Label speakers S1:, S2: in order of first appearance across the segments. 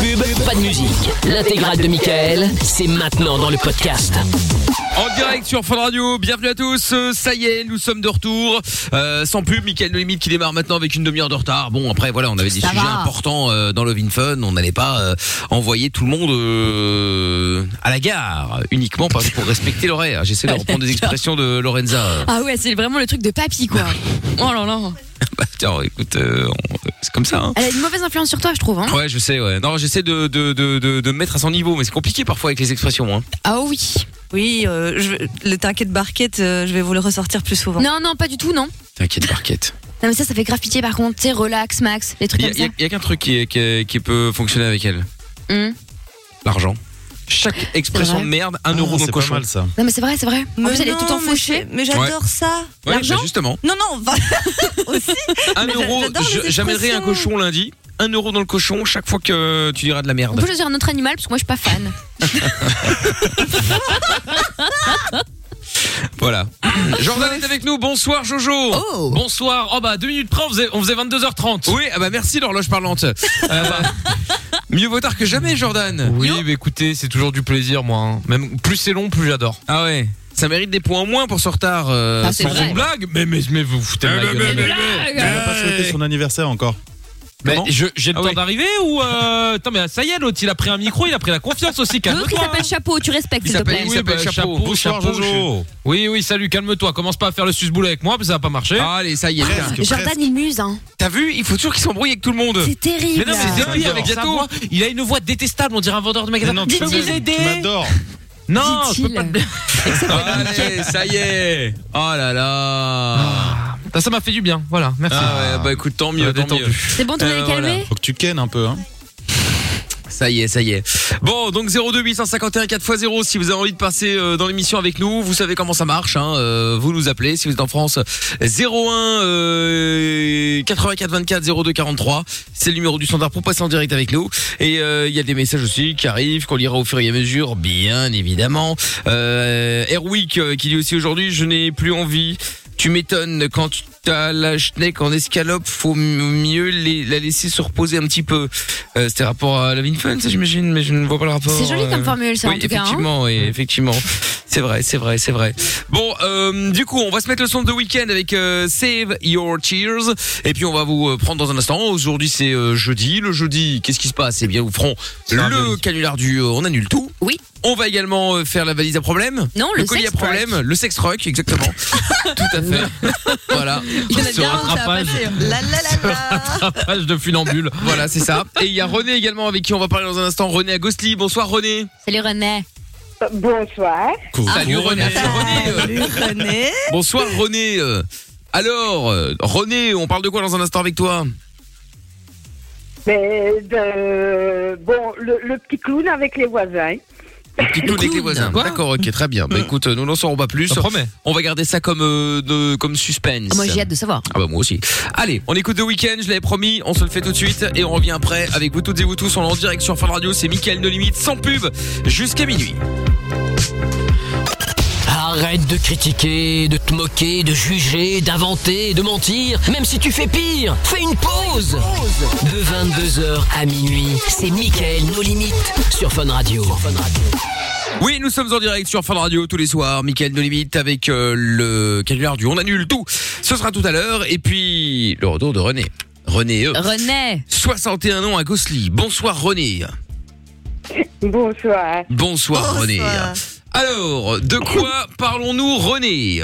S1: pub, pas de musique. L'intégrale de Michael, c'est maintenant dans le podcast.
S2: En direct sur Fun Radio, bienvenue à tous, Euh, ça y est, nous sommes de retour, Euh, sans pub, Mickaël No Limite qui démarre maintenant avec une demi-heure de retard, bon après voilà, on avait des
S3: Ça
S2: sujets
S3: va.
S2: importants euh, dans Love in Fun, on n'allait pas euh, envoyer tout le monde euh, à la gare, uniquement parce- pour respecter l'horaire, j'essaie de reprendre des expressions de Lorenza.
S4: Ah ouais, c'est vraiment le truc de papy, quoi. Oh là là.
S2: Bah, tiens, écoute, euh, on- c'est comme ça hein.
S4: Elle a une mauvaise influence sur toi, je trouve. Hein.
S2: Ouais, je sais, ouais. Non, j'essaie de, de, de, de, de me mettre à son niveau, mais c'est compliqué parfois avec les expressions. Hein.
S4: Ah oui.
S5: Oui, euh, je- le t'inquiète barquette, euh, je vais vous le ressortir plus souvent.
S4: Non, non, pas du tout, non.
S2: T'inquiète, Barquette.
S4: Non, mais ça, ça fait grave pitié, par contre. Tu sais, relax, Max, les trucs
S2: Il y a,
S4: comme ça.
S2: y a- y a qu'un truc qui, est- qui, est- qui peut fonctionner avec elle
S4: Hum.
S2: l'argent. Chaque expression
S4: vrai.
S2: de merde, un euro dans le cochon.
S6: ça.
S4: Non, mais c'est vrai, c'est vrai. En
S5: Mais
S4: plus, elle est
S5: non,
S4: tout
S5: mais
S4: enfauchée.
S5: c'est- Mais j'adore ça.
S2: Ouais,
S4: L'argent
S2: bah justement.
S5: Non, non, va-
S2: Un
S5: Mais j'a-
S2: euro,
S5: j'adore
S2: je-
S5: les
S2: j'amènerai un
S5: expressions.
S2: cochon lundi. Un euro dans le cochon chaque fois que tu diras de la
S4: On
S2: merde.
S4: peut choisir un autre animal, parce que moi, je suis pas fan.
S2: Voilà. Jordan est avec nous. Bonsoir Jojo.
S3: Bonsoir. Oh bah deux minutes près, on faisait, on faisait 22h30.
S2: Oui, ah bah merci l'horloge parlante. Euh, bah, mieux vaut tard que jamais, Jordan.
S3: Oui, mais écoutez, c'est toujours du plaisir, moi. hein. Même plus c'est long, plus j'adore.
S2: Ah ouais. Ça mérite des points en moins pour ce retard. euh,
S4: Ah, c'est
S2: sans
S4: vrai.
S2: une blague.
S3: Blague, mais mais, Eh, mais vous vous foutez de ma
S2: Mais-
S3: gueule.
S2: mais- mais-
S6: On va pas souhaiter son anniversaire encore.
S3: Mais
S2: Comment
S3: je- j'ai le
S2: Ah
S3: temps
S2: oui.
S3: d'arriver ou euh... Attends, mais ça y est, l'autre, il a pris un micro, il a pris la confiance aussi.
S4: L'autre, il
S3: Calme-toi.
S4: s'appelle Chapeau, tu respectes,
S2: hein. Il
S4: s'il te
S2: s'appelle-
S4: plaît.
S3: Oui,
S2: il s'appelle
S3: bah,
S2: Chapeau.
S3: chapeau,
S6: Bonsoir,
S3: chapeau.
S6: Jojo.
S3: Oui, oui, salut, calme-toi. Commence pas à faire le susboulé avec moi, parce que ça va pas marcher.
S2: Ah, allez, ça y est. putain.
S6: Presque,
S4: Jordan,
S6: presque.
S4: il muse, hein.
S2: T'as vu Il faut toujours qu'ils s'embrouillent avec tout le monde.
S4: C'est terrible.
S3: mais non, mais
S6: Ah,
S3: c'est lui avec sa
S2: j'adore.
S3: voix. Il a une voix détestable, on dirait un vendeur de magasin.
S6: Mais non, tu
S3: Dites-nous
S6: m'aimes,
S3: aider.
S6: tu m'adores.
S3: Non, je
S4: Dit-il.
S3: peux pas te
S2: Ah, Allez, ça y est. Oh là là.
S3: Ah, Ça m'a fait du bien, voilà, merci.
S2: Ah ouais, bah écoute, tant mieux,
S3: Ah,
S2: tant
S3: détendu.
S2: mieux.
S4: C'est bon, tout le
S2: Euh,
S4: monde est calmé
S6: Faut que tu kennes un peu. Hein.
S2: Ça y est, ça y est. Bon, donc 02851 4x0 si vous avez envie de passer euh, dans l'émission avec nous, vous savez comment ça marche hein, euh, vous nous appelez si vous êtes en France 01 euh, 84 24 02 43, c'est le numéro du standard pour passer en direct avec nous et euh, il y a des messages aussi qui arrivent qu'on lira au fur et à mesure bien évidemment. Euh Erwick euh, qui dit aussi aujourd'hui je n'ai plus envie tu m'étonnes quand tu t'as la schneck en escalope, faut m- mieux les- la laisser se reposer un petit peu. Euh, C'était rapport à la Fun, ça j'imagine, mais je ne vois pas le rapport.
S4: C'est joli
S2: euh,
S4: comme formule, ça,
S2: oui,
S4: en tout cas. hein.
S2: effectivement, oui, effectivement. C'est vrai, c'est vrai, c'est vrai. Bon, euh, du coup, on va se mettre le son de week-end avec euh, Save Your Tears, et puis on va vous euh, prendre dans un instant. Aujourd'hui, c'est euh, jeudi. Le jeudi, qu'est-ce qui se passe Eh bien, nous ferons
S3: un
S2: le
S3: jeudi.
S2: canular du euh, On annule tout.
S4: Oui.
S2: On va également euh, faire la valise à problème.
S4: Non,
S2: Le,
S4: le
S2: colis à
S4: sex-pack.
S2: problème, le sex rock, exactement. Tout à fait. voilà.
S4: Il y en a
S3: Ce
S4: bien un, ça va
S3: rattrapage.
S4: passer.
S5: la la la la.
S3: Page de funambule.
S2: hein. Voilà, c'est ça. Et il y a René également avec qui on va parler dans un instant. René Agostli. Bonsoir René.
S4: Salut, René.
S7: Bonsoir.
S2: Salut René.
S3: René.
S2: René, euh,
S5: Salut René.
S2: Bonsoir René. euh, Alors, euh, René, on parle de quoi dans un instant avec toi
S7: Mais de- Ben, euh, Bon, le, le petit clown avec les voisins.
S2: Un petit clown avec les voisins.
S3: Quoi
S2: D'accord, ok, très bien. Bah écoute, euh, nous n'en saurons pas plus.
S3: Mmh. Je te promets.
S2: On va garder ça comme, euh, de- comme suspense.
S4: Ah, Moi, j'ai hâte de savoir.
S2: Ah bah moi aussi. Allez, on écoute The Weeknd, je l'avais promis, on se le fait tout de suite et on revient après avec vous toutes et vous tous. On est en direct sur Fan Radio, c'est Mickaël No Limite, sans pub, jusqu'à minuit.
S1: Arrête de critiquer, de te moquer, de juger, d'inventer, de mentir. Même si tu fais pire, fais une pause. De 22h à minuit, c'est Michael nos limites sur Fun Radio.
S2: Oui, nous sommes en direct sur Fan Radio tous les soirs. Michael No Limite avec euh, le canular du On annule tout. Ce sera tout à l'heure et puis le retour de René. René, euh,
S4: René.
S2: 61 ans à Gossely. Bonsoir René.
S7: Bonsoir.
S2: Bonsoir René.
S5: Bonsoir.
S2: Alors, de quoi parlons-nous René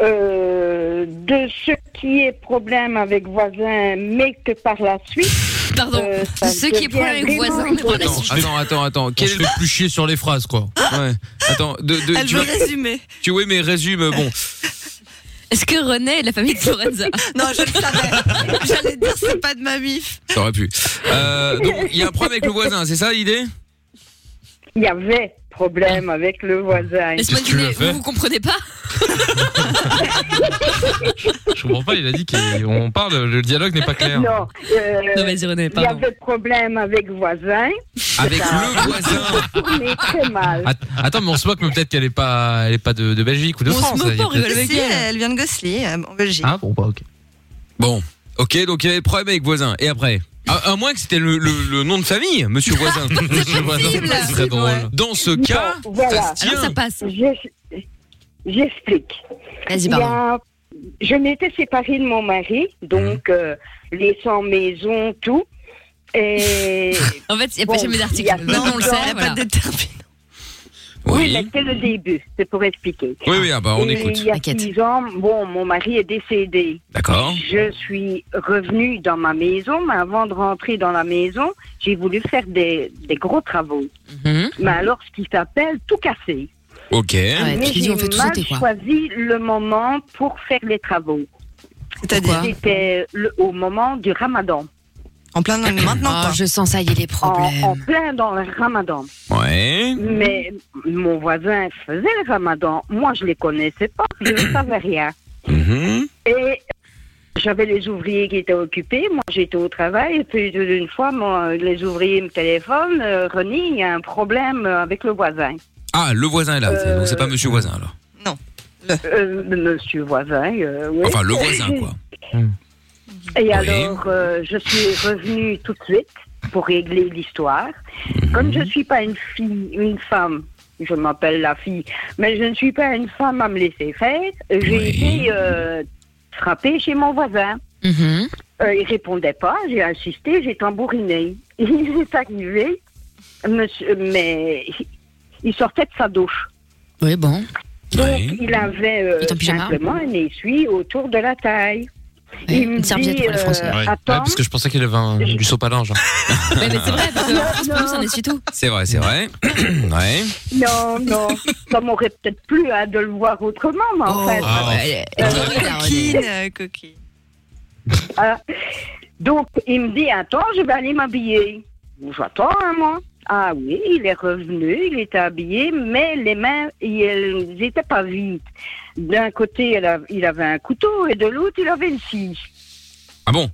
S7: Euh, de ce qui est problème avec voisins, mais que par la suite.
S4: Pardon.
S7: Euh, ça
S4: Ce qui est
S7: devient
S4: problème avec
S7: vraiment
S4: voisin.
S7: important.
S4: Attends.
S2: Attends, attends, attends.
S3: Je
S2: Quel est
S3: fais plus chier sur les phrases, quoi.
S2: le- Ouais. Attends, de, de-
S5: Elle
S2: tu,
S5: veut résumer.
S2: tu oui, mais résume. Bon,
S4: Est-ce que René est de la famille de Lorenza
S5: Non, je le savais. J'allais dire c'est pas de ma mif.
S2: ça aurait pu. Euh, donc, il y a un problème avec le voisin, c'est ça l'idée
S7: Il y avait problème avec le voisin.
S4: Ah. Laisse-moi
S3: Qu'est-ce que tu
S4: deviner,
S3: as fait
S4: vous vous comprenez pas
S3: Je comprends pas, il a dit qu'on parle, le dialogue n'est pas clair.
S7: Non, euh,
S4: Non, vas-y, René,
S7: il y
S4: pardon.
S7: avait problème avec voisin.
S2: Avec le
S4: Ah.
S2: voisin.
S7: Tourné très mal.
S3: Att- Attends, mais on se moque, mais peut-être qu'elle est pas, elle est pas de, de Belgique ou de
S4: On se
S2: hein,
S3: France. hein,
S4: moque
S3: il y a
S4: pas, on
S3: peut-être- hein.
S4: rigole avec
S5: Si,
S4: elle.
S5: elle vient de Gosselies, euh, en Belgique.
S3: Ah bon, bah ok.
S2: Bon, Ok, donc il y avait le problème avec voisin. Et après à, à moins que c'était le, le- le nom de famille, Monsieur Voisin. Monsieur Voisin,
S5: possible.
S2: c'est très drôle. Dans ce cas,
S7: Bon, voilà.
S2: ça se tient.
S4: Alors Ah, ça passe.
S7: Je- J'explique.
S4: Vas-y,
S7: Il y a-
S4: pardon. Mhm.
S7: Je m'étais séparée de mon mari, donc euh, laissant maison, tout. Et
S4: En fait, il n'y a pas
S7: Bon,
S4: jamais
S7: il y a
S4: d'article.
S7: plein
S4: Maintenant, on le
S7: de gens,
S4: sait.
S7: pas
S4: Voilà.
S5: de
S7: oui,
S2: Oui,
S7: mais c'est le début, c'est pour expliquer.
S2: oui, oui, ah bah, on
S7: Et
S2: écoute.
S7: Il y a
S4: T'inquiète.
S7: six ans, bon, mon mari est décédé.
S2: D'accord.
S7: Je suis revenue dans ma maison, mais avant de rentrer dans la maison, j'ai voulu faire des, des gros travaux.
S4: Mhm.
S7: Mais Bah, alors, ce qui s'appelle tout casser.
S2: Ok.
S4: Ouais,
S7: mais
S4: tu t'es dit,
S7: j'ai
S4: on fait tout
S7: mal
S4: sauter, quoi.
S7: choisi le moment pour faire les travaux.
S5: C'est-à-dire
S7: C'était le- au moment du ramadan,
S5: en plein maintenant
S4: Oh,
S5: quoi.
S4: je sens ça y est, les
S7: en,
S4: problèmes.
S7: en plein dans le ramadan.
S2: Ouais.
S7: Mais mon voisin faisait le ramadan. Moi, je les connaissais pas, je ne savais rien.
S2: Mhm.
S7: Et j'avais les ouvriers qui étaient occupés. Moi, j'étais au travail. Et puis, une fois, moi, les ouvriers me téléphonent. Euh, René, il y a un problème euh, avec le voisin.
S2: Ah, le voisin est là.
S7: Euh,
S2: Donc c'est pas Monsieur Voisin alors.
S7: Euh, monsieur voisin, euh, oui.
S2: Enfin, le voisin quoi.
S7: Et
S2: Oui.
S7: alors, euh, je suis revenue tout de suite pour régler l'histoire.
S2: Mhm.
S7: Comme je ne suis pas une fille, une femme, je m'appelle la fille, mais je ne suis pas une femme à me laisser faire, j'ai
S2: Oui.
S7: été euh, frappée chez mon voisin.
S4: Mhm.
S2: Oh.
S7: Euh, il répondait pas, j'ai insisté, j'ai tambouriné. Il est arrivé, monsieur, mais il sortait de sa douche.
S4: Oui, bon.
S8: Euh,
S7: Donc,
S2: Ouais.
S7: il avait euh,
S4: Il est en pyjama
S7: simplement un essuie autour de la taille.
S4: Ouais,
S7: il me
S4: une serviette
S7: dit,
S4: pour les Français.
S7: euh,
S6: Ouais.
S3: Ouais,
S7: attends,
S3: parce que je pensais qu'il avait un- du soap à linge. hein.
S4: Ouais, mais c'est vrai, parce que en France,
S7: Non,
S4: pour nous,
S7: non.
S4: c'est un essuie-tout.
S2: C'est vrai, c'est vrai. ouais.
S7: non, non, ça m'aurait peut-être plu hein, de le voir autrement, mais en fait,
S4: ah ouais, elle est- elle est horrible, la Renée.
S5: Coquine, euh, coquine.
S7: Ah. Donc, il me dit, attends, je vais aller m'habiller. J'attends, hein, moi. Ah oui, il est revenu, il était habillé, mais les mains, il- elles n'étaient pas vides. D'un côté, elle a- il avait un couteau et de l'autre, il avait une scie.
S2: Ah bon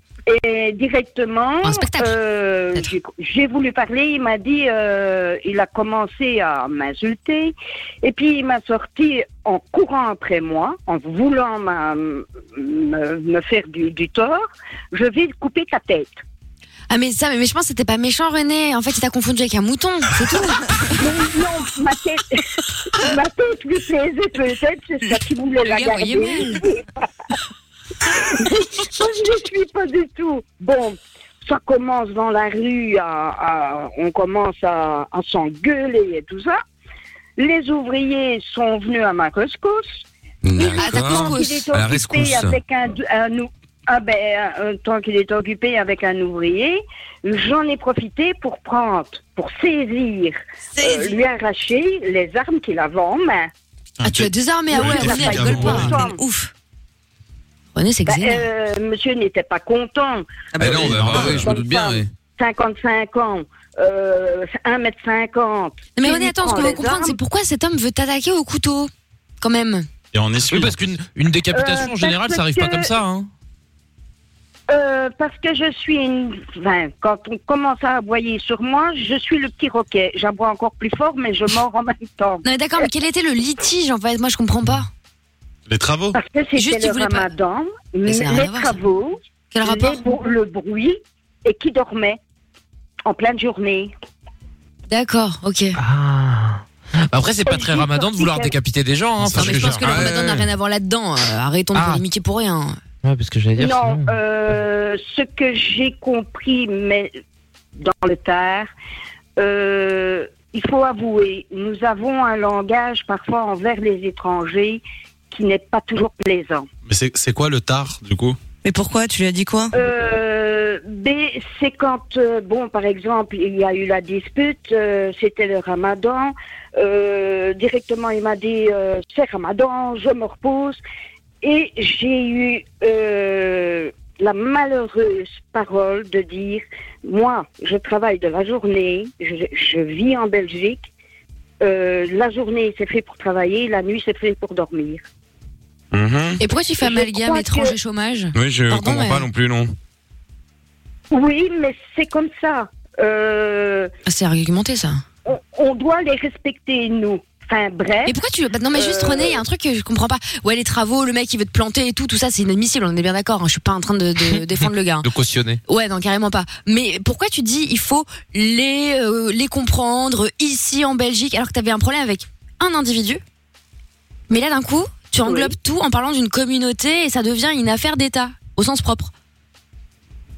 S7: Et directement,
S4: Un spectacle,
S7: euh,
S4: peut-être.
S7: j'ai- j'ai voulu parler, il m'a dit, euh, il a commencé à m'insulter, et puis il m'a sorti en courant après moi, en voulant m'a- me, me faire du, du tort, je vais te couper ta tête.
S4: Ah, mais ça, mais je pense que c'était pas méchant, René. En fait, il t'a confondu avec un mouton, c'est tout.
S7: Non, non, ma tête, ma tête lui plaisait peut-être, c'est ça qu'il voulait
S4: Le
S7: la
S4: gars voyait
S7: garder. Moi, je ne suis pas du tout. Bon, ça commence dans la rue, à- à- on commence à, à s'engueuler et tout ça. Les ouvriers sont venus à ma rescousse.
S4: Ah, t'as
S2: D'accord.
S4: compris.
S7: Tant qu'il est
S2: À la
S7: occupé
S2: rescousse.
S7: avec un, un ou- ah ben, euh, tant qu'il est occupé avec un ouvrier, j'en ai profité pour prendre, pour saisir euh, lui arracher les armes qu'il avait en main.
S4: Ah, tu as deux armes, mais ah
S7: Oui,
S4: ouais,
S7: il a
S4: René,
S7: pas
S4: elle rigole
S7: eu
S4: pas.
S7: d'armes.
S4: Mais Ouf. René, c'est
S7: Bah,
S4: exilé.
S7: euh, monsieur n'était pas content.
S5: Ah bah
S2: Eh non,
S5: oui.
S2: bah, bah, ouais, je me doute bien. ouais.
S7: 55 ans, euh, 1m50.
S4: Mais
S7: il
S4: René,
S7: lui
S4: attends, ce
S7: prend
S4: qu'on veut
S7: les
S4: comprendre,
S7: armes.
S4: c'est pourquoi cet homme veut t'attaquer au couteau, quand même.
S6: Et en essuie.
S3: Oui, parce qu'une une décapitation,
S7: Euh,
S3: en général, ça arrive pas
S7: parce que-
S3: comme ça. Hein.
S7: Euh, parce que je suis une. Enfin, quand on commence à aboyer sur moi, je suis le petit roquet. J'aboie encore plus fort, mais je mords en même temps.
S4: Non, mais d'accord, mais quel était le litige, en fait Moi, je comprends pas.
S6: Les travaux.
S7: Parce que c'était
S4: Juste, il
S7: le
S4: voulait pas-
S7: ramadan,
S4: ça n'a rien à
S7: les
S4: voir, ça.
S7: travaux,
S4: Quel
S7: les
S4: rapport
S7: brou- le bruit, et qui dormait en pleine journée.
S4: D'accord, ok.
S2: Bah,
S3: Après, c'est pas très ramadan de vouloir décapiter des gens. Hein.
S2: Non,
S3: Enfin,
S4: Non, mais je pense
S3: veux
S4: que
S2: genre-
S4: le
S2: Ah,
S4: ramadan
S2: ouais,
S4: n'a
S2: ouais.
S4: rien à voir là-dedans. Euh, Arrêtons de
S3: Ah.
S4: polémiquer pour rien.
S3: dire. Ouais, parce que j'allais dire.
S7: Non,
S3: sinon-
S7: euh, ce que j'ai compris, mais dans le tard, euh, il faut avouer, nous avons un langage parfois envers les étrangers qui n'est pas toujours plaisant.
S6: Mais c'est c'est quoi le tard du coup
S5: Mais pourquoi Tu lui as dit quoi
S7: Euh, B, c'est quand, euh, bon, par exemple, il y a eu la dispute, euh, c'était le ramadan, euh, directement il m'a dit, euh, c'est ramadan, je me repose, et j'ai eu euh, la malheureuse parole de dire, moi, je travaille de la journée, je, je vis en Belgique, euh, la journée c'est fait pour travailler, la nuit c'est fait pour dormir.
S4: Et pourquoi tu fais
S7: Je
S4: amalgame
S7: crois
S4: étrange
S7: que-
S4: et chômage
S2: Mhm. Oui, je
S4: Pardon, comprends mais- pas
S2: non plus, non.
S7: Oui, mais c'est comme ça. Euh,
S4: Ah, C'est argumenté, ça.
S7: on, on doit les respecter, nous. Enfin, bref.
S4: Mais pourquoi tu veux. bah, Non, mais juste
S7: Euh,
S4: René, il y a un truc que je comprends pas. Ouais, les travaux, le mec il veut te planter et tout, tout ça, c'est inadmissible, on est bien d'accord. hein, je suis pas en train de, de défendre le gars. hein.
S3: De cautionner.
S4: Ouais, non, carrément pas. Mais pourquoi tu dis il faut les, euh, les comprendre ici en Belgique alors que t'avais un problème avec un individu Mais là, d'un coup, tu englobes tout en parlant d'une communauté et ça devient une affaire d'État, au sens propre.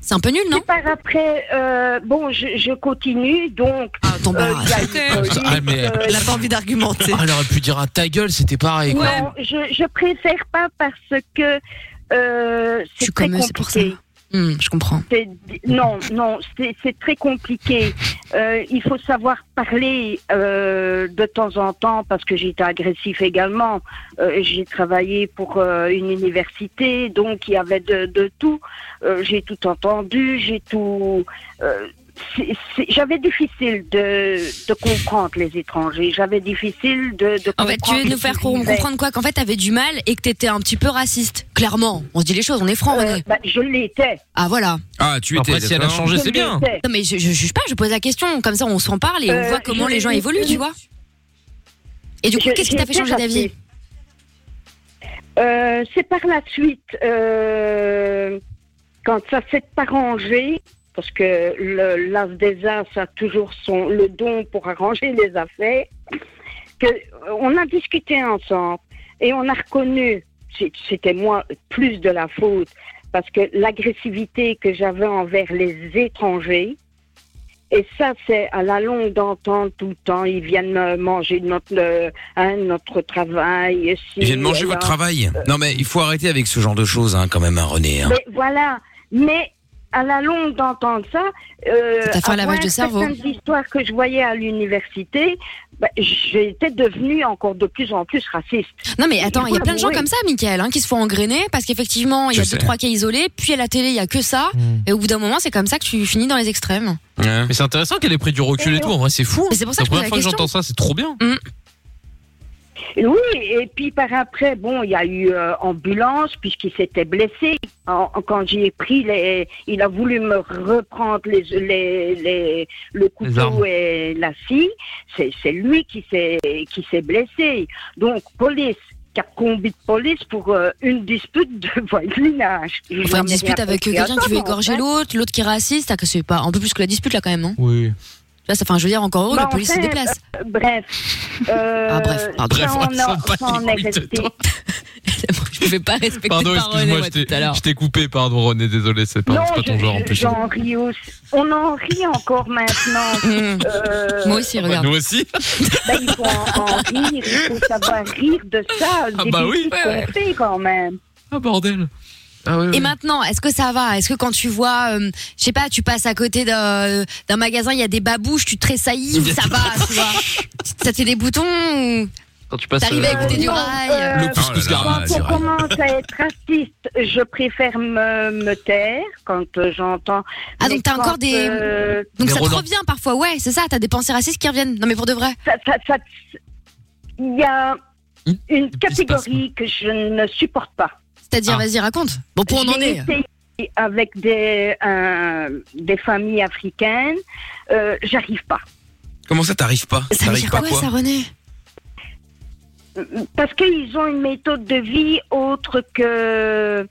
S4: C'est un peu nul, non
S7: Et par après, euh, bon, je, je continue, donc.
S4: Ah, t'embarrasses.
S7: il y a eu, euh,
S2: Ah,
S7: une,
S2: mais-
S7: euh,
S5: Elle a pas envie d'argumenter.
S2: Ah, elle aurait pu dire à ta gueule, c'était pareil. quoi.
S7: Non, je, je préfère pas parce que euh,
S4: Je suis
S7: c'est très
S4: comme eux, c'est pour ça.
S7: compliqué.
S4: Hum, Je comprends.
S7: C'est- Non, non, c'est c'est très compliqué. Euh, il faut savoir parler euh, de temps en temps parce que j'étais agressif également. Euh, J'ai travaillé pour euh, une université, donc il y avait de, de tout. Euh, J'ai tout entendu, j'ai tout. euh, c'est- c'est- J'avais difficile de, de comprendre les étrangers. J'avais difficile de, de
S4: En fait, tu veux
S7: comprendre
S4: nous
S7: ce
S4: faire
S7: qu'ils
S4: com-
S7: vivaient.
S4: comprendre quoi Qu'en fait, t'avais du mal et que t'étais un petit peu raciste. Clairement, on se dit les choses, on est franc,
S7: Euh,
S4: René.
S7: bah, je l'étais.
S4: Ah voilà.
S2: Ah, tu étais.
S3: Après, si elle a
S2: d'accord.
S3: changé,
S7: Je
S3: c'est bien.
S7: l'étais.
S4: Non mais je, je juge pas, je pose la question. Comme ça, on s'en parle et on
S7: Euh,
S4: voit comment
S7: je-
S4: les gens évoluent, tu
S7: je-
S4: vois. Et du coup,
S7: Je-
S4: qu'est-ce qui t'a fait
S7: j'ai
S4: changer
S7: été
S4: d'avis
S7: raciste. Euh, C'est par la suite, euh, quand ça s'est arrangé, parce que le- l'as des as a toujours son, le don pour arranger les affaires, que, euh, on a discuté ensemble et on a reconnu, c'est- c'était moi plus de la faute, parce que l'agressivité que j'avais envers les étrangers, et ça, c'est à la longue d'entendre tout le temps. Ils viennent euh, manger notre, euh, hein, notre travail. ici,
S2: Ils viennent manger
S7: là.
S2: votre travail. Non, mais il faut arrêter avec ce genre de choses, hein, quand même, hein, René. hein.
S7: Mais voilà. Mais à la longue d'entendre ça. Euh,
S4: Ça t'a fait un
S7: avant
S4: lavage de cerveau.
S7: Certaines histoires que je voyais à l'université, bah, j'étais devenue encore de plus en plus raciste.
S4: Non mais attends, il y a
S7: Ouais,
S4: plein de gens
S7: ouais.
S4: comme ça, Michael, hein, qui se font engrainer parce qu'effectivement, il y a
S2: Je sais.
S4: deux trois cas isolés, puis à la télé, il y a que ça. Et au bout d'un moment, c'est comme ça que tu finis dans les extrêmes.
S2: Hein.
S3: Mais c'est intéressant qu'elle ait pris du recul et tout. En vrai, c'est fou. hein.
S4: Mais c'est pour ça
S3: la
S4: que je pose
S3: première
S4: la
S3: fois que
S4: question.
S3: j'entends ça, c'est trop bien.
S7: Et Oui, et puis par après, bon, il y a eu euh, ambulance puisqu'il s'était blessé. En- en- quand j'y ai pris, les, il a voulu me reprendre les, les, les- le
S3: Les armes.
S7: couteau et la scie. C'est, c'est lui qui s'est, qui s'est blessé. Donc, police, quatre combis de police pour euh, une dispute de voisinage.
S4: Enfin, une dispute avec quelqu'un qui veut égorger
S7: l'autre.
S4: l'autre, l'autre qui est raciste, ah, que c'est pas un peu plus que la dispute là quand même, non
S3: Oui.
S4: Là, ça, enfin, je veux dire encore heureux,
S7: Bah,
S4: Oh, la
S7: en
S4: police se
S7: fait,
S4: déplace.
S7: Bref. Euh,
S4: Ah, bref, pardon.
S7: ça,
S3: Bref,
S7: on
S3: on s'en
S7: a-
S3: bat
S7: ça, on
S3: les
S7: est
S3: couilles de
S7: resté.
S3: toi.
S4: je vais pas respecter
S3: Pardon,
S4: ta René,
S3: excuse-moi,
S4: moi,
S3: je
S4: tout à
S3: t'ai-
S4: l'heure.
S3: je t'ai coupé, pardon René, désolé, c'est pas, c'est pas ton
S7: je-
S3: genre en plus.
S7: j'en ris aussi. On en rit encore maintenant.
S4: Hum,
S7: Euh,
S4: Moi aussi, regarde.
S3: Nous aussi
S7: ben, il faut en, en rire, il faut savoir rire de ça.
S3: Ah
S7: des
S3: bah oui,
S7: bêtises
S3: ouais, ouais.
S7: qu'on fait quand même.
S3: Ah bordel ah, ouais, ouais.
S4: Et maintenant, est-ce que ça va Est-ce que quand tu vois, euh, je sais pas, tu passes à côté d'un euh, d'un magasin, il y a des babouches, tu tressaillis, ça va, tu vois Ça te fait des boutons ou
S3: Quand tu passes
S4: t'arrives à
S3: euh,
S4: écouter du
S7: non,
S4: rail
S7: euh,
S3: le couscous
S2: Oh là là.
S3: garni.
S7: Quand
S2: Ah, c'est
S7: on
S2: vrai.
S7: commence à être raciste, je préfère me, me taire quand euh, j'entends.
S4: Ah,
S7: Mais
S4: donc t'as
S7: quand,
S4: encore des-
S7: euh,
S4: Donc
S3: Des
S4: ça te
S3: relents.
S4: revient parfois, ouais, c'est ça, t'as des pensées racistes qui reviennent. Non mais pour de vrai.
S7: ça- ça- ça- Il y a une
S3: petits
S7: catégorie que je ne supporte pas.
S4: C'est-à-dire,
S3: Ah.
S4: vas-y, raconte. Bon, pour on en
S7: J'ai
S4: est.
S7: essayé avec des, euh, des familles africaines, euh, j'arrive pas.
S2: Comment ça, t'arrives pas
S4: Ça veut
S2: T'arrives
S4: dire
S2: pas
S4: quoi, ça, René
S7: Euh, parce qu'ils ont une méthode de vie autre que,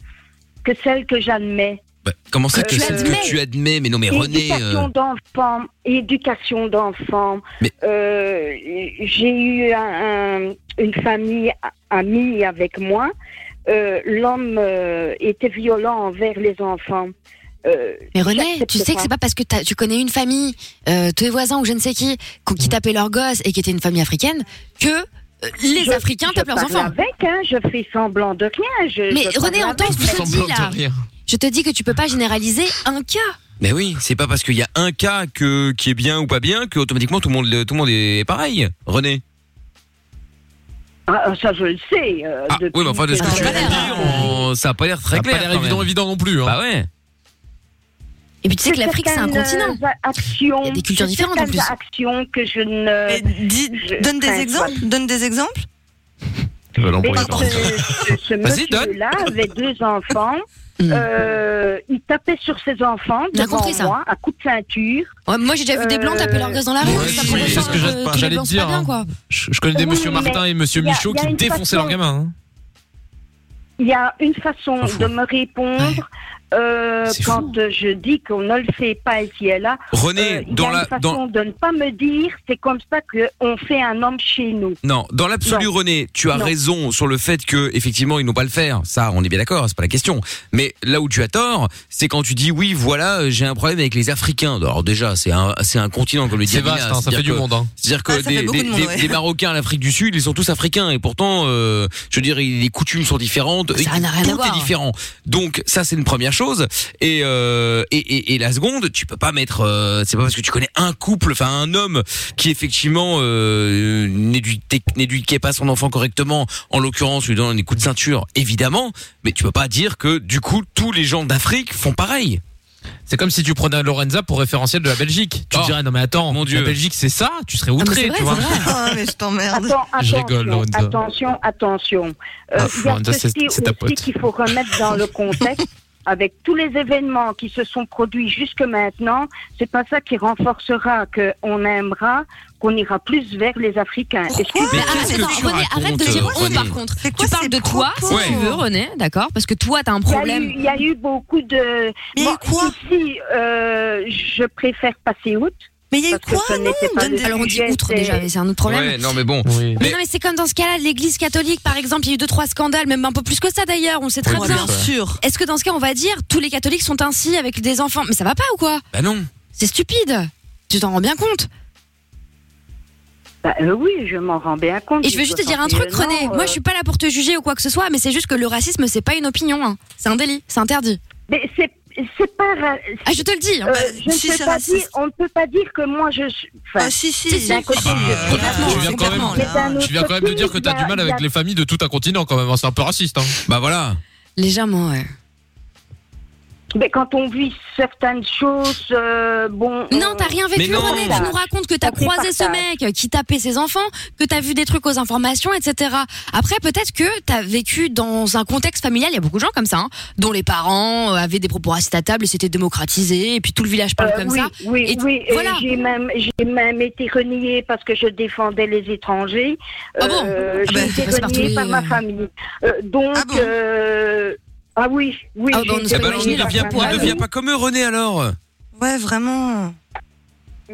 S7: que celle que j'admets.
S2: Bah, Comment ça que
S7: Tu
S2: c'est ce
S7: admets.
S2: que tu admets Mais non, mais René.
S7: Éducation
S2: euh,
S7: d'enfants, éducation d'enfants.
S2: Mais-
S7: Euh, J'ai eu un- un- une famille a- amie avec moi. Euh, L'homme euh, était violent envers les enfants. Euh,
S4: Mais René,
S7: J'accepte
S4: tu sais que
S7: pas.
S4: c'est pas parce que t'as- tu connais une famille, euh, tes voisins ou je ne sais qui, qu-
S7: Mm.
S4: qui tapaient leurs gosses et qui étaient une famille africaine, que euh, les
S7: je-
S4: Africains
S7: je
S4: tapent leurs
S7: parle
S4: enfants.
S7: Avec, hein, je fais semblant de rien. je-
S4: Mais
S7: je
S4: René,
S7: parle
S4: entends
S7: avec.
S4: ce que je te dis là.
S3: rire.
S4: Je te dis que tu peux pas généraliser un cas.
S2: Mais oui, c'est pas parce qu'il y a un cas que qui est bien ou pas bien que automatiquement tout le monde tout le monde est pareil, René.
S7: Ah, ça, je le sais. euh,
S2: Ah oui,
S7: depuis
S2: mais enfin de ce que
S4: Ah,
S2: tu
S4: ça a
S2: viens
S4: pas
S2: de
S4: l'air,
S2: dire, on- ça a pas l'air très
S3: Ça a
S2: clair.
S3: pas l'air
S2: quand
S3: évident,
S2: même.
S3: évident non plus. Hein.
S2: Bah ouais.
S4: Et puis tu sais que l'Afrique, c'est un
S7: certaines euh,
S4: continent.
S7: actions-
S4: Il y a des cultures différentes, en
S7: certaines
S4: plus.
S7: actions que je ne.
S5: Mais dis-
S7: Je-
S5: donne des
S7: enfin,
S5: exemples. Donne des exemples.
S3: Tu vas l'embrouiller,
S7: Et
S3: par contre.
S7: ce- euh, ce- ce
S2: Vas-y,
S7: monsieur-là avait deux enfants. Euh, il tapait sur ses enfants
S4: On a
S7: devant
S4: Mm. compris ça.
S7: moi à coups de ceinture.
S4: Ouais, moi, j'ai déjà vu des blancs taper leur gosse dans la rue.
S6: Ouais,
S4: ça
S6: oui,
S4: prouve
S6: c'est
S4: pas
S6: ce que j'allais
S4: que
S6: te
S4: les
S3: parler,
S4: blancs, c'est pas
S3: dire,
S4: bien,
S3: hein.
S4: quoi.
S3: Je, je connais des
S7: Oui,
S3: monsieur
S7: mais
S3: Martin et monsieur
S7: il y a-
S3: Michaud
S7: il y a
S3: qui
S7: une
S3: défonçaient
S7: façon-
S3: leurs gamins. hein.
S7: Il y a une façon
S3: Pas fou.
S7: de me répondre euh,
S2: C'est fou.
S7: quand euh, je dis qu'on ne le fait pas et qu'il est là.
S2: René,
S7: Euh, il y
S2: dans
S7: a
S2: la,
S7: une façon
S2: dans,
S7: de ne pas me dire, c'est comme ça qu'on fait un homme chez nous.
S2: non, dans l'absolu,
S7: Non.
S2: René, tu as
S7: Non.
S2: raison sur le fait que, effectivement, ils n'ont pas le faire. Ça, on est bien d'accord, c'est pas la question. Mais là où tu as tort, c'est quand tu dis, oui, voilà, euh, j'ai un problème avec les Africains. Alors déjà, c'est un, c'est un continent, comme le dit
S3: C'est
S2: Amina,
S3: vaste, hein, ça
S2: c'est-à-dire
S3: fait du
S2: que-
S3: monde. hein.
S2: C'est-à-dire que
S5: Ah, ça fait
S2: des,
S5: beaucoup de
S2: des-
S5: monde,
S2: des-
S5: ouais.
S2: des Marocains à l'Afrique du Sud, ils sont tous africains et pourtant, euh, je veux dire, les coutumes sont différentes,
S4: Ça n'a rien à
S2: tout
S4: voir. hein.
S2: est différent. Donc ça, c'est une première chose. Et, euh, et, et, et la seconde, tu peux pas mettre, euh, c'est pas parce que tu connais un couple, enfin un homme qui effectivement euh, n'éduquait n'éduquait pas son enfant correctement, en l'occurrence lui donnant des coups de ceinture, évidemment, mais tu peux pas dire que du coup tous les gens d'Afrique font pareil.
S3: C'est comme si tu prenais Lorenza pour référentiel de la Belgique. Tu
S2: Oh,
S3: te dirais non mais attends,
S2: mon Dieu.
S3: la Belgique c'est ça, tu serais
S4: Ah, mais c'est
S3: outré,
S4: vrai,
S3: tu
S4: c'est
S3: vois.
S4: vrai.
S5: Ah, mais je t'emmerde.
S7: Attends,
S3: Je
S7: attention,
S3: rigole, Lorenza.
S7: attention, attention. Euh,
S3: Ah,
S7: Il y
S3: Lorenza,
S7: a
S3: c'est-
S7: ceci
S3: c'est ta
S7: aussi
S3: pote.
S7: qu'il faut remettre dans le contexte. Avec tous les événements qui se sont produits jusque maintenant, c'est pas ça qui renforcera qu'on aimera, qu'on ira plus vers les Africains.
S5: Pourquoi
S2: Mais
S4: Mais arrête,
S2: qu'est-ce que
S4: attends,
S2: tu
S4: René, arrête de
S2: racontes,
S7: euh,
S4: dire on
S2: René
S4: par contre.
S5: C'est quoi
S4: tu parles
S5: ces
S4: de toi si
S5: propos
S4: tu veux, René, d'accord Parce que toi, t'as un
S7: Il y, a eu,
S4: problème.
S7: il y a eu beaucoup de.
S5: Mais quoi
S7: Ici, euh, je préfère passer outre.
S5: Mais il y a eu
S7: Parce que
S5: quoi,
S7: ça
S5: non
S7: n'était pas
S5: Donne
S7: le
S5: des-
S4: Alors on dit
S7: sujet,
S4: outre
S7: c'est-
S4: déjà, mais c'est un autre problème.
S2: Ouais, non mais bon.
S3: Oui.
S4: Mais
S2: Mais-
S4: non, mais c'est comme dans ce cas-là, l'église catholique, par exemple, il y a eu deux, trois scandales, même un peu plus que ça d'ailleurs, on sait très
S3: Oui,
S4: bien.
S5: Bien sûr.
S4: Est-ce que dans ce cas, on va dire tous les catholiques sont ainsi avec des enfants Mais ça va pas ou quoi
S2: Bah non.
S4: C'est stupide. Tu t'en rends bien compte
S7: Bah, euh, oui, je m'en rends bien compte.
S4: Et je veux juste te dire un truc,
S7: 61
S4: René.
S7: ans,
S4: Moi,
S7: euh,
S4: je suis pas là pour te juger ou quoi que ce soit, mais c'est juste que le racisme, c'est pas une opinion. hein. C'est un délit, c'est interdit.
S7: Mais c'est c'est pas. ra-
S4: Ah, je te le dis. hein.
S7: euh,
S5: bah,
S7: je ne
S5: si
S7: peux
S5: c'est
S7: pas
S5: raciste.
S7: dire, on ne peut pas dire que moi je suis. Enfin,
S5: Ah si, si.
S4: Si, bah, si.
S5: c'est-
S7: d'un côté, je-
S5: complètement,
S3: tu viens quand même-
S5: complètement,
S7: mais
S5: là.
S7: d'un autre
S3: Tu viens quand même de
S7: côté,
S3: dire que t'as
S7: il y a-
S3: du mal avec
S7: il y a-
S3: les familles de tout un continent quand même, hein, c'est un peu raciste. Hein.
S2: Bah voilà.
S4: Légèrement, ouais.
S7: Mais quand on vit certaines choses, euh, bon.
S4: Non,
S7: on-
S4: t'as rien
S2: Mais
S4: vécu,
S2: non.
S4: René. Tu nous racontes que t'as
S7: Ça fait
S4: croisé ce
S7: partage.
S4: mec qui tapait ses enfants, que t'as vu des trucs aux informations, etc. Après, peut-être que t'as vécu dans un contexte familial. Il y a beaucoup de gens comme ça, hein, dont les parents euh, avaient des propos racistes à table et c'était démocratisé, et puis tout le village parle
S7: Euh,
S4: comme
S7: oui,
S4: ça.
S7: oui,
S4: Et
S7: oui. et
S4: voilà.
S7: J'ai même, j'ai même été reniée parce que je défendais les étrangers.
S4: Ah bon
S7: Euh,
S2: ben,
S4: Ah bah,
S7: J'ai
S4: t'es
S7: été
S4: passée par tous
S7: reniée
S4: les-
S7: par ma famille. Euh, donc,
S5: Ah bon
S7: euh, ah oui, oui.
S4: Ah bah,
S7: j'ai
S4: on
S7: été
S4: nous
S2: Eh
S4: a
S2: ben, on
S7: reniée
S4: imaginé Ah,
S2: ne
S7: par
S2: devient,
S7: ma
S2: on ne
S7: famille.
S2: devient pas comme eux, René, alors.
S5: Ouais, vraiment.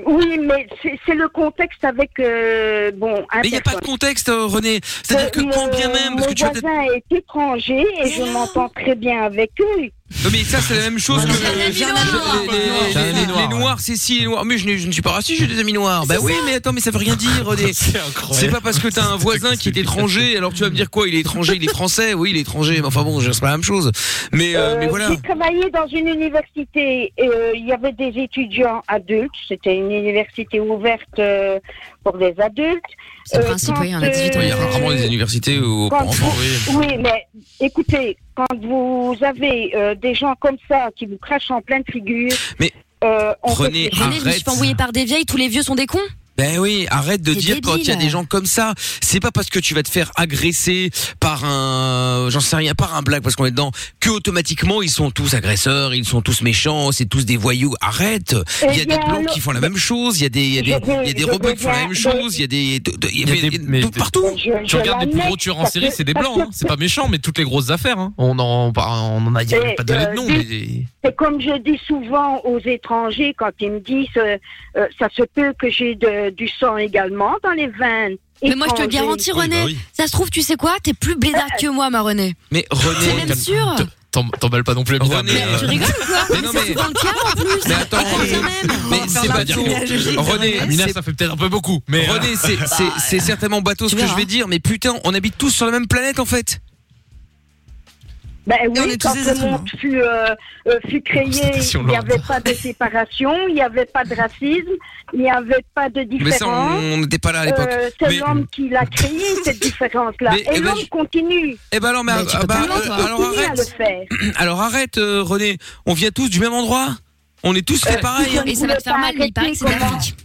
S7: Oui, mais c'est c'est le contexte avec euh, bon. un
S2: Mais il n'y a pas de
S7: personne.
S2: contexte, euh, René. C'est-à-dire que
S7: Mon-
S2: quand
S4: euh,
S2: bien même,
S7: euh, mon
S2: parce que tu as peut-être-
S7: voisin est étranger et je m'entends très bien avec eux.
S2: Non, mais ça, c'est la même chose que
S4: J'ai des
S2: les,
S4: amis noirs.
S2: les-
S3: J'ai des
S2: les-
S3: amis
S2: les
S3: noirs, ouais.
S2: noirs. C'est si les noirs. Mais je, n'ai- je ne suis pas raciste, j'ai des amis noirs. Bah oui, mais attends, mais ça veut rien dire, René.
S3: C'est
S2: C'est
S3: incroyable.
S2: pas parce que t'as un voisin qui est étranger, alors tu vas me dire quoi Il est étranger, il est français, oui, il est étranger. Mais enfin bon, c'est pas la même chose. Mais, euh,
S7: Euh,
S2: mais voilà.
S7: J'ai travaillé dans une université. et, euh, Il y avait des étudiants adultes. C'était une université ouverte euh, pour des adultes.
S4: C'est le
S7: Euh,
S4: principe,
S7: quand,
S4: oui, on a 18 ans.
S2: Il y a rarement des universités
S3: euh,
S2: où, pour
S7: Quand-
S2: enfants.
S7: Oui, mais écoutez, quand vous avez euh, des gens comme ça qui vous crachent en pleine figure,
S2: Mais
S7: euh, on
S2: René,
S7: peut-
S4: René, je me suis
S2: Arrête.
S4: pas embrouillée par des vieilles. Tous les vieux sont des cons.
S2: Ben oui, arrête de
S4: C'est
S2: dire quand il y a
S4: débile.
S2: des gens comme ça. C'est pas parce que tu vas te faire agresser par un, j'en sais rien, par un blague parce qu'on est dedans, que automatiquement ils sont tous agresseurs, ils sont tous méchants, c'est tous des voyous. Arrête.
S7: Eh
S2: Il y a des
S7: bien,
S2: blancs
S7: le-
S2: qui font la même chose, il y a des, il y a des,
S7: Je vais-
S2: il y a des
S7: je
S2: robots qui font la même
S7: deviens-
S2: chose, il y a des, de- de- il y a
S3: Il y a
S2: des-
S3: des- mais-
S2: tout- partout.
S7: je-
S3: Tu
S7: je
S3: regardes les plus gros
S7: l'annexe
S3: tueurs en
S7: parce
S3: série,
S7: que-
S3: c'est des
S7: parce
S3: blancs. hein.
S7: que
S3: C'est pas méchant, mais toutes les grosses affaires. hein. On en, bah, on en a, il y a
S7: Et,
S3: pas donné de nom.
S7: euh,
S3: mais-
S7: C'est comme je dis souvent aux étrangers quand ils me disent euh, euh, ça se peut que j'ai de- du sang également dans les veines.
S4: Mais moi, je te
S7: étrangers.
S4: le garantis, René.
S3: bah
S6: oui.
S4: Ça se trouve, tu sais quoi T'es plus blédard
S7: Euh,
S4: que moi, ma René.
S2: Mais
S4: T'es
S2: René,
S4: même sûr
S3: T'em- T'emballes pas non plus, Amina,
S2: René,
S3: mais, euh,
S4: Tu rigoles ou quoi
S2: Mais non, mais-
S4: C'est souvent le cas en plus. Oh,
S2: mais attends,
S4: Quand
S2: René,
S4: bien même.
S2: mais
S5: va faire
S2: c'est
S5: la
S2: pas dire
S5: routine à Gégé,
S2: que- René,
S5: quand
S3: Amina,
S2: c'est-
S3: ça fait peut-être un peu beaucoup. Mais euh,
S2: René, c'est, c'est, c'est certainement bateau ce
S4: Bah, Tu
S2: que je
S4: verras.
S2: vais dire, mais putain, on habite tous sur la même planète en fait.
S7: Ben oui,
S5: Et on est tous
S7: quand
S5: des
S7: le
S5: êtres humains.
S7: monde fut, euh, euh, fut créé,
S3: Constatation
S7: il n'y
S3: lourde.
S7: avait pas de séparation, il n'y avait pas de racisme, il n'y avait pas de
S2: Mais ça,
S7: différence.
S2: on on n'était pas là à l'époque.
S7: Euh, c'est
S2: Mais-
S7: l'homme qui l'a créé, cette différence-là.
S2: Mais- eh
S7: Et
S2: ben,
S7: l'homme
S2: je-
S7: continue,
S2: Eh ben alors, mais,
S4: Mais tu
S2: ah,
S4: peux
S2: bah,
S4: pas le
S2: euh,
S4: voir,
S2: alors
S7: continue à le
S2: arrête.
S7: faire.
S2: Alors arrête, euh, René. On vient tous du même endroit. On est tous
S4: Euh,
S7: Euh,
S2: fait pareil. hein.
S4: Et ça va te faire mal, mais il paraît que c'est d'Afrique.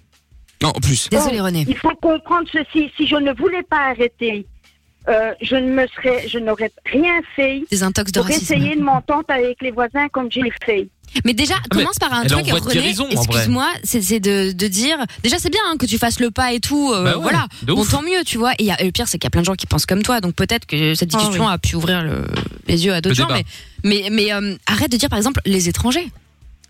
S2: Non, en plus.
S7: Oh,
S4: Désolé, René.
S7: Il faut comprendre ceci. Si je ne voulais pas arrêter euh, je ne me serais, je n'aurais rien fait
S4: Des intox de
S7: pour
S4: racisme.
S7: essayer de m'entendre avec les voisins comme j'ai fait.
S4: Mais déjà, commence par un
S2: Ah, elle est en
S4: truc,
S2: voie de
S4: René.
S2: guérison, en vrai.
S4: Excuse-moi, c'est c'est de, de dire. Déjà, c'est bien hein, que tu fasses le pas et tout. euh,
S2: Bah ouais,
S4: voilà.
S2: de
S4: Bon,
S2: ouf.
S4: tant mieux, tu vois. Et, il y a- et le pire, c'est qu'il y a plein de gens qui pensent comme toi. Donc peut-être que cette
S5: Ah,
S4: discussion a pu ouvrir le- les yeux à d'autres
S2: Le
S4: gens.
S2: débat.
S4: Mais, mais, mais, euh, arrête de dire, par exemple, les étrangers.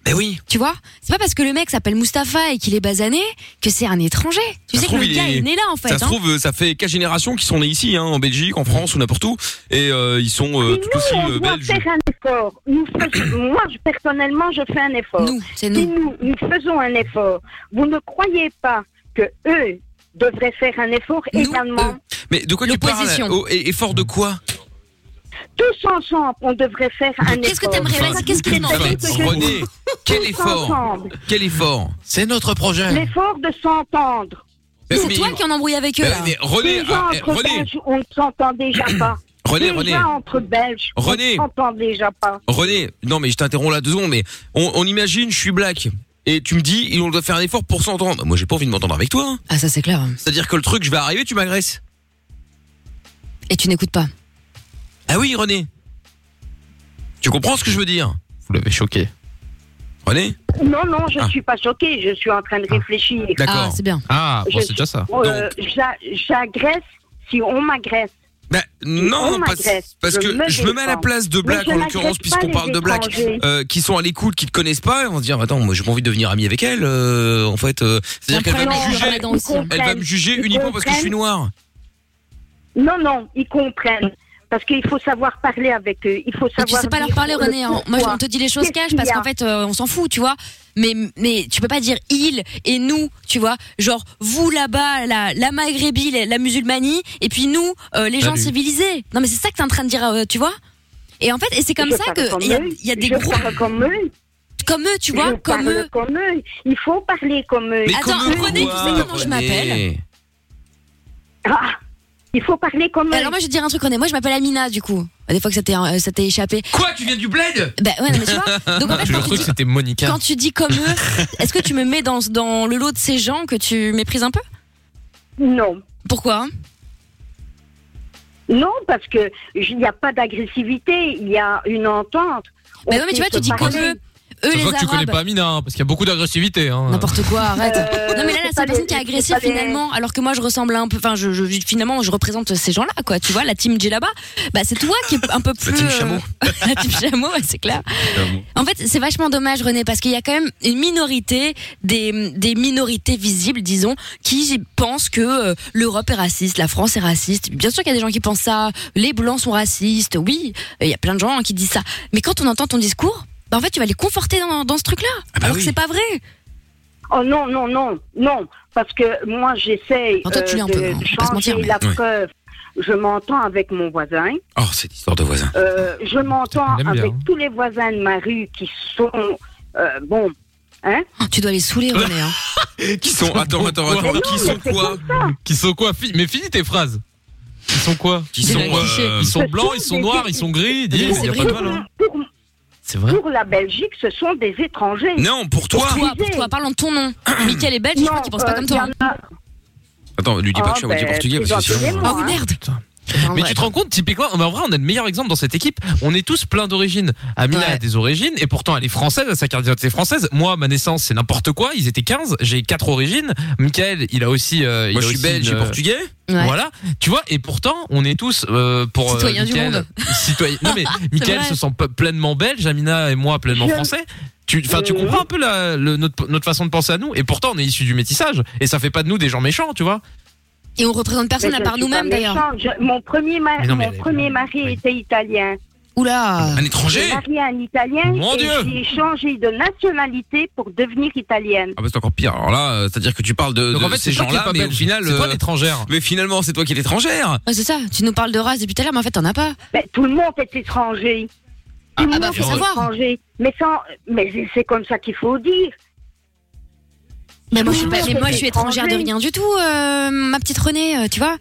S2: Mais Bah oui.
S4: Tu vois C'est pas parce que le mec s'appelle Mustapha et qu'il est basané que c'est un étranger. Tu
S2: Ça
S4: sais
S2: se
S4: que
S2: trouve,
S4: le
S2: il
S4: gars
S2: est-
S4: est né là, en fait.
S2: ça se
S4: hein.
S2: trouve, euh, ça fait quatre générations qui sont nés ici, hein, en Belgique, en France ou n'importe où, et euh, ils sont euh,
S7: Mais
S2: tout aussi
S7: nous, on
S2: euh,
S7: doit
S2: belges.
S7: faire un effort. Nous faisons- moi, je- personnellement, je fais un effort.
S4: Nous, c'est
S7: Si
S4: nous.
S7: nous, nous faisons un effort, vous ne croyez pas que eux devraient faire un effort
S4: Nous,
S7: également.
S2: Mais de quoi tu parles
S4: L'opposition.
S2: oh, et, et fort de quoi
S7: Tous ensemble, on devrait faire un effort.
S4: Qu'est-ce que t'aimerais
S2: Enfin,
S4: vas-y, Qu'est-ce que
S7: Enfin,
S4: t'aimerais
S7: je-
S2: René, quel
S7: Tous
S2: effort
S7: ensemble,
S2: Quel effort
S9: C'est notre projet.
S7: l'effort de s'entendre.
S2: Mais
S4: C'est
S2: oui,
S4: toi
S2: mais-
S4: qui en embrouille avec eux.
S2: mais-
S4: là.
S2: mais René,
S7: Déjà,
S2: ah, eh,
S7: entre
S2: René,
S7: Belges, on ne s'entend déjà pas.
S2: René,
S7: Déjà,
S2: René,
S7: entre Belges,
S2: René.
S7: on ne s'entend déjà pas.
S2: René, non mais je t'interromps là deux secondes, mais on, on imagine, je suis black. Et tu me dis, on doit faire un effort pour s'entendre. Bah, Moi, j'ai pas envie de m'entendre avec toi. hein.
S4: Ah, ça, c'est clair.
S2: C'est-à-dire que le truc, je vais arriver, tu m'agresses.
S4: Et tu n'écoutes pas.
S2: Ah oui, René. Tu comprends ce que je veux dire
S3: Vous l'avez choqué.
S2: René
S7: Non, non, je ne
S2: Ah.
S7: suis pas choquée, je suis en train de réfléchir.
S4: Ah,
S2: D'accord.
S4: c'est bien.
S3: Ah, bon,
S7: Je-
S3: c'est déjà ça.
S7: Euh, j'a- J'agresse si on m'agresse.
S2: Bah, non,
S7: on
S2: parce,
S7: m'agresse,
S2: parce
S7: je
S2: que
S7: me
S2: je me mets à la
S7: défends.
S2: place de
S7: Mais
S2: Black,
S7: je
S2: en
S7: n'agresse
S2: l'occurrence,
S7: pas
S2: puisqu'on
S7: les
S2: parle de Black,
S7: étrangers.
S2: euh, qui sont à l'écoute, qui te connaissent pas, et on se dire, attends, moi j'ai pas envie de devenir ami avec elle, euh, en fait. euh, C'est-à-dire qu'elle va
S4: Comprenons,
S2: me
S4: on
S2: juger,
S4: parlait dans aussi, hein.
S2: elle va me juger uniquement parce que je suis noir.
S7: Non, non, ils comprennent. Parce qu'il faut savoir parler avec eux. Il faut
S4: Et
S7: savoir.
S4: tu sais pas leur
S7: dire
S4: parler,
S7: le
S4: René. hein. Moi,
S7: pourquoi.
S4: on te dit les choses
S7: Qu'est-ce
S4: cash
S7: qu'il
S4: parce
S7: y a
S4: qu'en fait, euh, on s'en fout, tu vois. Mais, mais tu peux pas dire il et nous, tu vois. Genre, vous là-bas, la, la Maghrébi, la, la musulmanie, et puis nous, euh, les gens
S3: Salut.
S4: civilisés. Non, mais c'est ça que t'es en train de dire, euh, tu vois. Et en fait, et c'est comme
S7: Je
S4: ça
S7: parle
S4: que
S7: comme
S4: il y, a-
S7: eux,
S4: il y a des
S7: je
S4: groupes
S7: parle comme eux.
S4: comme eux, tu
S7: je
S4: vois, comme
S7: parle
S4: eux.
S7: comme eux. Il faut parler comme eux.
S2: Mais
S4: Attends,
S2: comment
S4: René, tu
S2: voir,
S4: sais comment je m'appelle
S2: René
S7: Ah, il faut parler comme eux.
S4: Alors moi, je vais te dire un truc, René. Moi, je m'appelle Amina, du coup. Des fois que ça t'est euh, ça t'est échappé.
S2: Quoi, tu viens du bled
S4: Bah ouais, non, mais tu vois. Donc en fait,
S3: Ah, Je
S4: quand tu
S3: trouve que
S4: dis-
S3: c'était Monica.
S4: quand tu dis comme eux, est-ce que tu me mets dans, dans le lot de ces gens que tu méprises un peu
S7: Non.
S4: Pourquoi
S7: Non, parce que il n'y a pas d'agressivité, il y a une entente.
S4: Bah
S7: On
S4: non, mais tu
S7: sait
S4: vois, tu
S7: se
S4: dis comme
S7: parler.
S4: eux. Eux,
S3: Ça se
S4: les
S3: voit que tu connais
S4: Arabes.
S3: pas Amina, hein, parce qu'il y a beaucoup d'agressivité. hein.
S4: N'importe quoi, arrête.
S7: Euh,
S4: non, mais là,
S7: c'est
S4: la
S7: pas des-
S4: seule personne qui est
S7: c'est
S4: agressive
S7: pas des-
S4: finalement, alors que moi, je ressemble un peu. Enfin, je, je- finalement, je représente ces gens-là, quoi. Tu vois, la team Djellaba, bah, c'est toi qui est un peu plus.
S2: team
S4: euh,
S2: chameau.
S4: la team chameau, ouais, c'est clair. En fait, c'est vachement dommage, René, parce qu'il y a quand même une minorité, des, des minorités visibles, disons, qui pensent que euh, l'Europe est raciste, la France est raciste. Bien sûr qu'il y a des gens qui pensent ça, les Blancs sont racistes, oui, il y a plein de gens qui disent ça. Mais quand on entend ton discours, bah, en fait, tu vas les conforter dans, dans ce truc-là,
S2: bah
S4: alors
S2: oui.
S4: que c'est pas vrai.
S7: Oh non, non, non, non, parce que Euh, moi j'essaye euh,
S4: Enfin, toi, tu l'es un peu,
S7: de
S4: on va pas se
S7: changer
S4: mentir, mais-
S7: la
S2: Ouais.
S7: preuve. Je m'entends avec mon voisin,
S2: Oh, cette histoire de voisin.
S7: euh, je m'entends
S3: On aime bien,
S7: avec
S3: hein.
S7: tous les voisins de ma rue qui sont, euh, bon, hein.
S4: Oh, tu dois les saouler, René. hein.
S2: Qui sont, attends, attends,
S7: Mais
S2: attends,
S7: non,
S2: qui
S7: mais
S2: sont
S7: c'est
S2: quoi
S3: Qui sont quoi fi- Mais finis tes phrases. Ils sont quoi
S2: Qui
S4: C'est
S2: sont,
S4: la cliché.
S2: euh,
S3: Ils sont
S7: Ce
S3: blancs,
S7: sont
S3: ils sont
S7: des-
S3: noirs, ils sont gris. Dis,
S4: Oui, c'est
S3: il y a
S4: vrai.
S3: pas de mal. hein.
S7: pour,
S3: C'est vrai.
S7: pour la Belgique, ce sont des étrangers.
S2: Non, pour
S4: Pour
S2: toi.
S4: toi, pour toi, parle en ton nom. Michael est belge, je crois qu'il pense pas
S7: euh,
S4: comme toi.
S7: il y en a-
S2: Attends, lui dis pas
S7: Ah,
S2: que je suis à moitié
S7: ben,
S2: portugais
S7: c'est
S2: parce que
S7: gentil,
S2: sinon.
S7: moi.
S4: Ah oui, merde.
S3: Putain.
S4: Enfin,
S3: Mais
S4: bref.
S3: tu te rends compte, typiquement, mais en vrai, on a le meilleur exemple dans cette équipe. On est tous pleins d'origines. Amina
S4: Ouais.
S3: a des origines, et pourtant elle est française, elle a sa carte d'identité française. Moi, ma naissance, c'est n'importe quoi. Ils étaient 15, j'ai quatre origines. Michael, il a aussi. euh, il
S2: Moi,
S3: a
S2: je suis
S3: aussi
S2: belge, je
S3: une,
S2: suis
S3: euh,
S2: portugais.
S4: Ouais.
S3: Voilà, tu vois, et pourtant, on est tous euh, pour. euh,
S4: Citoyens du
S3: Mickaël-
S4: monde.
S3: citoyens- Non, mais Michael
S4: vrai.
S3: se sent pas- pleinement belge, Amina et moi pleinement
S7: Je-
S3: français. Tu, enfin, tu
S2: Euh,
S7: Oui.
S3: comprends un peu la, le- notre, notre façon de penser à nous, et pourtant, on est issus du métissage, et ça fait pas de nous des gens méchants, tu vois.
S4: Et on représente personne
S7: Mais
S4: à
S7: je
S4: part
S7: suis pas
S4: nous-mêmes d'ailleurs.
S7: méchante. Je- Mon premier, ma-
S3: Mais non, mais
S7: mon
S3: elle est-
S7: premier mari
S3: Oui.
S7: était italien.
S4: Oula.
S2: Un
S7: J'ai
S2: étranger.
S7: marié un italien
S3: Mon
S7: et
S3: Dieu.
S7: j'ai changé de nationalité pour devenir italienne.
S2: Ah bah c'est encore pire. Alors là, euh, c'est-à-dire que tu parles de,
S3: Donc
S2: de
S3: en fait,
S2: ces
S3: c'est toi qui es
S2: gens-là,
S3: pas
S2: mais au
S3: belge.
S2: final,
S3: c'est toi
S2: euh,
S3: l'étrangère.
S2: mais finalement, c'est toi qui es l'étrangère.
S4: Ouais, c'est ça, tu nous parles de race depuis tout à l'heure, mais en fait, t'en as pas.
S7: Ben, tout le monde est étranger. Tout le
S4: ah bah,
S7: monde
S4: faut
S7: est
S4: savoir.
S7: étranger. Mais, sans, mais c'est- c'est comme ça qu'il faut dire.
S4: Mais moi, je suis, pas-
S7: Oui,
S4: mais moi, je suis étrangère de
S7: étranger.
S4: rien du tout, euh, ma petite Renée, euh, tu vois.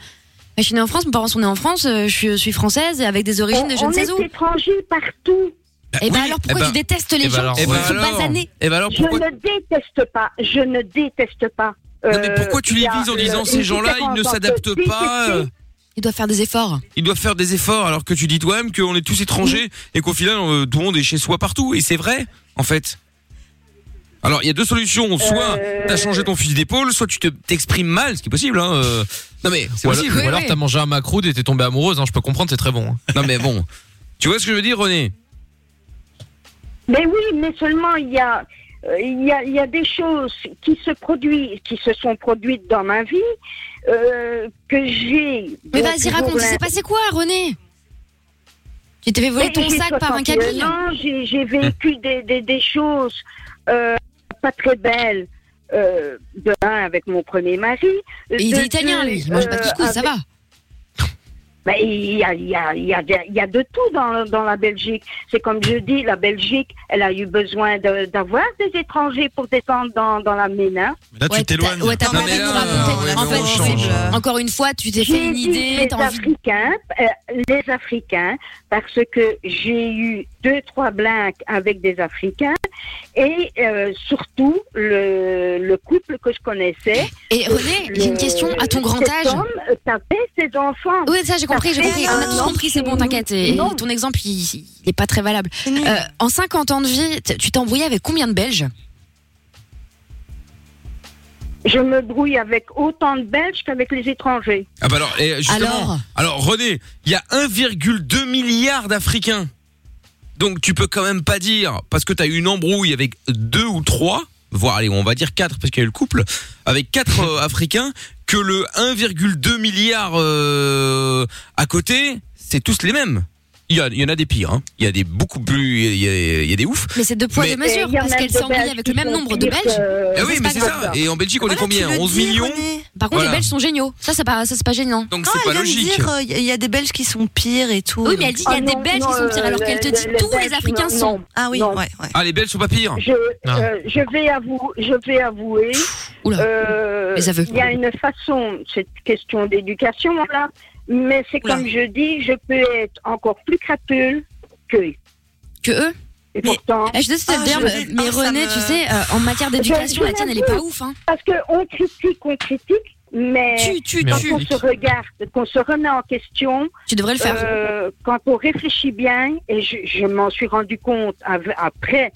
S4: Je suis née en France, mes parents sont nés en France, euh, je suis, je suis française et avec des origines de je
S7: on
S4: ne sais
S7: est
S4: où.
S7: étranger partout.
S4: Et bah
S2: oui,
S4: alors,
S2: eh
S4: pourquoi
S2: ben-
S4: tu détestes les
S3: eh ben
S4: gens
S3: alors,
S4: qui
S2: Eh
S3: Ouais.
S4: sont
S3: Ils
S2: ben alors.
S4: basanés
S2: Eh ben alors,
S7: Je
S2: pourquoi
S7: ne déteste pas. Je ne déteste pas.
S2: Non, mais pourquoi tu
S7: il
S2: les
S7: y a,
S2: vises en
S7: euh,
S2: disant
S7: une
S2: ces gens-là, ils ne
S7: différence entre
S2: s'adaptent pas
S7: détester
S2: euh,
S4: Ils doivent faire des efforts.
S2: Ils doivent faire des efforts alors que tu dis toi-même qu'on est tous étrangers et qu'au final euh, tout le monde est chez soi partout et c'est vrai en fait. Alors il y a deux solutions, soit
S7: Euh.
S2: t'as changé ton fusil d'épaule, soit tu te- t'exprimes mal, ce qui est possible. Hein. euh. Non mais c'est
S3: Ou alors,
S2: possible.
S3: ou alors t'as mangé un macro et t'es tombée amoureuse, hein, je peux comprendre, c'est très bon.
S2: Non mais bon, tu vois ce que je veux dire René
S7: Mais oui, mais seulement il y a, euh, il y a, il y a des choses qui se produisent, qui se sont produites dans ma vie, euh, que j'ai.
S4: Mais
S7: bon,
S4: vas-y,
S7: toujours
S4: raconte, il
S7: la-
S4: s'est passé quoi, René Tu t'es fait voler
S7: Mais
S4: ton
S7: j'ai
S4: sac par un
S7: 61
S4: cabine
S7: ans, j'ai- J'ai vécu des, des, des choses euh, pas très belles. euh, de un avec mon premier mari.
S4: Et il
S7: de
S4: est italien,
S7: deux,
S4: lui, il mange pas de
S7: euh,
S4: couscous, ça va.
S7: Ben, il y a, il y, a, il y, a, de- il y a de tout dans, dans la Belgique. C'est comme je dis, la Belgique, elle a eu besoin de- d'avoir des étrangers pour descendre dans, dans la Ménin.
S6: Mais là,
S4: Ouais,
S6: tu t'éloignes.
S4: t'as- ouais, t'as
S5: Non,
S4: pas
S5: mais
S4: envie de nous
S5: là,
S4: raconter.
S5: ouais,
S4: en
S5: mais
S4: fait,
S5: on change.
S4: c'est- encore une fois, tu t'es fait
S7: Euh, J'ai
S4: une
S7: dit
S4: idée,
S7: les
S4: t'as envie de...
S7: Africains, euh, les Africains, parce que j'ai eu deux, trois blinks avec des Africains et euh, surtout le, le couple que je connaissais.
S4: Et René, j'ai une
S7: le-
S4: question, à ton grand
S7: cet
S4: âge
S7: homme, euh, tapait ses enfants.
S4: Oui, ça j'ai compris, j'ai
S7: fait
S4: compris. On a
S7: un
S4: tous
S7: an
S4: compris, c'est bon, t'inquiète. Et- et
S7: Non.
S4: Ton exemple, il, il est pas très valable.
S5: C'est nul.
S4: Euh, en 50 ans de vie, t- tu t'es embrouillé avec combien de Belges
S7: Je me brouille avec autant de Belges qu'avec les étrangers.
S2: Ah bah alors eh, justement.
S4: Alors
S2: alors René, il y a 1,2 milliard d'Africains. Donc tu peux quand même pas dire parce que t'as eu une embrouille avec deux ou trois, voire allez on va dire quatre parce qu'il y a eu le couple avec quatre euh, Africains que le 1,2 milliard euh, à côté c'est tous les mêmes. Il y, a- il y en a des pires, hein. il y a des beaucoup plus, il y a, il y a des ouf.
S4: Mais c'est deux poids,
S2: Mais-
S4: deux
S7: Et
S4: mesures,
S7: Eh, il y en
S4: parce
S7: a
S4: qu'elle
S7: de
S4: s'est embrouillée
S7: Belges
S4: avec
S7: qui
S4: le même
S7: sont
S4: nombre de
S7: pires
S4: Belges.
S2: Eh
S7: que-
S2: oui, mais c'est ça. Et en Belgique, on
S5: Voilà,
S2: est combien
S5: tu le
S2: 11
S5: dis,
S2: millions
S5: René.
S4: Par contre,
S2: Voilà.
S4: les Belges sont géniaux. Ça, c'est pas, ça, c'est pas gênant.
S2: Donc
S5: Non,
S2: c'est pas
S5: elle vient
S2: logique.
S5: de dire, euh, il y a des Belges qui sont pires et tout.
S4: Oui, mais elle dit il y a
S7: Ah
S4: des
S7: non,
S4: Belges
S7: non,
S4: qui sont pires,
S7: euh,
S4: alors qu'elle te
S7: le-
S4: dit
S7: le-
S4: tous les
S7: Belges,
S4: Africains
S7: non,
S4: sont.
S7: non,
S5: Ah oui,
S7: non.
S5: ouais, ouais.
S2: Ah les Belges sont pas pires.
S7: Je,
S3: Ah.
S7: euh, je vais avouer, je vais avouer.
S4: Oula.
S7: euh,
S4: Les aveux.
S7: il y a une façon, cette question d'éducation là, mais c'est
S5: Oula.
S7: comme je dis, je peux être encore plus crapule qu'eux.
S4: Que eux
S7: Et
S4: Mais-
S7: pourtant,
S4: Eh, Je suis désolée de
S5: Ah,
S4: te
S5: je
S4: dire,
S5: dis-
S4: mais
S5: ah, ça
S4: René,
S5: me-
S4: tu sais, euh, en matière
S7: Je-
S4: d'éducation,
S7: je
S4: la tienne, elle est pas ouf. Hein.
S7: parce que on critique, on critique, mais
S4: Tu, tu,
S3: Mais
S7: quand
S3: on
S4: tu.
S7: on
S3: critique.
S7: se regarde, qu'on se remet en question,
S4: Tu devrais le faire.
S7: Euh, quand on réfléchit bien, et je, je m'en suis rendu compte av- après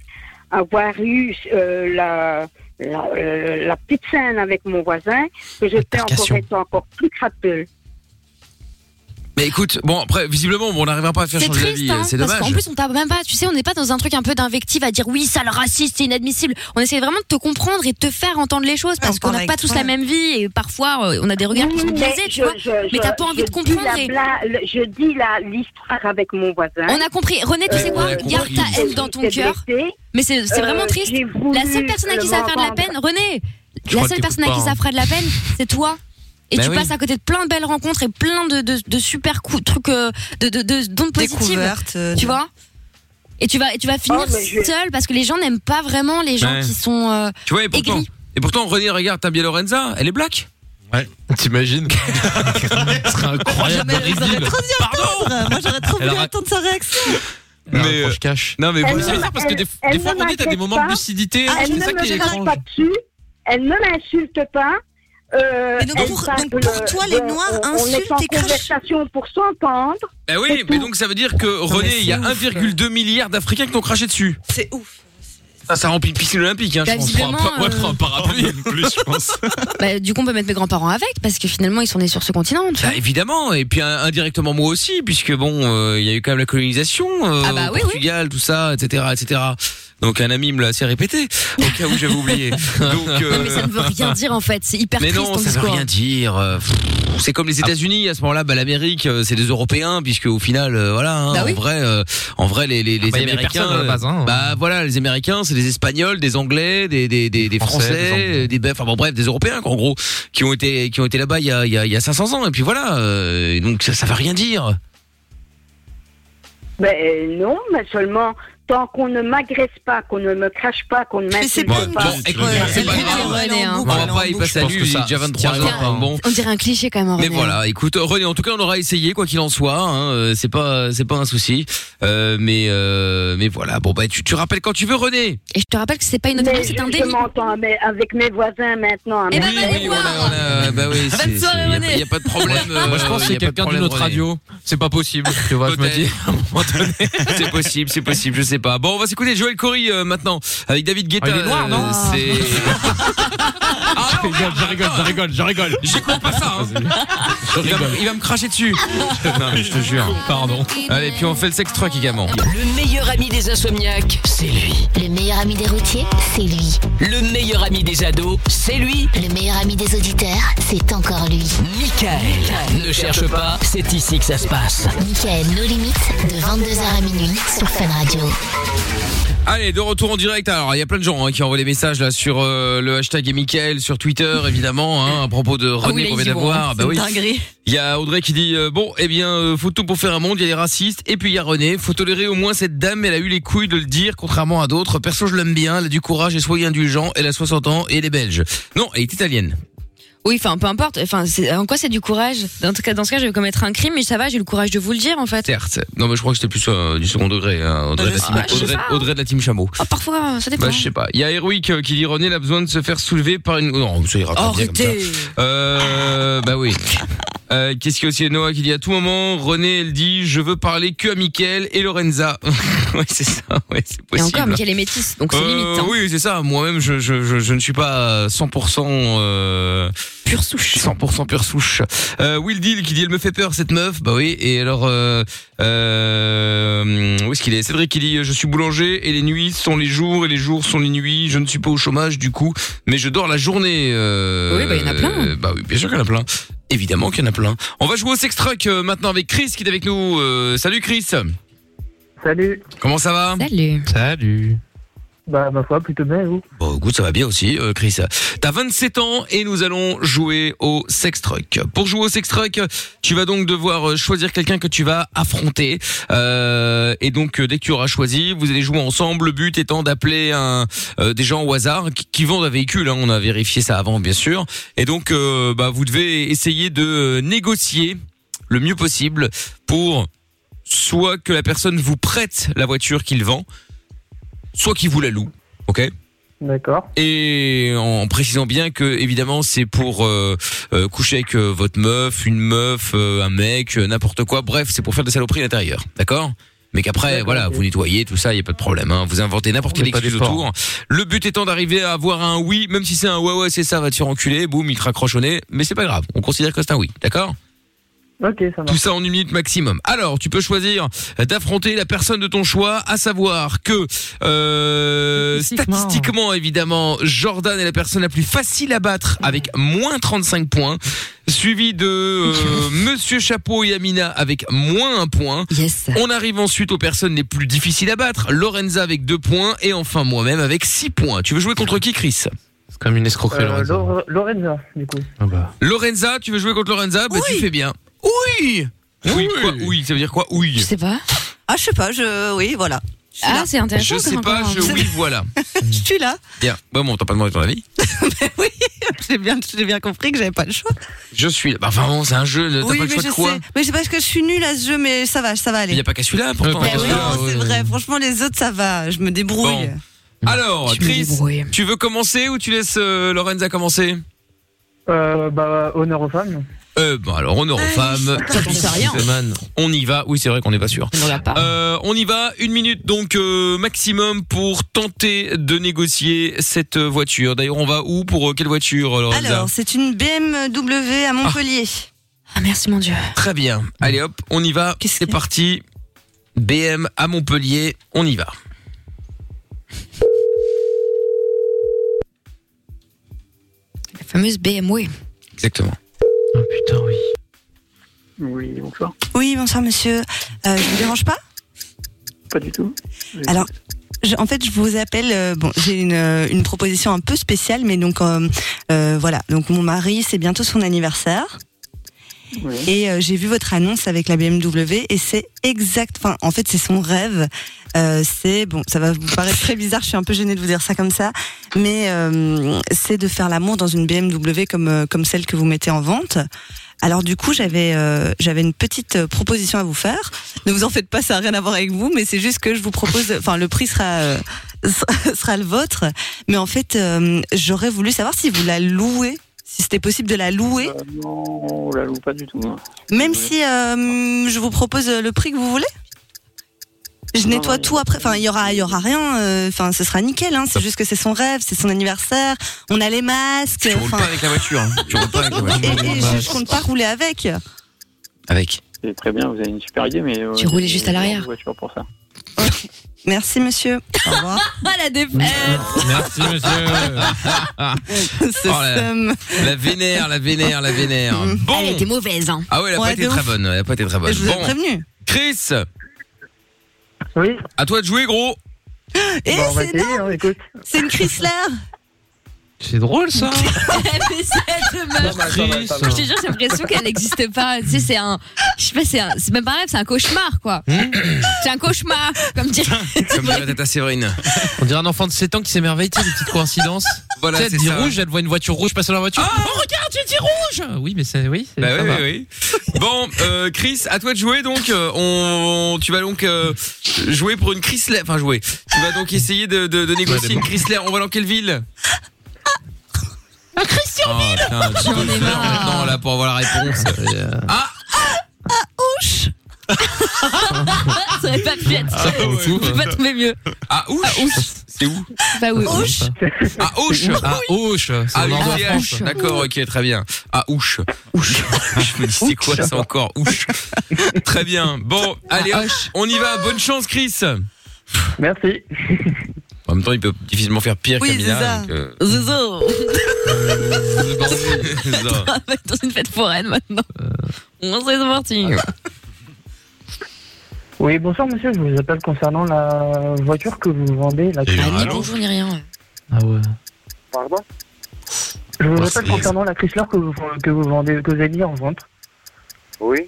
S7: avoir eu euh, la, la, euh, la petite scène avec mon voisin, que je peux encore être encore plus crapule.
S2: Mais écoute, bon après visiblement bon, on n'arrivera pas à faire
S4: C'est
S2: changer
S4: triste,
S2: d'avis, euh,
S4: hein,
S2: c'est
S4: parce
S2: dommage.
S4: qu'en plus on t'a même pas, tu sais, on n'est pas dans un truc un peu d'invective à dire oui, sale raciste, c'est inadmissible. On essaie vraiment de te comprendre et de te faire entendre les choses parce
S5: on
S4: qu'on n'a
S5: parle
S4: pas
S5: avec
S4: tous
S5: toi.
S4: la même vie et parfois euh, on a des regards qui sont biaisés, tu vois. Mais t'as pas envie de comprendre et-
S7: je dis la- l'histoire avec mon voisin.
S4: On a compris. René, tu
S7: Euh,
S4: sais
S2: on
S4: quoi
S2: a
S4: Garde
S2: compris.
S4: ta haine dans ton cœur, mais c'est c'est
S7: Euh,
S4: vraiment triste. La seule personne à qui ça va faire de la peine,
S3: Je crois
S4: René, la
S3: que
S4: seule
S3: t'écoutes
S4: personne à
S3: pas,
S4: qui
S3: hein.
S4: ça fera de la peine, c'est toi. Et
S2: Ben
S4: tu
S2: oui.
S4: passes à côté de plein de belles rencontres et plein de, de, de super coups, trucs, euh, de, de, de, d'ondes positives.
S5: Découverte. euh,
S4: tu vois et tu vas, et tu vas finir
S7: Oh, mais je-
S4: seul parce que les gens n'aiment pas vraiment les gens
S2: Ouais.
S4: qui sont. euh,
S2: Tu vois et pourtant,
S4: Aigri.
S2: et pourtant René regarde t'as bien Lorenza, elle est black.
S3: T'imagines Ce serait incroyable
S5: Jamais,
S3: Brésil.
S5: j'aurais trop dû attendre. Moi, j'aurais trop
S3: Elle
S5: voulu
S3: aura-
S5: attendre sa réaction.
S3: Mais
S2: Mais,
S3: euh,
S2: euh,
S3: je cache.
S2: Non mais
S7: Elle
S2: bon,
S7: ne
S3: C'est bizarre parce que des,
S7: elle
S3: des
S7: ne
S3: fois René t'as des
S7: m'inquiète
S3: moments de
S7: pas.
S3: lucidité,
S2: hein,
S5: Ah,
S3: c'est
S7: elle ne
S3: ça
S7: me
S3: qui est
S7: crache
S3: étrange.
S7: pas dessus, elle ne m'insulte pas. Euh,
S5: Mais donc
S7: elle
S5: pour-
S7: parle,
S5: donc pour
S7: euh,
S5: toi, les
S7: on-
S5: Noirs
S7: on- On est
S5: insultent
S7: en
S5: et crachent.
S7: conversation pour s'entendre.
S2: Eh oui,
S7: C'est
S2: mais
S7: tout.
S2: donc ça veut dire que René, il y a 1,2 milliard d'Africains qui t'ont craché dessus. Ah,
S5: C'est ouf.
S2: Ça, ça remplit une piscine olympique, hein,
S4: Bah,
S2: je pense.
S4: visiblement,
S2: Prends un pa- ouais,
S4: euh,
S2: prends un parapluie.
S6: plus, je pense.
S4: bah, du coup, on peut mettre mes grands-parents avec parce que finalement, ils sont nés sur ce continent. tu vois.
S2: Bah, évidemment, et puis un- indirectement moi aussi, puisque bon, euh, il y a eu quand même la colonisation euh,
S4: Ah bah
S2: au
S4: oui, oui.
S2: Portugal, tout ça, etc., etc. Donc un ami me l'a assez répété, au cas où j'avais oublié. Donc, euh,
S4: Non, mais ça ne veut rien dire en fait. C'est hyper
S2: mais
S4: triste
S2: non,
S4: ton
S2: ça veut
S4: discours.
S2: rien dire. euh, pff, C'est comme
S3: Ah.
S2: les États-Unis à ce moment-là, bah, l'Amérique, euh, c'est des Européens, puisque au final, euh, voilà, hein,
S4: Bah
S2: en
S4: oui.
S2: vrai, euh, en vrai, les, les, les
S3: Bah, il y avait
S2: Américains,
S3: personne à la base, hein.
S2: Bah voilà, les Américains, c'est des Espagnols, des Anglais, des des des, des Français,
S3: Français, des Anglais.
S2: euh, des, Belges, enfin bon bref, des Européens quoi, en gros, qui ont été qui ont été là-bas il y a il y a, il y a 500 ans et puis voilà, euh, donc ça ça veut rien dire.
S7: Ben euh, non, mais seulement tant qu'on ne m'agresse pas, qu'on ne me crache pas, qu'on ne m'insulte
S2: bon, bon,
S7: pas.
S2: écoute,
S5: Ouais,
S2: c'est pas
S5: elle
S2: grave.
S5: est
S4: René,
S5: allée en
S4: hein.
S2: On
S5: boucle,
S2: va
S5: elle est en
S2: pas y
S5: boucle.
S2: passer à
S3: Je pense
S2: lui,
S3: que
S2: il est
S3: ça-
S2: déjà
S3: ça
S2: 23
S3: arrive.
S2: heures. enfin, Bon.
S4: On dirait un cliché quand même. en
S2: Mais
S4: René.
S2: voilà, écoute, René, en tout cas, on aura essayé quoi qu'il en soit. hein, euh, c'est pas, c'est pas un souci. Euh, mais, euh, mais voilà. Bon bah, tu, tu rappelles quand tu veux, René.
S4: Et je te rappelle que c'est pas une
S7: Mais
S4: autonomie,
S7: je,
S4: c'est un
S7: je
S4: délit.
S7: m'entends avec- avec mes voisins maintenant.
S4: Eh ben,
S7: mais-
S4: vas-y,
S2: oui,
S4: voir.
S2: voilà, voilà, bah oui.
S4: Bonne
S2: c'est-
S4: soirée,
S2: c'est- y a-
S4: René. hein.
S2: Y a pas de problème. euh,
S3: Moi, je pense que c'est quelqu'un
S2: de
S3: d'une autre radio. C'est pas possible. Tu vois, je me dis. à un moment donné.
S2: c'est possible, c'est possible, je sais pas. Bon, on va s'écouter Joël Corey euh, maintenant avec David Guetta.
S3: Ah, il est noir, non
S2: euh, c'est-
S3: Je rigole, je rigole, je rigole, je rigole.
S2: J'écoute pas ça. hein. Il, va, il va me cracher dessus. non, mais je te jure. Pardon. Allez, puis on fait le sex truck également.
S1: Le meilleur ami des insomniaques, c'est lui.
S9: Le meilleur ami des routiers, c'est lui.
S1: Le meilleur ami des ados, c'est lui.
S9: Le meilleur ami des auditeurs, c'est encore lui.
S1: Michael. Ne cherche pas, c'est ici que ça se passe.
S9: Michael, nos limites, de 22h à minuit sur Fun Radio.
S2: Allez, de retour en direct. Alors, il y a plein de gens hein, qui envoient des messages là sur euh, le hashtag et Mickaël, sur Twitter, évidemment, hein, à propos de
S5: Ah oui,
S2: René
S5: là,
S2: qu'on vient
S5: ils y vont,
S2: d'avoir.
S5: hein.
S2: Bah oui.
S5: C'est une dinguerie.
S2: Il y a Audrey qui dit euh, bon, eh bien, euh, faut tout pour faire un monde. Il y a les racistes et puis il y a René. Faut tolérer au moins cette dame. Elle a eu les couilles de le dire, contrairement à d'autres. Perso, je l'aime bien. Elle a du courage et soyez indulgent. Elle a 60 ans et elle est belge. Non, elle est italienne.
S4: Oui, enfin, peu importe. Enfin, c'est- en quoi c'est du courage Dans tout cas, dans ce cas, je vais commettre un crime, mais ça va, j'ai eu le courage de vous le dire, en fait.
S2: Certes. Non, mais je crois que c'était plus euh, du second degré. hein. Audrey, de
S5: Je
S2: la
S5: sais
S2: team-
S4: pas, je sais
S2: Audrey-
S4: pas.
S2: Audrey de la team chameau.
S4: Ah, parfois, ça dépend.
S2: Bah, je sais pas. Il y a Héroïque euh, qui dit René, elle a besoin de se faire soulever par une. Non, ça
S5: Oh,
S2: ira très bien comme ça. Euh, bah oui. Euh, Qu'est-ce qu'il y a aussi Noah qui dit à tout moment René elle dit je veux parler que à Mickaël et Lorenza. ouais c'est ça, ouais c'est
S4: Et
S2: possible.
S4: encore, Michael est métisse, donc c'est
S2: Euh,
S4: limite. Hein.
S2: Oui c'est ça. Moi-même je, je, je, je ne suis pas à 100% euh,
S4: Pure souche.
S2: 100% pure souche. Euh, Will Deal qui dit elle me fait peur cette meuf. Bah oui. Et alors euh, euh, où est-ce qu'il est Cédric qui dit euh, je suis boulanger et les nuits sont les jours et les jours sont les nuits. Je ne suis pas au chômage du coup, mais je dors la journée. euh,
S4: Oui, bah, il y en a plein.
S2: euh, Bah oui, bien sûr qu'il y en a plein. Évidemment qu'il y en a plein. On va jouer au sex truck euh, maintenant avec Chris qui est avec nous. Euh, salut Chris.
S10: Salut.
S2: Comment ça va
S4: Salut.
S3: Salut.
S10: Bah, ma foi, plutôt bien, et vous
S2: Bon, écoute, ça va bien aussi, euh, Chris. T'as 27 ans et nous allons jouer au sex truck. Pour jouer au sex truck, tu vas donc devoir euh, choisir quelqu'un que tu vas affronter. Euh, et donc, euh, dès que tu auras choisi, vous allez jouer ensemble. Le but étant d'appeler un euh, des gens au hasard qui, qui vendent un véhicule. hein. on a vérifié ça avant, bien sûr. Et donc, euh, bah, vous devez essayer de euh, négocier le mieux possible pour soit que la personne vous prête la voiture qu'il vend, soit qu'il vous la loue. Ok
S10: D'accord.
S2: et en précisant bien que évidemment c'est pour euh, euh, coucher avec euh, votre meuf, une meuf, euh, un mec, euh, n'importe quoi. Bref, c'est pour faire des saloperies à l'intérieur, d'accord mais qu'après,
S10: D'accord,
S2: voilà,
S10: ok.
S2: vous nettoyez, tout ça, il y a pas de problème. Hein. Vous inventez n'importe
S3: On
S2: quelle
S3: fait pas
S2: excuse
S3: d'efforts.
S2: autour. Le but étant d'arriver à avoir un oui, même si c'est un ouais ouais, c'est ça, va te faire enculer, boum, il te raccroche au nez, mais c'est pas grave. On considère que c'est un oui, d'accord
S10: Ok, ça
S2: tout
S10: marche.
S2: ça en une minute maximum. Alors, tu peux choisir d'affronter la personne de ton choix, à savoir que euh,
S3: Statistiquement.
S2: statistiquement, évidemment, Jordan est la personne la plus facile à battre avec moins 35 points, suivi de euh, Monsieur Chapeau et Amina avec moins un point.
S4: Yes.
S2: On arrive ensuite aux personnes les plus difficiles à battre, Lorenza avec deux points et enfin moi-même avec six points. Tu veux jouer contre qui, Chris
S3: C'est comme une escroquerie,
S10: Euh,
S3: Lorenzo.
S10: Lor- Lorenza, du coup.
S3: Ah bah.
S2: Lorenza, tu veux jouer contre Lorenza Bah tu fais bien. Oui. Oui, quoi, oui, ça veut dire quoi Oui.
S4: Je sais pas.
S5: Ah, je sais pas, je. Oui, voilà. Je suis
S4: Ah,
S5: là.
S4: c'est intéressant.
S2: Je sais
S4: comme
S2: pas,
S4: encore.
S2: je oui, voilà.
S5: Je suis là.
S2: Bien. Bon, bon, t'as pas demandé ton avis.
S5: Ben oui, j'ai bien, j'ai bien compris que j'avais pas le choix.
S2: Je suis. Bah, vraiment, c'est un jeu, t'as
S5: oui,
S2: pas le
S5: mais
S2: choix
S5: je
S2: de quoi
S5: sais. Mais c'est parce que je suis nulle à ce jeu, mais ça va, ça va
S2: Il n'y
S5: aller.
S2: a pas qu'à celui-là, pourtant.
S3: Ouais,
S2: qu'à
S5: Non,
S3: ouais,
S2: celui-là, ouais.
S5: Ben c'est vrai. Franchement, les autres, ça va. Je me débrouille.
S2: Bon. Alors,
S4: Je me
S2: Chris,
S4: débrouille.
S2: tu veux commencer ou tu laisses euh, Lorenza commencer
S10: Euh, bah, honneur aux femmes.
S2: euh, bah alors honneur aux femmes.
S4: j'en sais rien.
S2: On y va. Oui, c'est vrai qu'on n'est pas sûr.
S4: On l'a pas.
S2: Euh, on y va, une minute donc euh, maximum pour tenter de négocier cette euh, voiture. D'ailleurs, on va où pour euh, quelle voiture, euh, Lorenza
S5: Alors, c'est une BMW à Montpellier.
S4: Ah, merci mon dieu.
S2: Très bien. Allez hop, on y va.
S5: Qu'est-ce
S2: C'est
S5: que-
S2: parti. BM à Montpellier, on y va.
S4: La fameuse BMW.
S2: Exactement.
S3: Oh putain, oui.
S10: Oui, bonsoir.
S5: Oui, bonsoir, monsieur. Euh, je vous dérange pas
S10: Pas du tout.
S5: Alors, je- en fait, je vous appelle. euh, bon, j'ai une, euh, une proposition un peu spéciale, mais donc euh, euh, voilà. Donc, mon mari, c'est bientôt son anniversaire.
S10: Oui.
S5: Et euh, j'ai vu votre annonce avec la BMW et c'est exact. Enfin, en fait, c'est son rêve. Euh, c'est bon, ça va vous paraître très bizarre. Je suis un peu gênée de vous dire ça comme ça, mais euh, c'est de faire l'amour dans une BMW comme euh, comme celle que vous mettez en vente. Alors du coup, j'avais euh, j'avais une petite euh, proposition à vous faire. Ne vous en faites pas, ça n'a rien à voir avec vous, mais c'est juste que je vous propose. Enfin, le prix sera euh, sera le vôtre, mais en fait, euh, j'aurais voulu savoir si vous la louez, si c'était possible de la louer.
S10: Euh, non, on la loue pas du tout. hein.
S5: Même
S10: Ouais.
S5: si euh, je vous propose le prix que vous voulez je
S10: Non,
S5: nettoie
S10: non,
S5: tout
S10: il y a-
S5: après. Enfin, il y aura, il y aura rien. euh, Enfin, ce sera nickel.
S2: Ah.
S5: Hein. C'est juste que c'est son rêve, c'est son anniversaire. On a les masques.
S2: Tu roules
S5: Enfin,
S2: pas avec la voiture. hein. Tu roules pas avec la
S5: et,
S2: voiture.
S5: et je, je compte pas rouler avec.
S2: Avec.
S10: C'est très bien, vous avez une super idée, mais. euh,
S4: Tu roulais juste à
S10: j'ai pas
S4: l'arrière.
S10: de voiture pour ça.
S5: Merci, monsieur. Au revoir.
S4: Ah, la défaite
S3: Merci, monsieur.
S2: Ah,
S5: Ce
S2: Oh là.
S5: somme.
S2: La vénère, la vénère, la vénère.
S5: Mm.
S2: Bon.
S4: Elle était mauvaise, hein.
S2: Ah ouais, elle a
S5: Ouais,
S2: pas
S5: de
S2: été
S5: ouf.
S2: très bonne. Elle a pas été très bonne.
S5: Je vous ai
S2: Bon,
S5: prévenu.
S2: Chris,
S10: Oui,
S2: à toi de jouer, gros.
S5: Eh,
S10: bah, on va
S5: c'est,
S10: essayer, hein, écoute.
S5: c'est une Chrysler.
S3: C'est drôle, ça.
S4: Mais cette meuf.
S3: Chris.
S4: Je te jure, j'ai l'impression qu'elle n'existe pas. Tu sais, c'est un. Je sais pas, c'est un- c'est même pas un rêve, c'est un cauchemar, quoi. c'est un cauchemar, comme dire.
S2: Hmm Comme dirait Tata Séverine.
S3: On dirait un enfant de 7 ans qui s'émerveille, tu sais, des petites coïncidences.
S2: Voilà,
S3: tu sais,
S2: c'est
S3: elle dit
S2: ça. Ah
S3: rouge, elle voit une voiture rouge passer dans la voiture. oh, regarde, tu dis rouge Oui, mais c'est. Oui, c'est.
S2: Bah
S3: ça
S2: oui,
S3: va.
S2: oui, oui. Bon, euh, Chris, à toi de jouer donc. Euh, on, tu vas donc euh, jouer pour une Chrysler. Enfin, jouer. Tu vas donc essayer de, de, de négocier une Chrysler. On va dans quelle ville
S3: Ah,
S2: Christianville
S4: J'en ai marre.
S2: Non, là, pour avoir la réponse. Ah
S4: Ça aurait pas pu être.
S3: Ça, pour le coup,
S4: Je peux pas trouver mieux.
S2: Ah, Ouche C'est où
S4: Bah oui.
S5: Ouch.
S2: Ah, Ouche
S3: Ah, Ouche, c'est
S2: Ah,
S3: un
S2: oui,
S3: endroit
S2: oui,
S3: en France.
S2: Ouche. D'accord, ok, très bien. Ah, Ouche. Ouche. Je me dis, c'est quoi ça encore Ouche. Très bien. Bon, allez, hop, on y va. Bonne chance, Chris.
S10: Merci.
S2: En même temps, il peut difficilement faire pire
S5: Oui,
S2: qu'Amina.
S5: c'est ça.
S2: donc, euh,
S4: Zozo,
S2: ça.
S4: on va être dans une fête foraine maintenant. On serait parti.
S10: Oui, bonsoir, monsieur. Je vous appelle concernant la voiture que vous vendez. La
S6: Et
S4: Ni
S6: Allô
S4: bonjour ni rien.
S3: Ah ouais.
S10: Pardon Je vous
S6: Merci.
S10: rappelle concernant la Chrysler que vous, que vous vendez, que vous avez mis en vente.
S7: Oui.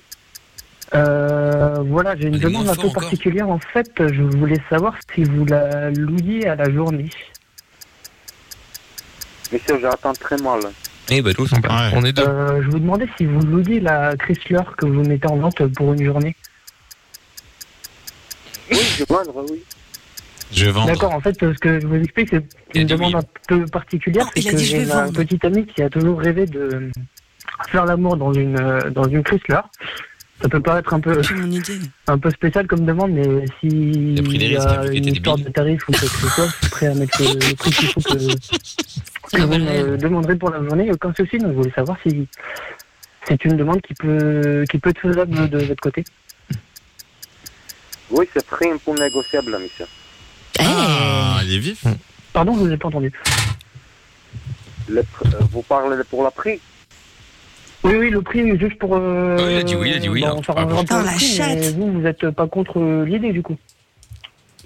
S10: Euh, voilà, j'ai une
S2: Elle est
S10: demande
S2: moins
S10: un peu
S2: fort encore.
S10: particulière. En fait, je voulais savoir si vous la louiez à la journée.
S7: Monsieur, j'attends très mal.
S2: Eh ben, nous,
S6: Ouais.
S3: On est deux.
S10: Euh, je vous demandais si vous louiez la Chrysler que vous mettez en vente pour une journée.
S7: Oui, je vais vendre, oui.
S6: Je vais vendre.
S10: D'accord, en fait, ce que je vous explique, c'est
S2: Il a
S10: une
S2: dit
S10: demande
S2: oui.
S10: un peu particulière.
S5: Oh,
S10: c'est
S5: il a
S10: que
S5: dit, je
S10: j'ai
S5: vais
S10: un
S5: vendre.
S10: petit ami qui a toujours rêvé de faire l'amour dans une, euh, dans une Chrysler. Ça peut paraître un peu,
S5: J'ai mon idée.
S10: un peu spécial comme demande, mais si il
S2: a pris des
S10: y
S2: risques, hein,
S10: a
S2: vu qu'il
S10: une
S2: était
S10: histoire de
S2: débile.
S10: tarif ou quoi que ce soit, je suis prêt à mettre le le prix qu'il faut que, que
S5: Ah, bah,
S10: vous me demanderez pour la journée. Aucun souci, donc je voulais savoir si c'est une demande qui peut, qui peut être faisable de votre côté.
S7: Oui, c'est prêt pour négociable, monsieur.
S5: Eh.
S6: Ah, il est vif.
S10: Pardon, je vous ai pas entendu.
S7: Le pr- euh, vous parlez pour la prix
S10: Oui, oui, le prix est juste pour. euh,
S2: Oh, il a dit oui, il a dit oui,
S10: bah,
S2: hein.
S10: on s'arrangera pour
S5: Putain,
S10: le
S5: la
S10: prix, mais
S5: chatte.
S10: Vous, vous êtes pas contre euh, l'idée du coup.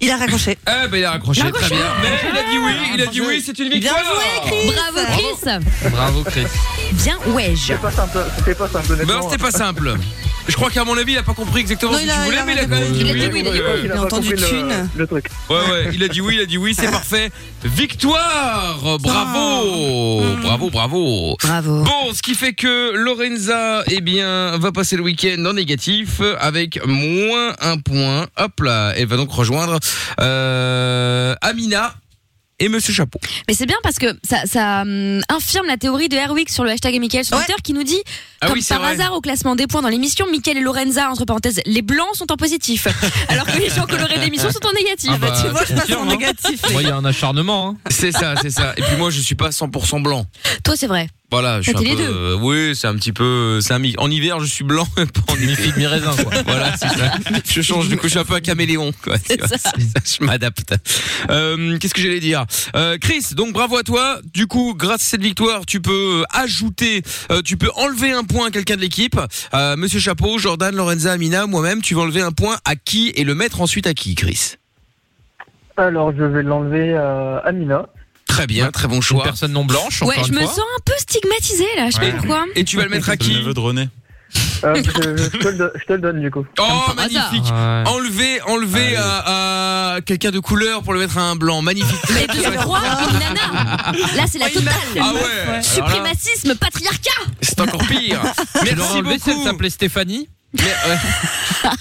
S5: Il a raccroché.
S2: Eh ben, il a raccroché,
S4: Raccroché.
S2: très bien. Mais il a dit oui, il a dit oui, c'est une victoire.
S4: Bravo Chris
S3: Bravo, Chris.
S4: Bien ouais-je.
S10: pas simple, c'est pas simple.
S2: Bah, alors, c'était pas simple. Je crois qu'à mon avis, il a pas compris exactement
S5: Non,
S2: ce
S5: il
S2: que tu
S5: a- il
S2: voulais,
S5: a
S2: mais il a quand même dit
S4: Il a
S2: oui.
S4: dit oui, il a dit
S2: Ouais,
S5: Il a entendu thune.
S10: le truc.
S2: ouais, ouais, il a dit oui, il a dit oui, c'est parfait. Victoire Bravo Bravo, bravo
S4: Bravo.
S2: Bon, ce qui fait que Lorenza, eh bien, va passer le week-end en négatif avec moins un point. Hop là, elle va donc rejoindre euh, Amina et Monsieur Chapeau.
S4: Mais c'est bien parce que ça, ça hum, infirme la théorie de Herwig sur le hashtag et Mickaël sur
S5: Ouais.
S4: Twitter qui nous dit,
S2: Ah
S4: comme
S2: oui, c'est
S4: par
S2: vrai.
S4: hasard au classement des points dans l'émission, Mickaël et Lorenza, entre parenthèses, les blancs sont en positif, alors que les gens colorés de l'émission sont en négatif.
S2: Ah bah,
S5: Tu vois, je passe en
S3: confirme, hein.
S5: négatif.
S3: Moi, il y a un acharnement. Hein.
S2: C'est ça, c'est ça. Et puis moi, je suis pas 100% blanc.
S4: Toi, c'est vrai.
S2: Voilà, je suis
S4: Ah,
S2: un
S4: t'es les
S2: peu.
S4: deux.
S2: euh, oui, c'est un petit peu. C'est un mi- En hiver, je suis blanc. en
S3: Mi
S2: été,
S3: figue, mi raisin, quoi.
S2: voilà, c'est ça. Je change du coup, je suis un peu un caméléon. Quoi.
S4: C'est
S2: Tu vois,
S4: ça.
S2: Je m'adapte. Euh, Qu'est-ce que j'allais dire Euh, Chris, donc bravo à toi. Du coup, grâce à cette victoire, tu peux ajouter, euh, tu peux enlever un point à quelqu'un de l'équipe. Euh, Monsieur Chapeau, Jordan, Lorenza, Amina, moi-même, tu vas enlever un point à qui et le mettre ensuite à qui, Chris
S10: Alors je vais l'enlever euh, à Mina.
S2: Très bien, très bon
S3: Une
S2: choix.
S3: personne non blanche,
S4: Ouais,
S3: encore
S4: je
S3: une
S4: me
S3: fois.
S4: sens un peu stigmatisée là, je sais pas pourquoi.
S2: Et tu vas le mettre à
S6: C'est le
S2: qui
S6: neveu de René.
S10: Euh, je, je te le donne- je te le donne du coup.
S2: Oh, magnifique Enlever, enlever à, à quelqu'un de couleur pour le mettre à un blanc. Magnifique.
S4: Les deux croix, une nana. Là, c'est la totale.
S2: Ah ouais. ouais.
S4: Suprémacisme, patriarcat.
S2: C'est encore pire.
S3: Tu l'aurais
S2: Merci
S3: enlevé si elle
S2: beaucoup.
S3: s'appelait Stéphanie.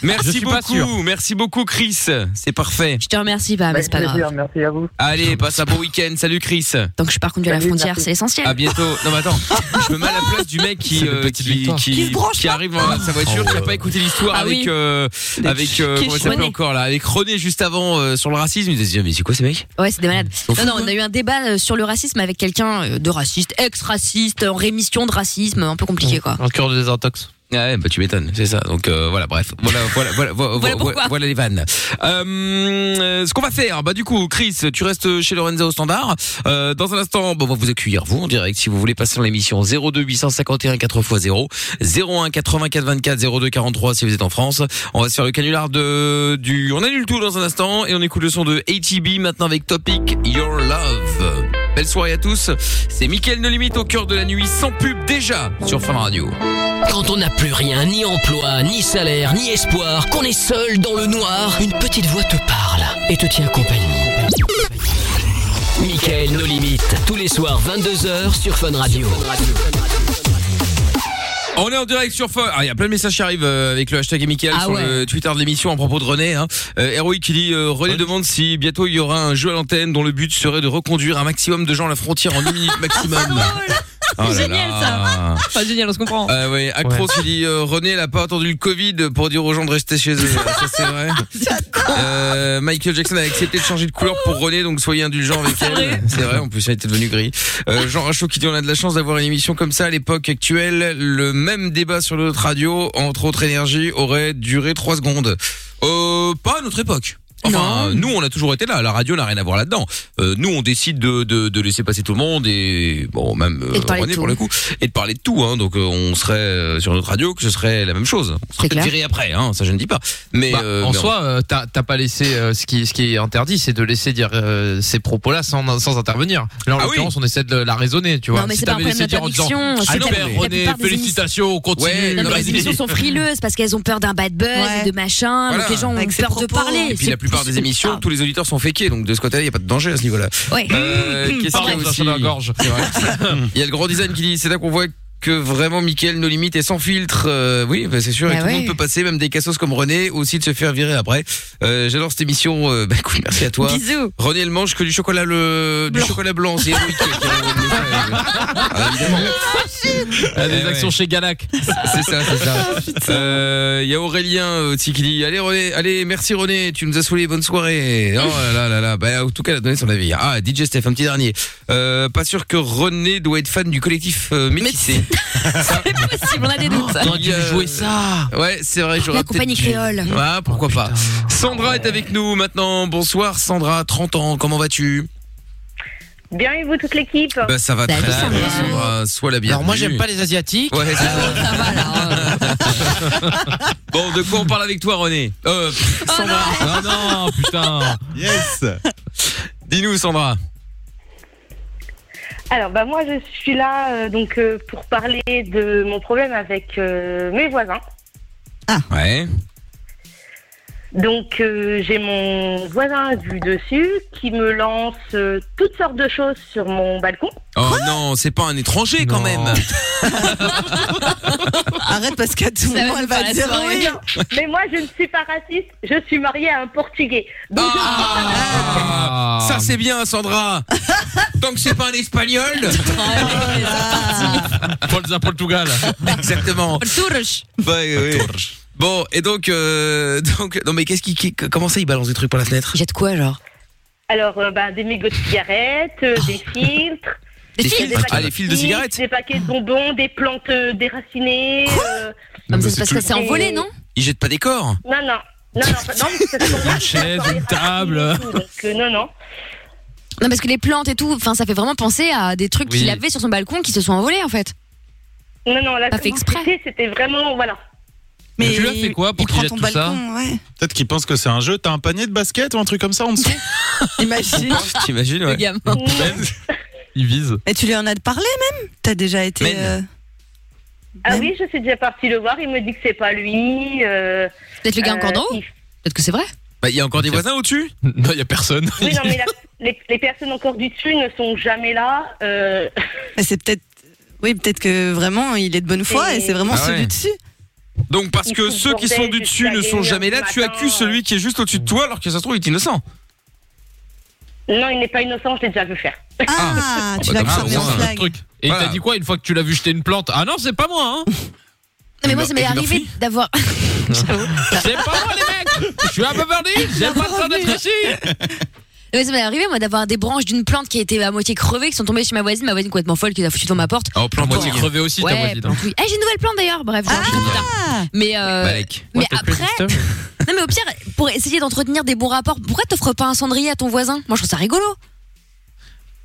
S3: Je
S2: Merci
S3: suis pas
S2: beaucoup.
S3: sûr. Ah,
S2: Merci beaucoup, Chris. C'est parfait.
S4: Je te remercie pas, mais c'est
S2: Bah,
S4: pas grave.
S10: Merci à vous.
S2: Allez, passe un bon week-end. Salut, Chris.
S4: Tant que je pars conduire à la
S10: Salut,
S4: frontière,
S10: merci.
S4: c'est essentiel.
S2: À bientôt. Non, mais attends. Je me mets à la place du mec
S3: C'est
S2: qui,
S3: des
S2: euh,
S3: petites
S2: qui,
S3: victoires.
S2: qui,
S5: Qui se branche
S2: qui arrive dans sa voiture,
S3: Oh.
S2: qui a pas écouté l'histoire
S4: Ah
S2: avec,
S4: oui.
S2: euh, avec, euh,
S4: Qui est
S2: comment il s'appelle
S4: René.
S2: encore là, avec René juste avant, euh, sur le racisme. Il disait, mais c'est quoi ces mecs?
S4: Ouais, c'est des malades.
S2: Ils sont
S4: Non,
S2: fous,
S4: non, on a eu un débat euh, sur le racisme avec quelqu'un euh, de raciste, ex-raciste, en rémission de racisme, un peu compliqué quoi.
S2: Oh.
S3: En cure de désintox.
S2: Ah ouais, bah tu m'étonnes, c'est ça. Donc euh, voilà, bref, voilà, voilà, voilà, voilà, voilà,
S4: pourquoi.
S2: voilà les vannes. Euh, euh, ce qu'on va faire, bah du coup, Chris, tu restes chez Lorenza au standard. Euh, dans un instant, bah, on va vous accueillir vous en direct si vous voulez passer dans l'émission 02 851 4x0, 01 84 24 02 43 si vous êtes en France. On va se faire le canular de du, on annule tout dans un instant et on écoute le son de ATB maintenant avec Topic Your Love. Belle soirée à tous. C'est Mickaël No Limite au cœur de la nuit sans pub déjà sur Fun Radio.
S1: Quand on n'a plus rien, ni emploi, ni salaire, ni espoir, qu'on est seul dans le noir, une petite voix te parle et te tient compagnie. Michael, nos limites, tous les soirs 22h sur Fun Radio.
S2: On est en direct sur Fun. Ah, il y a plein de messages qui arrivent euh, avec le hashtag Michael
S4: Ah
S2: sur
S4: ouais.
S2: le Twitter de l'émission en propos de René. Hein. Euh, Héroïque qui dit euh, René demande si bientôt il y aura un jeu à l'antenne dont le but serait de reconduire un maximum de gens à la frontière en 10 minutes maximum.
S4: Génial,
S2: ça.
S4: Pas génial, on se comprend.
S2: Euh, ouais, Acros il dit euh, René elle a pas attendu le Covid pour dire aux gens de rester chez eux. ça c'est vrai. Euh, Michael Jackson a accepté de changer de couleur pour René donc soyez indulgents avec elle. C'est vrai en plus elle était devenue gris. Euh, Jean Rachaud qui dit on a de la chance d'avoir une émission comme ça à l'époque actuelle. Le même débat sur notre radio entre autres énergie aurait duré trois secondes. Euh, pas à notre époque. Enfin, euh, nous, on a toujours été là. La radio n'a rien à voir là-dedans. Euh, nous, on décide de, de, de laisser passer tout le monde et bon, même euh,
S4: Et de parler de
S2: René
S4: tout.
S2: pour le coup et de parler de tout. Hein. Donc euh, on serait euh, sur notre radio que ce serait la même chose. On
S4: C'est
S2: serait
S4: clair.
S2: tiré après, hein, ça je ne dis pas. Mais
S3: Bah,
S2: euh,
S3: en
S2: mais
S3: soi, euh, t'as t'as pas laissé euh, ce qui ce qui est interdit, c'est de laisser dire euh, ces propos-là sans sans intervenir. Là, en
S2: Ah oui.
S3: l'occurrence, on essaie de la raisonner, tu vois.
S4: Non, mais
S3: Si
S4: c'est pas un
S3: t'avais
S4: problème
S3: laissé dire en disant,
S4: d'interdiction, c'est
S3: Ah
S4: que
S3: non,
S4: la-
S3: mais
S4: la
S3: René,
S4: plupart des
S3: félicitations, on continue.
S2: Ouais,
S4: Non, mais les
S2: Vas-y.
S4: émissions sont frileuses parce qu'elles ont peur d'un bad buzz,
S5: Ouais.
S4: de machin,
S2: Voilà.
S4: donc les gens ont
S5: Avec ses
S4: peur de
S5: propos.
S4: parler.
S2: Et puis la
S4: C'est-
S2: plupart des émissions, tous les auditeurs sont fakés, donc de ce côté-là, il n'y a pas de danger à ce niveau-là.
S4: Ah, ouais.
S2: Euh, Qu'est-ce qu'il y a
S3: Pardon, ça, ça
S2: aussi
S3: me gorge.
S2: C'est vrai.
S4: Mmh.
S2: Il y a le grand design qui dit, c'est là qu'on voit que vraiment Mickaël nos limites est sans filtre. Euh, oui, bah, c'est sûr, et
S4: Bah
S2: tout le
S4: ouais.
S2: monde peut passer, même des cassos comme René, aussi de se faire virer après. Euh, J'adore cette émission. Euh, bah, écoute, merci à toi.
S4: Bisous.
S2: René, elle mange que du chocolat le du chocolat blanc, c'est héroïque. Ah, évidemment.
S3: Ah,
S2: Eh
S3: Des
S2: ouais.
S3: actions chez Galac.
S2: C'est ça, c'est ça. Euh, Il y a Aurélien euh, aussi qui dit Allez, René, allez, merci René, tu nous as saoulé, bonne soirée. Oh là là là là. Bah, en tout cas, elle a donné son avis. Ah, DJ Steph, un petit dernier. Euh, pas sûr que René doit être fan du collectif euh, Métissé.
S4: C'est pas possible, on a des doutes.
S2: t'aurais dû jouer
S3: ça.
S2: Ouais, c'est vrai, j'aurais
S4: La
S2: peut-être
S4: compagnie
S2: dû.
S4: créole.
S2: Ah, pourquoi pas. Sandra est avec nous maintenant. Bonsoir Sandra, 30 ans, comment vas-tu
S7: Bien et vous, toute l'équipe
S2: Bah, ça va
S4: Salut,
S2: très bien.
S4: Sandra.
S2: Sandra, sois la bienvenue.
S3: les asiatiques.
S2: Ouais, c'est ça.
S4: Ça va, hein. alors, euh,
S2: Bon, de quoi on parle avec toi, René Euh,
S4: Oh,
S2: pff, Sandra.
S3: Ah non, putain.
S6: Yes
S2: Dis-nous, Sandra.
S7: Alors, bah, moi, je suis là euh, donc, euh, pour parler de mon problème avec euh, mes voisins.
S2: Ouais.
S7: Donc, euh, j'ai mon voisin du dessus qui me lance euh, toutes sortes de choses sur mon balcon.
S2: Oh non, c'est pas un étranger quand
S3: Non.
S2: même.
S5: Arrête parce qu'à tout
S4: Ça va
S5: moment
S4: nous
S5: elle va
S4: faire la
S5: dire
S4: soirée.
S5: oui.
S7: Mais moi, je ne suis pas raciste, je suis mariée à un Portugais. Donc, je-
S2: Ah,
S3: Ah.
S2: ça c'est bien, Sandra. Tant que c'est pas un espagnol.
S3: Forza Portugal.
S2: Exactement.
S4: le tourche.
S2: Bon, et donc, euh, donc, non mais qu'est-ce qui, qui- comment ça, il balance des trucs par la fenêtre
S4: Jette quoi, genre
S7: alors, euh, bah, des mégots de cigarettes, euh, des filtres,
S4: Des
S2: Des
S4: filtres.
S2: filtres. Ah, les fils de
S7: chips,
S2: cigarettes
S7: des paquets de bonbons, des plantes euh, déracinées. euh,
S4: Non, Ah, mais ça, c'est parce que c'est
S7: tout.
S4: envolé, non
S2: Il jette pas des corps
S7: Non, non. Non, non, non, mais ça tombe bien,
S3: chaise,
S7: ça,
S3: une
S7: ça,
S3: table.
S7: Donc, euh, non, non.
S4: Non, parce que les plantes et tout, enfin, ça fait vraiment penser à des trucs
S3: Oui.
S4: qu'il avait sur son balcon qui se sont envolés, en fait.
S7: Non, non, là,
S4: Pas fait
S7: vous
S4: exprès.
S7: citez, c'était vraiment, voilà.
S3: Mais tu lui as fait quoi pour qu'il
S5: il prend
S3: jette
S5: ton
S3: tout ça
S5: balcon, ouais.
S6: Peut-être qu'il pense que c'est un jeu. T'as un panier de basket ou un truc comme ça en dessous
S5: Imagine.
S2: T'imagines, ouais.
S4: gamin.
S7: Non,
S3: Il vise.
S5: Et tu lui en as parlé même T'as déjà été.
S2: Mais-
S5: euh,
S11: Ah oui, je suis déjà partie le voir. Il me dit que c'est pas lui. euh,
S4: Peut-être le gars
S11: euh,
S4: encore d'en haut
S11: il-
S4: Peut-être que c'est vrai.
S2: Bah, il y a encore des voisins au-dessus Non, il y a personne.
S11: Oui, non, mais la- les, les personnes encore du dessus ne sont jamais là. euh,
S5: Mais c'est peut-être. Oui, peut-être que vraiment, il est de bonne foi et c'est vraiment
S2: Ah ouais.
S5: celui dessus.
S2: Donc parce
S11: Ils
S2: que
S11: foutent le
S2: ceux qui sont
S11: bordel
S2: du dessus
S11: jusqu'à
S2: ne
S11: des
S2: sont
S11: heures
S2: jamais
S11: du
S2: là, tu
S11: matin,
S2: accuses celui qui est juste au-dessus de toi alors que ça se trouve il est innocent.
S11: Non, il n'est pas innocent, je l'ai déjà vu faire.
S5: Ah, tu l'as
S3: Ah,
S5: cramé
S3: au
S5: en
S3: moins, un autre
S5: flag.
S3: truc. Et il
S2: Voilà.
S3: t'a dit quoi une fois que tu l'as vu jeter une plante Ah non, c'est pas moi, hein
S4: Non, mais moi,
S2: leur-
S4: ça m'est
S2: et tu leur
S4: arrivé
S2: files
S4: d'avoir. J'avoue.
S3: C'est pas moi, les mecs Je suis à Beverly Hills, j'ai pas le temps d'être ici
S4: Mais ça m'est arrivé, moi, d'avoir des branches d'une plante qui était à moitié crevée, qui sont tombées chez ma voisine, ma voisine complètement folle, qui les a foutu devant ma porte.
S2: Ah, au plan
S3: Moi, j'ai crevé aussi, ta
S4: Ouais,
S3: voisine.
S4: plante, oui. Eh, j'ai une nouvelle plante d'ailleurs, bref, j'en parlerai plus tard.
S5: Ah
S4: Mais, euh,
S3: Bah,
S4: mais après, non, mais au pire, pour essayer d'entretenir des bons rapports, pourquoi t'offres pas un cendrier à ton voisin Moi, je trouve ça rigolo.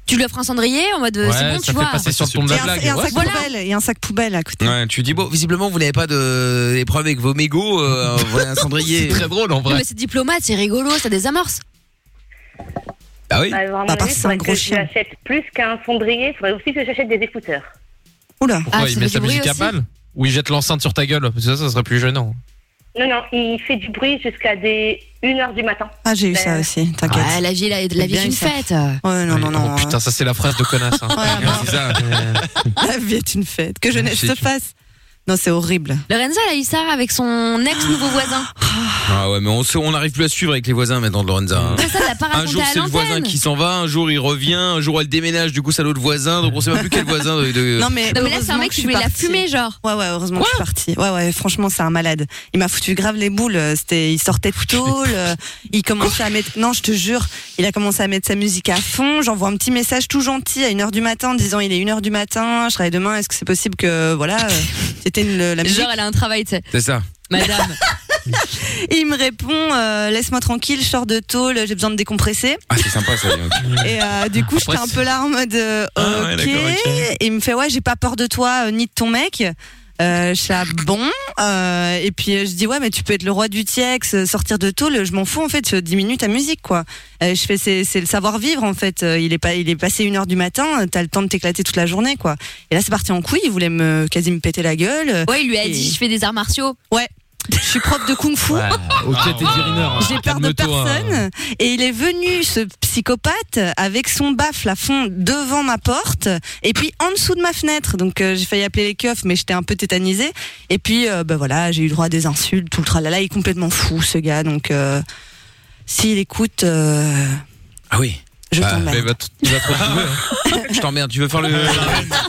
S4: Tu lui offres un cendrier en mode euh, c'est bon,
S3: ça
S4: tu
S3: fait
S4: vois.
S3: passer sur le ton de
S5: Et
S3: la
S5: un, et un
S3: blague.
S5: sac
S4: Voilà.
S5: poubelle, et un sac poubelle à côté.
S2: Ouais, tu dis bon, visiblement vous n'avez pas de des problèmes avec vos mégots, euh, voilà un cendrier.
S3: Très drôle en
S4: Non,
S3: vrai.
S4: mais c'est diplomate, c'est rigolo, ça désamorce.
S2: Ah oui.
S11: Bah, à mon
S5: Bah, parce que
S11: avis,
S5: c'est
S11: faudrait
S5: un gros
S11: que
S5: chien.
S11: j'achète plus qu'un cendrier. Il faudrait aussi que j'achète des écouteurs.
S5: Oula.
S3: Pourquoi
S4: Ah, ça
S3: il
S4: fait
S3: met
S4: du
S3: sa
S4: bruit
S3: musique à
S4: aussi.
S3: balle Ou il jette l'enceinte sur ta gueule Parce que ça, ça serait plus gênant.
S11: Non, non, il fait du bruit jusqu'à des 1h du matin.
S5: Ah, j'ai eu ça
S11: Euh,
S5: aussi, t'inquiète.
S4: Ben, Ouais, la vie, la, la vie
S5: bien
S4: est une
S5: ça.
S4: fête. euh.
S5: Ouais, non, non,
S3: Oh,
S5: non.
S3: putain, ça c'est la phrase de connasse. hein.
S5: Ouais,
S3: C'est ça. euh,
S5: La vie est une fête. Que jeunesse
S3: C'est
S5: se
S3: une-
S5: fasse. Non, c'est horrible.
S4: Lorenza, elle a eu ça avec son ex-nouveau voisin.
S2: Ah ouais, mais on se- on n'arrive plus à suivre avec les voisins maintenant de Lorenza. hein.
S4: Ça, t'as pas
S2: Un
S4: raconté
S2: jour
S4: à
S2: c'est le voisin
S4: l'antenne.
S2: qui s'en va, un jour il revient, un jour elle déménage, du coup c'est l'autre voisin, donc on sait même plus quel voisin. De, de-
S5: Non, mais,
S4: Non, mais là, c'est
S5: heureusement
S4: un mec
S5: que je suis
S4: qui voulait la
S5: partie.
S4: fumer, genre.
S5: Ouais, ouais, heureusement que je suis partie. Ouais, ouais, franchement, c'est un malade. Il m'a foutu grave les boules. euh, C'était, il sortait de tôle. euh, Il commençait à mettre, non, je te jure, il a commencé à mettre sa musique à fond. J'envoie un petit message tout gentil à 1h du matin, en disant il est 1h du matin, je travaille demain, est-ce que c'est possible que, voilà, euh, c'était une- la musique.
S4: Genre, elle a un travail, tu sais.
S2: C'est ça.
S4: Madame.
S5: Et il me répond, euh, laisse-moi tranquille, je sors de tôle, j'ai besoin de décompresser.
S2: Ah c'est sympa ça. dis donc.
S5: Et euh, du coup, j'étais un peu là en mode euh,
S2: Ah ouais,
S5: ok.
S2: d'accord, ok.
S5: Et il me fait ouais, j'ai pas peur de toi euh, ni de ton mec. Euh, je suis là, bon. Euh, et puis euh, je dis ouais, mais tu peux être le roi du Tiex, euh, sortir de tôle. Je m'en fous en fait. euh, 10 minutes à musique quoi. Euh, je fais c'est c'est le savoir vivre en fait. Euh, il est pas il est passé une heure du matin. euh, T'as le temps de t'éclater toute la journée quoi. Et là c'est parti en couille. Il voulait me quasi me péter la gueule. Euh,
S4: Ouais, il lui a
S5: Et-
S4: dit je fais des arts martiaux.
S5: Je suis prof de kung fu.
S2: Ah,
S3: Ok, t'es
S2: hein.
S3: dirineur.
S5: Ah, J'ai peur de
S3: hein.
S5: personne. Et il est venu, ce psychopathe, avec son baffle à fond devant ma porte et puis en dessous de ma fenêtre. Donc euh, j'ai failli appeler les keufs, mais j'étais un peu tétanisée. Et puis, euh, bah voilà, j'ai eu le droit à des insultes, tout le tralala. Il est complètement fou, ce gars. Donc euh, s'il écoute, euh,
S2: Ah oui.
S5: je
S2: Bah,
S5: t'emmerde.
S3: Mais va t- il va te retrouver. hein.
S2: Je t'emmerde. Tu veux faire le.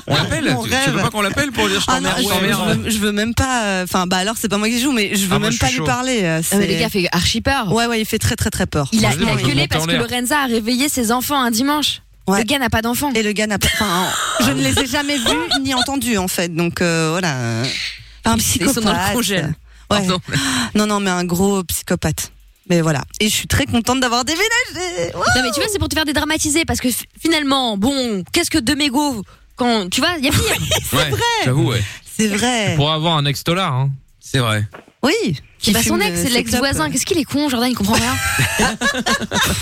S2: On l'appelle.
S5: Mon
S2: Tu- Tu
S5: rêve.
S2: veux pas qu'on l'appelle pour dire je
S5: Ah non,
S2: t'emmerde,
S5: je,
S2: je t'emmerde.
S5: je veux, je veux même pas. Enfin, bah alors c'est pas moi qui joue, mais je veux
S3: Ah, moi,
S5: même
S3: je suis
S5: pas lui
S3: chaud.
S5: parler. euh,
S4: Ah, mais le
S5: c'est-
S4: gars fait archi peur.
S5: Ouais, ouais, il fait très très très peur.
S4: Il a,
S3: Vas-y,
S4: il a
S3: moi, je vais
S4: gueulé
S3: monter
S4: parce
S3: en
S4: que
S3: l'air.
S4: Lorenza a réveillé ses enfants un dimanche.
S5: Ouais.
S4: Le gars n'a pas d'enfant.
S5: Et le gars n'a pas. Enfin, je ne les ai jamais vus ni entendus en fait. Donc euh, voilà. Un
S4: Ils sont dans le congèle.
S5: Ouais.
S4: Pardon.
S5: Non, non, mais un gros psychopathe. Mais voilà. Et je suis très contente d'avoir déménagé. Ouais.
S4: Non mais tu vois c'est pour te faire dédramatiser parce que f- finalement bon qu'est-ce que deux mégots quand tu vois il y a pire.
S2: Ouais. J'avoue ouais.
S5: C'est vrai.
S3: Pour avoir un ex-dollar. Hein.
S2: C'est vrai.
S5: Oui.
S4: C'est pas son
S5: fume,
S4: ex
S5: euh,
S4: c'est
S5: ses
S4: l'ex voisin
S5: clopes.
S4: qu'est-ce qu'il est con Jordan il comprend rien.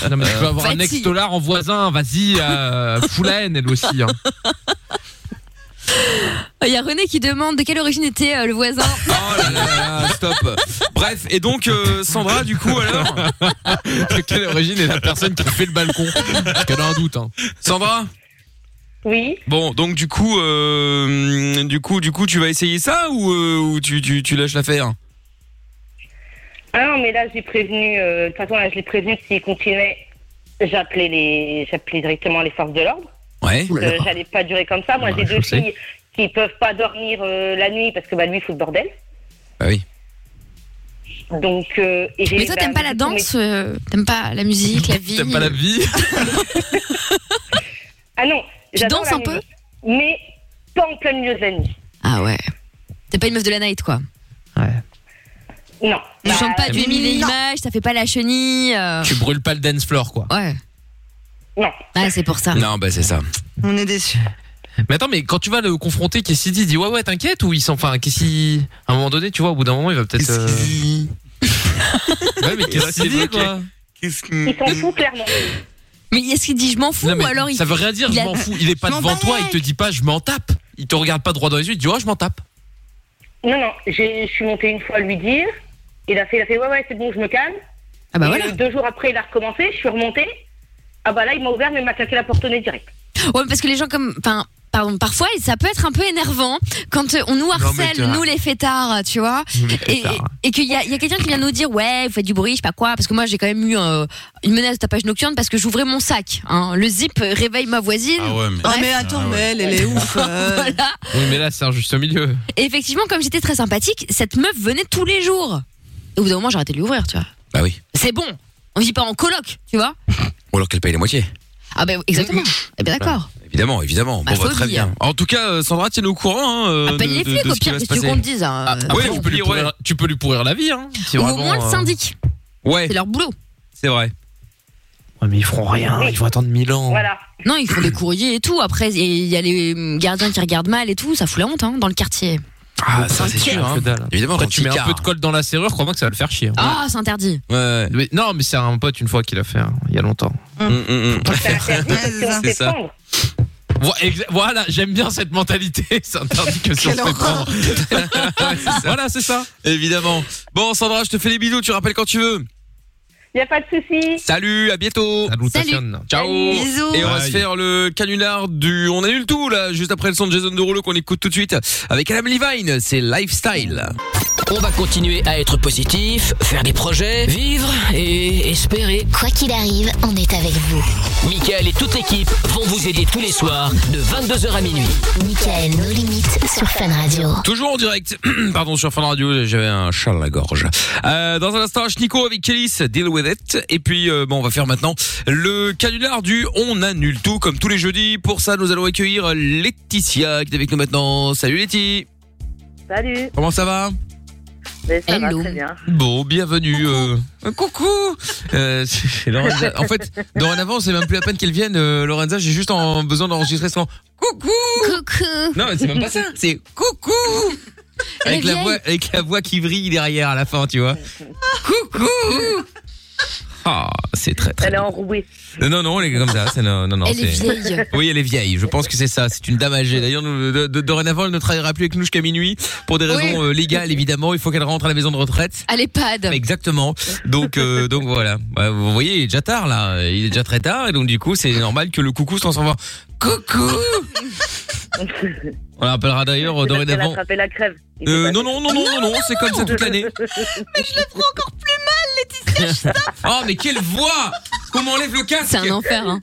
S3: Non, mais tu peux avoir un
S4: Fatigué.
S3: ex-dollar en voisin. Vas-y, euh, fous la haine, elle aussi. hein.
S4: Il y a René qui demande de quelle origine était euh, le voisin.
S2: Oh là là là, stop. Bref, et donc euh, Sandra, du coup alors,
S3: De quelle origine est la personne qui fait le balcon Parce qu'elle a un doute. Hein.
S2: Sandra.
S11: Oui.
S2: Bon, donc du coup, euh, du coup, du coup, tu vas essayer ça ou, euh, ou tu, tu, tu lâches l'affaire
S11: Ah non, mais là, j'ai prévenu. euh, De toute façon, là, je l'ai prévenu s'il continuait. J'appelais les, j'appelais directement les forces de l'ordre.
S2: Ouais.
S11: Euh, J'allais pas durer comme ça. Moi,
S3: Ouais,
S11: j'ai
S3: je
S11: deux
S3: sais.
S11: filles qui peuvent pas dormir euh, la nuit parce que bah lui, il fout le bordel.
S2: Bah oui.
S11: Donc. euh, et j'ai-
S4: Mais toi
S11: bah,
S4: t'aimes pas la
S11: du coup, mes-
S4: danse euh, t'aimes pas la musique la vie.
S3: T'aimes pas la vie
S11: Ah non.
S4: Tu
S11: j'adore
S4: danses
S11: la
S4: un peu
S11: musique, Mais pas en plein milieu de la nuit.
S4: Ah ouais. T'es pas une meuf de la night quoi.
S11: Non.
S4: Tu
S11: Bah,
S4: chantes pas du mille et
S5: non.
S4: images ça fait pas la chenille. euh,
S3: Tu brûles pas le dance floor, quoi.
S4: Ouais.
S11: Non.
S4: Ah c'est pour ça.
S2: Non, bah c'est ça.
S5: On est déçus.
S3: Mais attends, mais quand tu vas le confronter, qu'est-ce qu'il dit Il dit ouais, ouais, t'inquiète ou il s'en. Enfin, qu'est-ce qu'il. À un moment donné, tu vois, au bout d'un moment, il va peut-être. euh, Ouais, mais qu'est-ce qu'il dit, quoi
S11: Ils s'en foutent clairement.
S4: Mais est-ce qu'il dit je m'en fous
S3: Non, mais
S4: ou alors il
S3: Ça veut rien dire,
S4: il
S3: je
S4: a-
S3: m'en fous. Il est pas
S4: Je m'en
S3: devant toi,
S4: balèque.
S3: il te dit pas, je m'en tape. Il te regarde pas droit dans les yeux, il te dit, oh, je m'en tape.
S11: Non, non, j'ai- je suis montée une fois lui dire. Il a fait, il a fait ouais, ouais, c'est bon, je me calme.
S4: Ah bah
S11: Et,
S4: voilà.
S11: euh, deux jours après, il a recommencé, je suis remontée. Ah bah là, il m'a ouvert, mais il m'a claqué la porte au nez direct.
S4: Ouais, parce que les gens comme, enfin, pardon, parfois ça peut être un peu énervant quand euh, on nous harcèle,
S11: t'as-
S4: nous les fêtards, tu vois,
S11: Nous, les
S4: et,
S11: fêtards.
S4: et qu'il y a, il y a quelqu'un qui vient nous dire ouais, vous faites du bruit, je sais pas quoi, parce que moi j'ai quand même eu euh, une menace de tapage nocturne parce que j'ouvrais mon sac, hein. le zip réveille ma voisine.
S3: Ah ouais, mais- Ah, mais attends, Ah ouais. mais elle, elle est ouf, euh.
S4: voilà.
S3: Oui, mais là, c'est un juste milieu.
S4: Et effectivement, comme j'étais très sympathique, cette meuf venait tous les jours. Et au bout d'un moment, j'ai arrêté de lui ouvrir, tu vois.
S2: Bah oui.
S4: C'est bon, on vit pas en coloc, tu vois.
S2: Ou alors qu'elle paye la moitié.
S4: Ah ben exactement.
S3: Mm-hmm.
S4: Eh
S3: Bah
S4: ben d'accord.
S2: Évidemment, évidemment.
S4: Bah,
S2: bon, bah,
S4: faut
S2: très
S4: dire.
S2: bien. En tout cas, euh, Sandra, tiens-nous au courant. Hein, euh,
S4: Appelle
S2: de-
S4: les
S2: de-
S4: flics,
S2: de
S4: au
S2: ce qui
S4: pire,
S2: va se
S4: qu'est-ce que tu veux
S2: passer.
S4: qu'on te dise, hein
S2: Ah,
S4: Après,
S2: ouais,
S4: on
S2: tu
S4: peut
S2: peux,
S4: lui
S2: lui,
S4: pourrir-
S2: ouais.
S3: Tu peux lui pourrir la vie, hein.
S4: Ou au moins
S2: euh,
S4: le syndic.
S2: Ouais.
S4: C'est leur boulot.
S2: C'est vrai.
S3: Ouais, mais ils feront rien, ils vont attendre 1000 ans.
S4: Non, ils font des courriers et tout. Après, il y a les gardiens qui regardent mal et tout. Ça fout la honte hein, dans le quartier.
S2: Ah, ça, c'est sûr. hein. Évidemment,
S3: Après,
S2: quand
S3: tu mets un
S2: Ticard.
S3: peu de colle dans la serrure, crois-moi que ça va le faire chier. hein.
S4: Ah, c'est interdit.
S2: Ouais. Mm,
S3: Mais- non, mais c'est un pote une fois qu'il a fait, hein, il y a longtemps.
S4: Mm.
S2: C'est ça.
S3: Vo- exa- Voilà, j'aime bien cette mentalité. C'est interdit que si on se fait prendre.
S2: Voilà, c'est ça.
S4: Ah,
S2: Évidemment. Bon, Sandra, je te fais des bisous. Tu rappelles quand tu veux.
S11: Il a pas de souci.
S2: Salut, à bientôt.
S11: Salut.
S2: Ciao.
S11: Salut. Bisous.
S2: Et on va
S11: Bye.
S2: se faire le canular du. On annule tout là, juste après le son de Jason Derulo qu'on écoute tout de suite avec Adam Levine. C'est Lifestyle.
S1: On va continuer à être positif, faire des projets, vivre et espérer.
S9: Quoi qu'il arrive, on est avec vous.
S1: Michael et toute l'équipe vont vous aider tous les soirs de 22h à minuit.
S9: Michael, nos limites sur Fun Radio.
S2: Toujours en direct, pardon, sur Fun Radio, j'avais un chat à la gorge. Euh, dans un instant, Nico avec Kélis, Deal With It. Et puis, euh, bon, on va faire maintenant le canular du On annule tout, comme tous les jeudis. Pour ça, nous allons accueillir Laetitia qui est avec nous maintenant. Salut Letty
S8: Salut.
S2: Comment ça va
S8: Mais ça va
S2: Hello.
S8: très bien.
S2: Bon, bienvenue. euh, euh, Coucou. Euh, c'est Lorenza. En fait, dorénavant, c'est même plus la peine qu'elle vienne, euh, Lorenza. J'ai juste en besoin d'enregistrer son. Coucou
S4: Coucou
S2: Non, mais c'est même pas ça. C'est coucou avec la, voix, avec la voix qui vrille derrière à la fin, tu vois. Coucou Ah, c'est très très. Euh,
S8: Elle est enrouée.
S2: Non, non, non, elle est comme ça. c'est Non, non, non,
S8: Elle est
S2: c'est-
S8: vieille.
S2: Oui, elle est vieille. Je pense que c'est ça. C'est une dame âgée. D'ailleurs, nous, de- de- dorénavant, elle ne travaillera plus avec nous jusqu'à minuit pour des raisons
S4: Oui.
S2: euh, légales, évidemment. Il faut qu'elle rentre à la maison de retraite.
S4: À l'EHPAD.
S2: Exactement. Donc, euh, donc voilà. Ouais, vous voyez, il est déjà tard là. Il est déjà très tard. Et donc, du coup, c'est normal que le coucou se transforme en coucou. On l'appellera d'ailleurs euh,
S8: C'est parce qu'elle a
S2: dorénavant.
S8: attrapé la crève. Il
S2: Euh,
S8: s'est
S2: non,
S8: passé.
S2: non, non, non, non, non, c'est comme ça toute l'année.
S8: Mais je le prends encore
S2: Oh, mais quelle voix Qu'on m'enlève le casque
S4: C'est un enfer. Hein.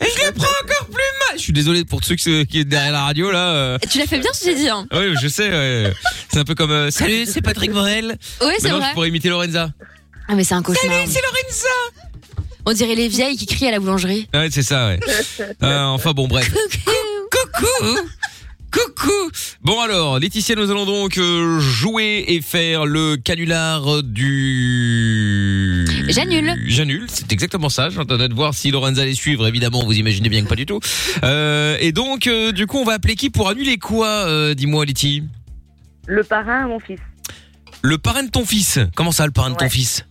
S2: Et je le prends encore plus mal Ah, Je suis désolé pour ceux qui se- qui est derrière la radio là. euh.
S4: Tu l'as fait bien, je t'ai dit. Hein.
S2: Oui, je sais. ouais. C'est un peu comme euh, Salut, c'est Patrick Morel.
S4: Oui, c'est
S2: Maintenant,
S4: vrai.
S2: je pourrais imiter Lorenza.
S4: Ah, mais c'est un cauchemar.
S2: Salut, c'est
S4: Lorenza On dirait les vieilles qui crient à la boulangerie.
S2: Ouais, c'est ça, ouais. Euh, enfin, bon, bref. Coucou Coucou Bon alors, Laetitia, nous allons donc euh, jouer et faire le canular du...
S4: J'annule.
S2: J'annule, c'est exactement ça. J'attendais de voir si Lorenza allait suivre, évidemment, vous imaginez bien que pas du tout. Euh, et donc, euh, du coup, on va appeler qui pour annuler quoi, euh, dis-moi, Letty
S8: Le parrain à mon fils.
S2: Le parrain de ton fils Comment ça, le parrain de ton
S8: Ouais.
S2: fils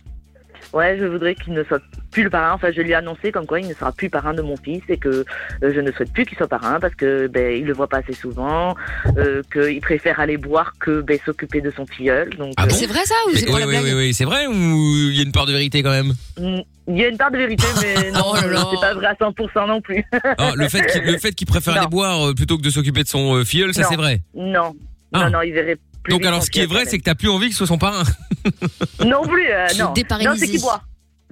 S8: Ouais, je voudrais qu'il ne soit plus le parrain. Enfin, je lui ai annoncé comme quoi il ne sera plus parrain de mon fils et que euh, je ne souhaite plus qu'il soit parrain parce que ben il le voit pas assez souvent, euh, qu'il préfère aller boire que ben s'occuper de son filleul. Donc euh,
S4: C'est vrai ça
S2: Ah
S4: ou
S2: Mais-
S4: c'est pour
S2: oui,
S4: la
S2: oui,
S4: blague
S2: oui, oui, c'est vrai ou il y a une part de vérité quand même
S8: mm, il y a une part de vérité, mais non,
S4: là là.
S8: c'est pas vrai à 100% non plus.
S2: Ah, Le fait qu'il le fait qu'il préfère aller boire euh, plutôt que de s'occuper de son euh, filleul, ça
S8: Non.
S2: c'est vrai
S8: Non,
S2: Ah.
S8: non, non, il verrait plus.
S2: Donc alors, ce qui est vrai, c'est que t'as plus envie que ce soit son parrain.
S8: que non plus, euh,
S4: Je
S8: non,
S4: déparénisie.
S8: non, c'est qu'il boit,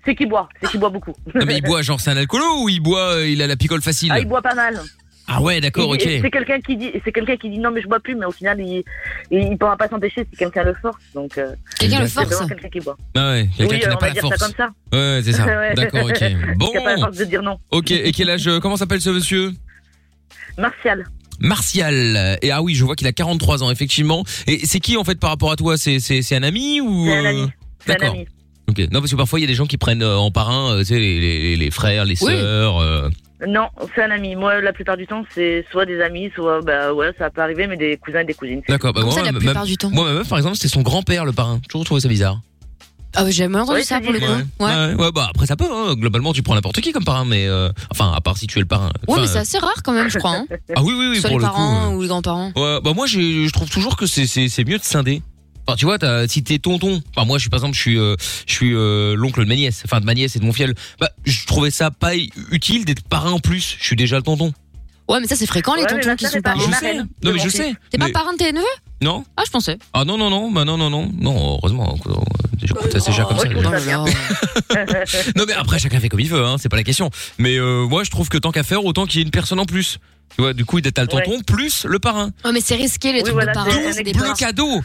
S8: c'est qu'il boit, c'est qu'il boit beaucoup.
S2: Non Ah, mais il boit, genre c'est un alcoolo ou il boit, euh, il a la picole facile.
S8: Ah, il boit pas mal.
S2: Ah ouais, d'accord,
S8: Il-
S2: ok.
S8: C'est quelqu'un qui dit, c'est quelqu'un qui dit non mais je bois plus, mais au final il, il, il pourra pas s'empêcher si quelqu'un le force. Donc euh,
S2: Quelqu'un le
S8: c'est vraiment
S2: force
S8: Quelqu'un qui boit.
S2: Ah ouais, quelqu'un
S8: Oui,
S2: qui
S8: euh,
S2: n'a
S8: on
S2: pas
S8: va
S2: la
S8: dire
S2: force.
S8: ça comme ça.
S2: Ouais, c'est ça.
S8: Ouais.
S2: D'accord, ok. Bon.
S8: Qui a pas la force de dire non.
S2: Ok, et quel âge euh, Comment s'appelle ce monsieur
S8: Martial.
S2: Martial. Et ah oui, je vois qu'il a 43 ans, effectivement. Et c'est qui en fait par rapport à toi C'est c'est c'est un ami ou
S8: C'est un
S2: euh,
S8: ami. C'est un
S2: D'accord.
S8: ami.
S2: Ok. Non parce que parfois il y a des gens qui prennent euh, en parrain, euh, tu sais les, les, les frères, les
S8: Oui.
S2: sœurs. euh.
S8: Non, c'est un ami. Moi, la plupart du temps, c'est soit des amis, soit bah ouais, ça peut arriver, mais des cousins et des cousines.
S2: D'accord. Bah,
S8: Comme ça,
S2: moi,
S8: la
S2: ma-
S8: plupart
S2: ma-
S8: du temps.
S2: Moi ma meuf par exemple c'était son grand père le parrain. J'ai Toujours trouvé ça bizarre.
S4: Ah, j'ai jamais entendu
S8: Oui,
S4: ça
S8: c'est
S4: pour le
S8: dit.
S4: coup.
S2: Ouais. Ouais, ouais, bah après ça peut. hein. Globalement, tu prends n'importe qui comme parrain, mais euh, enfin, à part si tu es le parrain.
S4: Ouais,
S2: Enfin, euh,
S4: mais c'est assez rare quand même, je crois. hein.
S2: Ah oui, oui, oui,
S4: Soit
S2: pour
S4: les
S2: le coup, euh.
S4: parents
S2: ouais.
S4: ou les grands-parents.
S2: Ouais, bah moi j'ai- je trouve toujours que c'est c'est c'est mieux de scinder. Enfin, tu vois, t'as, si t'es tonton, enfin moi je suis par exemple, je suis euh, je suis euh, l'oncle de ma nièce, enfin de ma nièce et de mon fiel. Bah je trouvais ça pas i- utile d'être parrain en plus. Je suis déjà le tonton.
S4: Ouais, mais ça, c'est fréquent, les
S8: Ouais, mais
S4: tontons
S8: là,
S4: qui
S8: ça,
S4: sont
S8: c'est pas
S4: parents.
S8: les marraines.
S2: Non mais je sais.
S4: T'es pas
S2: Mais-
S4: parrain de tes neveux
S2: Non.
S4: Ah, je pensais.
S2: Ah non non non, bah non non non non. Heureusement, euh, déjà quand t'as ces gens
S4: Oh,
S2: comme ça. les gens. non mais après chacun fait comme il veut, hein, c'est pas la question. Mais euh, moi je trouve que tant qu'à faire, autant qu'il y ait une personne en plus. Tu vois, du coup d'être le tonton plus le parrain.
S4: Ouais, mais c'est risqué, les trucs de parents. c'est des parents.
S2: cadeau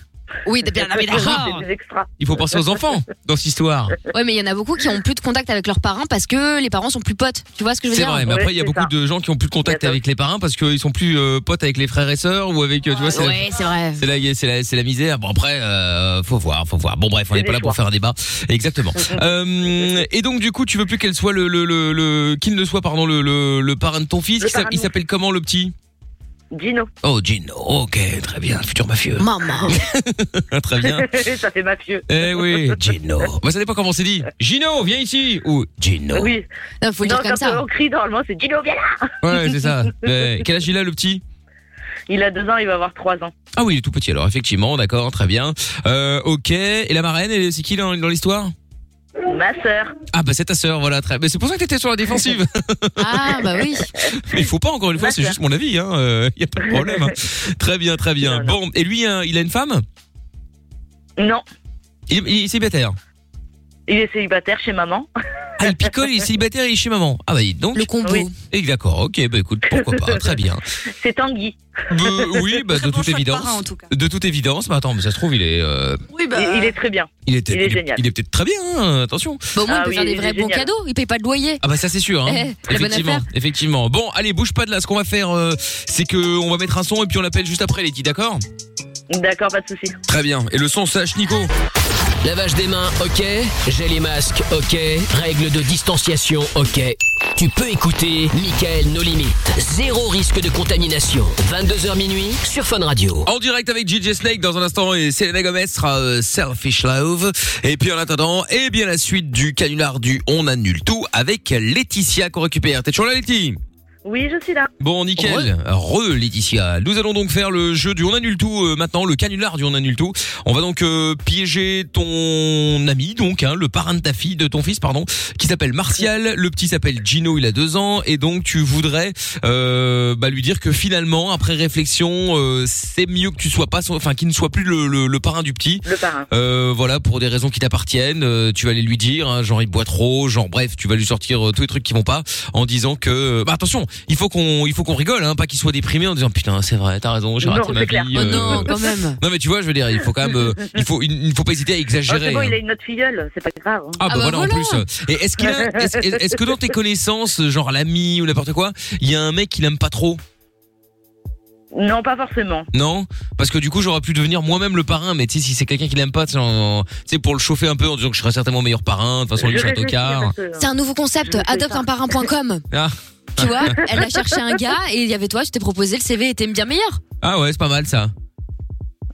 S4: Oui, de- bien, non, mais
S8: Ah,
S4: d'accord.
S2: Il faut penser aux enfants dans cette histoire.
S4: Ouais, mais il y en a beaucoup qui ont plus de contact avec leurs parents parce que les parents sont plus potes. Tu vois ce que je veux
S2: C'est
S4: dire
S2: vrai, mais après il y a beaucoup de gens qui ont plus de contact avec les parrains parce qu'ils sont plus euh, potes avec les frères et sœurs ou avec euh, tu vois c'est
S4: Ouais, c'est vrai.
S2: c'est la, c'est la, c'est la misère. Bon après, euh, faut voir, faut voir. Bon bref, on
S4: C'est
S2: n'est pas
S4: des
S2: là pour
S4: choix.
S2: faire un débat. Exactement. Euh, et donc du coup, tu veux plus qu'elle soit le, le, le, le- qu'il ne soit pardon le, le, le parrain de ton fils.
S8: Le
S2: Il s'a-
S8: parrain de
S2: il
S8: mon
S2: s'appelle comment le petit
S8: Gino.
S2: Oh Gino. Ok, très bien, futur mafieux.
S4: Maman.
S2: Hein, très bien.
S8: ça fait mafieux.
S2: Eh oui, Gino. Bah ça dépend comment c'est dit. Gino, viens ici ou Gino.
S8: Oui.
S4: Non, faut le dire comme
S8: quand
S4: ça.
S8: on crie normalement, c'est Gino, viens là
S2: Ouais, c'est ça. Euh, quel âge il a le petit
S8: Il a deux ans, il va avoir trois ans.
S2: Ah oui, il est tout petit alors, effectivement, d'accord, très bien. Euh, ok, et la marraine, elle- c'est qui dans, dans l'histoire
S8: Ma sœur.
S2: Ah bah c'est ta sœur, voilà, très Mais c'est pour ça que t'étais sur la défensive
S4: Ah, bah oui.
S2: Mais il faut pas, encore une fois, c'est juste mon avis, hein, euh, y a pas de problème. hein. Très bien, très bien. Bon, et lui, hein, il a une femme
S8: Non.
S2: Il, il est célibataire
S8: Il est célibataire chez maman.
S2: Ah, il picole, il est célibataire et il est chez maman. Ah bah dites donc... Le
S4: combo.
S2: D'accord, ok, bah écoute, pourquoi pas, très bien.
S8: C'est Tanguy.
S2: Euh, oui, bah de toute évidence...
S8: parrain, en tout cas.
S2: De toute évidence, mais attends, mais ça se trouve, il est... euh,
S8: Oui, bah... il, il est très bien.
S2: Il est, peut-être-
S8: Il est
S2: il est-
S8: génial.
S2: il est peut-être très bien, hein, attention.
S4: Bah, au moins,
S8: Ah
S4: il peut
S8: oui,
S4: faire des
S8: il est
S4: vrais bons
S8: génial.
S4: cadeaux. Il paye pas de loyer.
S2: Ah bah ça c'est sûr hein.
S4: Eh, la bonne
S2: effectivement,
S4: affaire.
S2: effectivement. Bon, allez, bouge pas de là. Ce qu'on va faire, euh, c'est que on va mettre un son et puis on l'appelle juste après, Letty, d'accord
S8: D'accord, pas de souci.
S2: Très bien. Et le son, sache Nico.
S1: Lavage des mains, ok. Gel et masque, ok. Règles de distanciation, ok. Tu peux écouter Michael No Limites. Zéro risque de contamination. 22h minuit sur Fun Radio.
S2: En direct avec JJ Snake dans un instant et Selena Gomez sera euh, Selfish Love. Et puis en attendant, eh bien la suite du canular du On annule tout avec Laetitia qu'on récupère. T'es toujours là, Letty
S8: Oui, je suis là.
S2: Bon, nickel. Re, Laetitia. Nous allons donc faire le jeu du on annule tout euh, maintenant, le canular du on annule tout. On va donc euh, piéger ton ami, donc hein, le parrain de ta fille, de ton fils, pardon, qui s'appelle Martial. Le petit s'appelle Gino, il a deux ans, et donc tu voudrais euh, bah, lui dire que finalement, après réflexion, euh, c'est mieux que tu sois pas, son- enfin, qu'il ne soit plus le, le- le parrain du petit.
S8: Le parrain.
S2: Euh, voilà, pour des raisons qui t'appartiennent, euh, tu vas aller lui dire, hein, genre il boit trop, genre bref, tu vas lui sortir euh, tous les trucs qui vont pas, en disant que, bah attention, il faut qu'on, il faut qu'on rigole, hein, pas qu'il soit déprimé en disant putain c'est vrai, t'as raison, j'ai
S8: Non,
S2: raté ma
S8: c'est clair.
S2: vie. euh.
S8: Oh non, quand même.
S2: Non mais tu vois, je veux dire, il faut quand même, euh, il faut, il ne faut pas hésiter à
S8: Oh,
S2: exagérer.
S8: c'est bon,
S2: hein.
S8: il a une autre filleule, c'est pas grave. hein.
S2: Ah bah, voilà, en plus. Et est-ce qu'il a- est-ce, est-ce que dans tes connaissances, genre l'ami ou n'importe quoi, il y a un mec qu'il aime pas trop
S8: Non, pas forcément.
S2: Non, parce que du coup j'aurais pu devenir moi-même le parrain, mais tu sais si c'est quelqu'un qui l'aime pas, tu sais, en- en- tu sais, pour le chauffer un peu en disant que je serais certainement meilleur parrain, de toute façon lui c'est un tocard.
S4: C'est un nouveau concept. Adopte un parrain.com.
S2: Ah.
S4: Tu vois, elle a cherché un gars et il y avait toi, je t'ai proposé, le CV était bien meilleur.
S2: Ah ouais, c'est pas mal ça.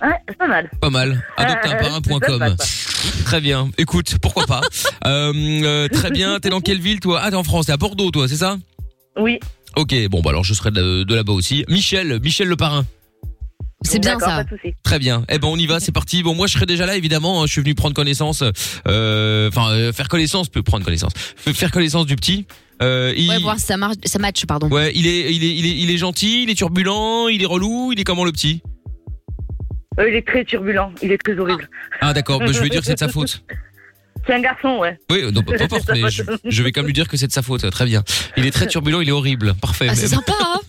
S8: Ouais, c'est pas mal.
S2: Pas mal. Adopteunparrain.com. Très bien. Écoute, pourquoi pas. Euh, euh, très bien. T'es dans quelle ville, toi Ah, t'es en France. T'es à Bordeaux, toi, c'est ça
S8: Oui.
S2: Ok. Bon, bah alors je serai de, de là-bas aussi. Michel, Michel le parrain.
S4: C'est bien ça.
S2: Très bien. Eh ben, on y va. C'est parti. Bon, moi, je serai déjà là, évidemment. hein. Je suis venu prendre connaissance. euh, Enfin, euh, faire connaissance, peut prendre connaissance. F- Faire connaissance du petit. Euh, il...
S4: Ouais, voir si ça marche, ça match, pardon.
S2: Ouais, il est, il est, il est, il est gentil. Il est turbulent. Il est relou. Il est comment le petit
S8: Euh, il est très turbulent, il est très horrible.
S2: Ah, d'accord. bah, je vais dire que c'est de sa faute.
S8: C'est un garçon, ouais.
S2: Oui, euh, non, peu importe, mais je, je vais quand même lui dire que c'est de sa faute. Très bien. Il est très turbulent, il est horrible. Parfait.
S4: Ah, c'est
S2: même.
S4: sympa, hein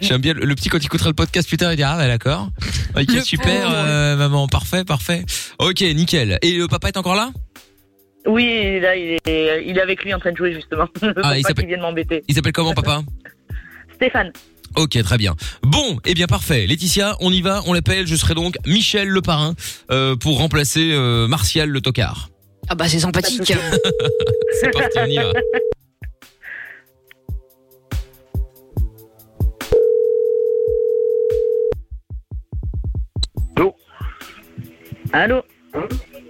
S2: J'aime bien le, le petit quand il écoutera le podcast plus tard, il dira ah bah, d'accord. Ok,
S4: Le
S2: super,
S4: pauvre.
S2: euh, maman, parfait, parfait. Ok, nickel. Et le papa est encore là
S8: Oui, là, il est, il est avec lui en train de jouer, justement.
S10: Ah,
S8: Pour pas
S2: il s'appelle-
S8: qu'il vienne m'embêter.
S2: Il s'appelle comment papa
S8: Stéphane.
S2: Ok, très bien. Bon, eh bien parfait. Laetitia, on y va, on l'appelle. Je serai donc Michel le parrain euh, pour remplacer euh, Martial le tocard.
S4: Ah bah c'est sympathique.
S2: C'est parti, on y va.
S8: Allô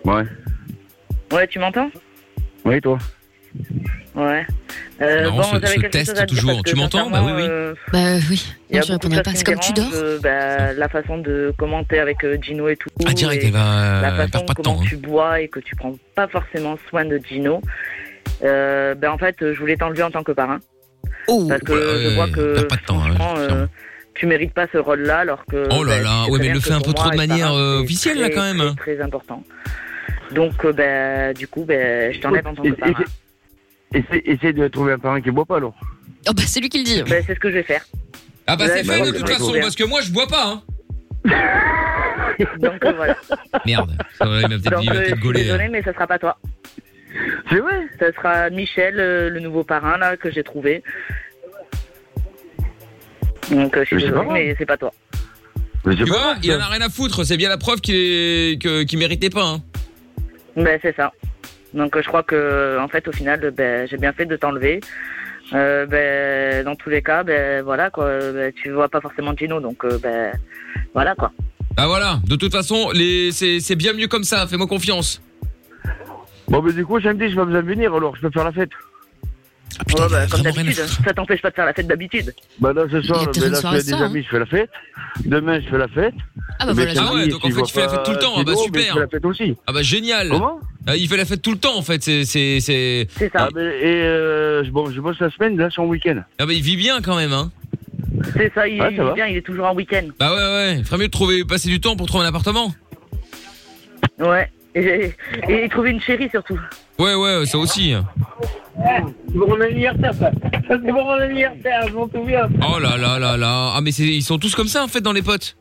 S12: Ouais.
S8: Ouais, tu m'entends
S10: Oui, toi.
S8: Ouais. Euh,
S10: C'est marrant, ce-
S8: j'avais
S10: ce
S8: quelque chose
S10: test
S8: à dire
S10: toujours.
S8: parce que
S10: Tu m'entends Bah oui, oui.
S8: sincèrement, euh,
S1: Bah oui,
S8: il y a
S1: non, je
S8: beaucoup
S1: répondrai
S8: de choses
S1: pas.
S8: qui
S1: C'est
S8: me
S1: comme tu dors.
S8: dérangent, euh, bah, La façon de commenter avec euh, Gino et tout.
S2: Ah, direct,
S10: hein.
S8: et
S2: elle va-
S8: La
S2: elle
S8: façon
S2: perd pas de
S8: comment
S2: temps, hein.
S8: tu bois et que tu prends pas forcément soin de Gino. Euh, ben, en fait, euh, je voulais t'enlever en tant que parrain.
S1: Oh,
S8: parce que
S2: bah,
S8: je vois que franchement, euh, tu mérites pas ce rôle-là alors que.
S2: hein, Oh là là,
S8: ben, tu
S2: ouais,
S8: sais très
S2: mais elle
S8: bien
S2: le
S8: que
S2: fait un
S8: pour
S2: peu trop
S8: moi,
S2: de
S8: être
S2: manière,
S8: parrain,
S2: euh,
S8: c'est
S2: officielle, là,
S8: très,
S2: quand même.
S8: très, très important. Donc, euh, ben, du coup, ben, je t'enlève en tant que parrain.
S10: Essaye, essaye de trouver un parent qui boit pas alors.
S1: Oh bah c'est lui qui le dit.
S8: Ben, c'est ce que je vais faire.
S2: Ah bah
S8: Ouais,
S2: c'est
S8: bah
S2: fait
S8: ouais,
S2: de toute
S8: ouais,
S2: façon
S8: ouais.
S2: parce que moi je bois pas hein.
S8: Donc euh, voilà.
S2: Merde. Ça va, il m'a peut-être
S8: Donc
S2: dit, il va
S8: euh,
S2: peut-être
S8: je
S2: hein.
S8: suis
S2: gauler.
S8: désolée, mais ça sera pas toi. C'est vrai Ça sera Michel, euh, le nouveau parrain là que j'ai trouvé. Donc euh, je suis
S2: Mais c'est pas grave.
S8: désolée, mais c'est pas toi.
S2: euh, Tu
S8: pas
S2: vois,
S8: grave,
S2: il en
S8: ça.
S2: a rien à foutre, c'est bien la preuve qu'il est... que- qu'il méritait pas. Hein.
S8: Ben c'est ça. Donc euh, je crois que en fait au final ben, j'ai bien fait de t'enlever. Euh, ben, dans tous les cas, ben voilà quoi. Ben, tu vois pas forcément Gino, donc euh, ben voilà quoi.
S2: Bah voilà, de toute façon, les... c'est c'est bien mieux comme ça, fais-moi confiance.
S10: Bon, mais du coup, samedi, je vais besoin de venir alors, je peux faire la fête.
S2: Ah,
S8: Ouais, ben, comme d'habitude, ça t'empêche pas de faire la fête d'habitude.
S10: Bah là, ce soir,
S8: Il y a
S10: mais
S8: tellement de
S10: là, je
S8: soirées
S10: fais
S8: ce
S10: des
S8: soir,
S10: amis, je fais la fête. Demain, je fais la fête.
S8: hein. Ah bah
S10: Mais
S8: voilà.
S10: samedi,
S2: Ah ouais, donc
S10: si
S2: en
S10: je
S2: fait,
S10: vois
S2: tu fais la
S10: pas
S2: fête tout le temps, ah bah
S10: Thibaut, mais
S2: super.
S10: Je fais la fête aussi.
S2: Ah bah génial.
S10: Comment
S2: Ah, Il fait la fête tout le temps en fait, c'est... c'est- c'est-
S10: Ah, mais- et euh, je- bon, je bosse la semaine, là, je suis en week-end.
S2: Ah bah il vit bien quand même hein.
S8: C'est ça, il,
S2: Ouais, ça
S8: il est
S2: va.
S8: bien, il est toujours en week-end.
S2: Bah ouais ouais, il ferait mieux de trouver, passer du temps pour trouver un appartement.
S8: Ouais. Et, et, et trouver une chérie surtout.
S2: Ouais ouais, ça aussi. hein.
S10: C'est pour mon anniversaire, ça. C'est pour mon anniversaire, je m'en souviens.
S2: Oh là là là là. Ah mais c'est- ils sont tous comme ça en fait dans les potes.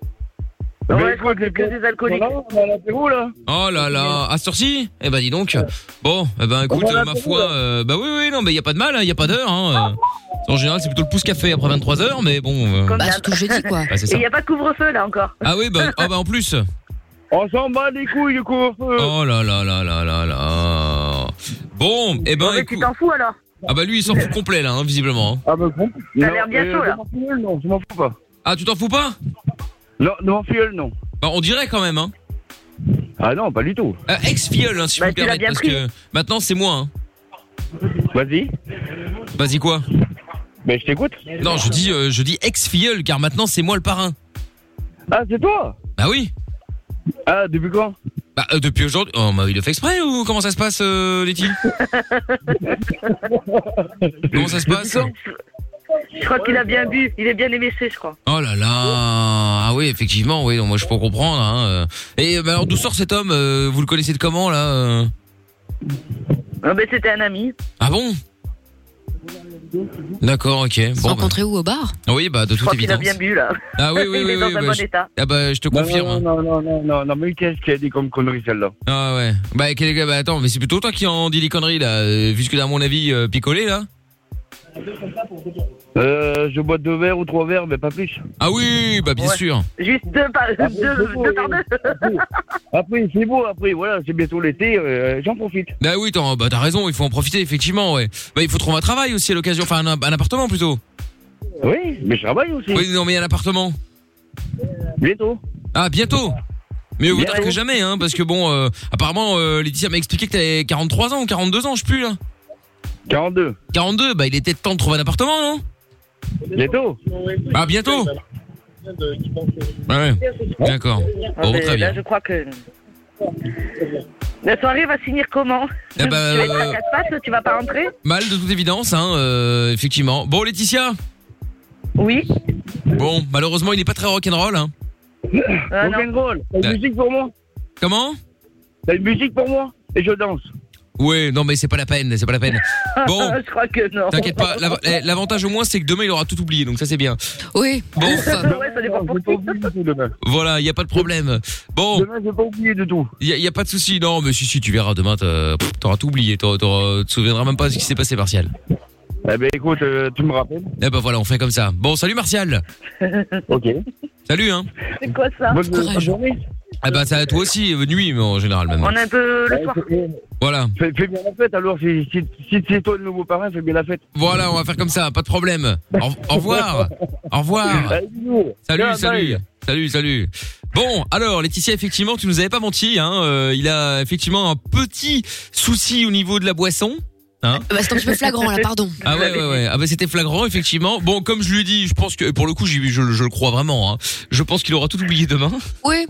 S10: Ouais, je crois que des alcooliques. on a l'apéro, là.
S2: Oh là là, à ce ci Eh ben dis donc. Bon, eh ben écoute,
S10: On va
S2: euh, ma
S10: l'apéro,
S2: foi,
S10: là.
S2: euh, bah oui oui, non mais il y a pas de mal, il y a pas d'heure hein. euh. En général, c'est plutôt le pouce café après 23 heures mais bon. euh,
S8: d'hab.
S2: Bah, c'est
S8: et
S2: ça.
S8: il n'y a pas de couvre-feu là encore.
S2: Ah oui, bah, ah bah en plus.
S10: On s'en bat les couilles, du coup.
S2: Oh là là là là là là. Bon, eh ben écoute.
S8: Tu t'en fous alors
S2: Ah bah lui il s'en fout complet là, hein, visiblement. hein. euh,
S10: Ah bah bon.
S8: T'as l'air bien chaud, là.
S10: Non, je m'en fous pas.
S2: Ah tu t'en fous pas
S10: Non, non, fiole, non.
S2: Bah on dirait quand même hein.
S10: Ah non, pas du tout.
S2: Euh, Ex-fiole hein, si
S10: Bah,
S2: je vous
S10: tu l'as
S2: permets
S10: bien
S2: parce
S10: pris.
S2: que maintenant c'est moi. Hein.
S10: Vas-y.
S2: Vas-y quoi
S10: Bah je t'écoute.
S2: Non, je dis euh, je dis ex-filleul car maintenant c'est moi le parrain.
S10: Ah, c'est toi
S2: Bah oui.
S10: Ah, depuis quand
S2: Bah euh, depuis aujourd'hui. Oh bah il le fait exprès ou comment ça se passe euh, Letty Comment ça se passe
S8: Je crois qu'il a bien bu, il est bien éméché, je crois.
S2: Oh là là Ah oui, effectivement, oui, non, moi je peux comprendre hein. euh. Et euh, bah, alors d'où sort cet homme euh, Vous le connaissez de comment là euh
S8: Ah, ben, c'était un ami.
S2: Ah bon D'accord, OK. Bon. bah.
S1: Rencontré où au bar
S2: Oui, bah de
S8: Je
S2: toute
S8: crois qu'il a
S2: évidence.
S8: bien bu là.
S2: Ah oui, oui,
S8: Il
S2: oui,
S8: est dans
S2: oui,
S8: un
S2: bah,
S8: bon
S2: je-
S8: état.
S2: Ah bah je te confirme.
S10: Non, non, non, non, non, non, mais qu'est-ce qu'elle dit comme connerie celle-là
S2: Ah ouais. Bah, quel est... le- bah attends, mais c'est plutôt toi qui en dis les conneries là, euh, vu ce que à mon avis euh, picolé là.
S10: Euh, je bois deux verres ou trois verres, mais pas plus.
S2: Ah oui, bah bien sûr.
S8: Juste deux par deux, deux par deux.
S10: Après, c'est beau, après, voilà, c'est bientôt l'été, euh, j'en profite.
S2: Bah oui, t'en- bah, t'as raison, il faut en profiter effectivement, ouais. Bah il faut trouver un travail aussi à l'occasion, enfin un, un appartement plutôt.
S10: Oui, mais je travaille aussi.
S2: Oui, non mais un appartement.
S10: Bientôt.
S2: Ah bientôt. Mais vous
S10: Bientôt.
S2: tard que jamais, hein, parce que bon, euh, apparemment, euh, Laetitia m'a expliqué que t'avais 43 ans ou 42 ans, je sais plus là.
S10: 42.
S2: 42, bah il était temps de trouver un appartement, non
S10: Bientôt.
S2: Ah bientôt. Bah Ouais. D'accord.
S8: Ah,
S2: Bon,
S8: ben,
S2: très
S8: là,
S2: bien.
S8: je crois que. La soirée va se finir comment
S2: Ah bah,
S8: Tu vas être
S2: euh,
S8: à quatre pattes, tu vas pas rentrer
S2: Mal de toute évidence, hein, euh, effectivement. Bon, Laetitia
S8: Oui.
S2: Bon, malheureusement, il n'est pas très rock'n'roll. Hein.
S8: Ah,
S10: Euh, Rock'n'roll, t'as une
S2: Ouais.
S10: musique pour moi
S2: Comment
S10: T'as une musique pour moi Et je danse.
S2: Ouais, non, mais c'est pas la peine, c'est pas la peine. Bon,
S8: Je crois que non.
S2: t'inquiète pas. l'av- eh, L'avantage au moins, c'est que demain, il aura tout oublié, donc ça, c'est bien.
S1: Oui.
S2: Bon, ça-
S8: Ouais, ça dépend pour qui.
S2: Voilà, il y a pas de problème. Bon.
S10: Demain, j'ai pas oublié de tout.
S2: Il y, a- y a pas de souci. Non, mais si, si, tu verras demain, t'as- pff, t'auras tout oublié. t'auras- t'auras- Tu te souviendras même pas de ce qui s'est passé, Martial.
S10: Eh ben écoute, euh, tu me rappelles.
S2: Eh ben voilà, on fait comme ça. Bon, salut Martial.
S10: Ok.
S2: Salut, hein.
S8: C'est quoi ça
S10: Bonne bonne journée.
S2: Ah bah, ça à toi aussi, euh, nuit, mais en général, même.
S8: On est un peu le
S10: Ouais,
S8: soir.
S10: fais-
S2: Voilà.
S10: Fais, fais bien la fête alors, si, si, si c'est toi le nouveau parrain, fais bien la fête.
S2: Voilà, on va faire comme ça, pas de problème. Au, au revoir. Au revoir.
S10: Allez, bisous.
S2: Salut,
S10: Ciao,
S2: salut.
S10: bye.
S2: Salut, salut. Bon, alors Laetitia, effectivement, tu nous avais pas menti. Hein, euh, il a effectivement un petit souci au niveau de la boisson. Hein
S4: Bah, c'est un petit peu flagrant, là, pardon.
S2: Ah ouais, ouais, ouais. Ah bah, c'était flagrant, effectivement. Bon, comme je lui ai dit, je pense que, pour le coup, j'y- je, je le crois vraiment, hein. Je pense qu'il aura tout oublié demain.
S4: Oui.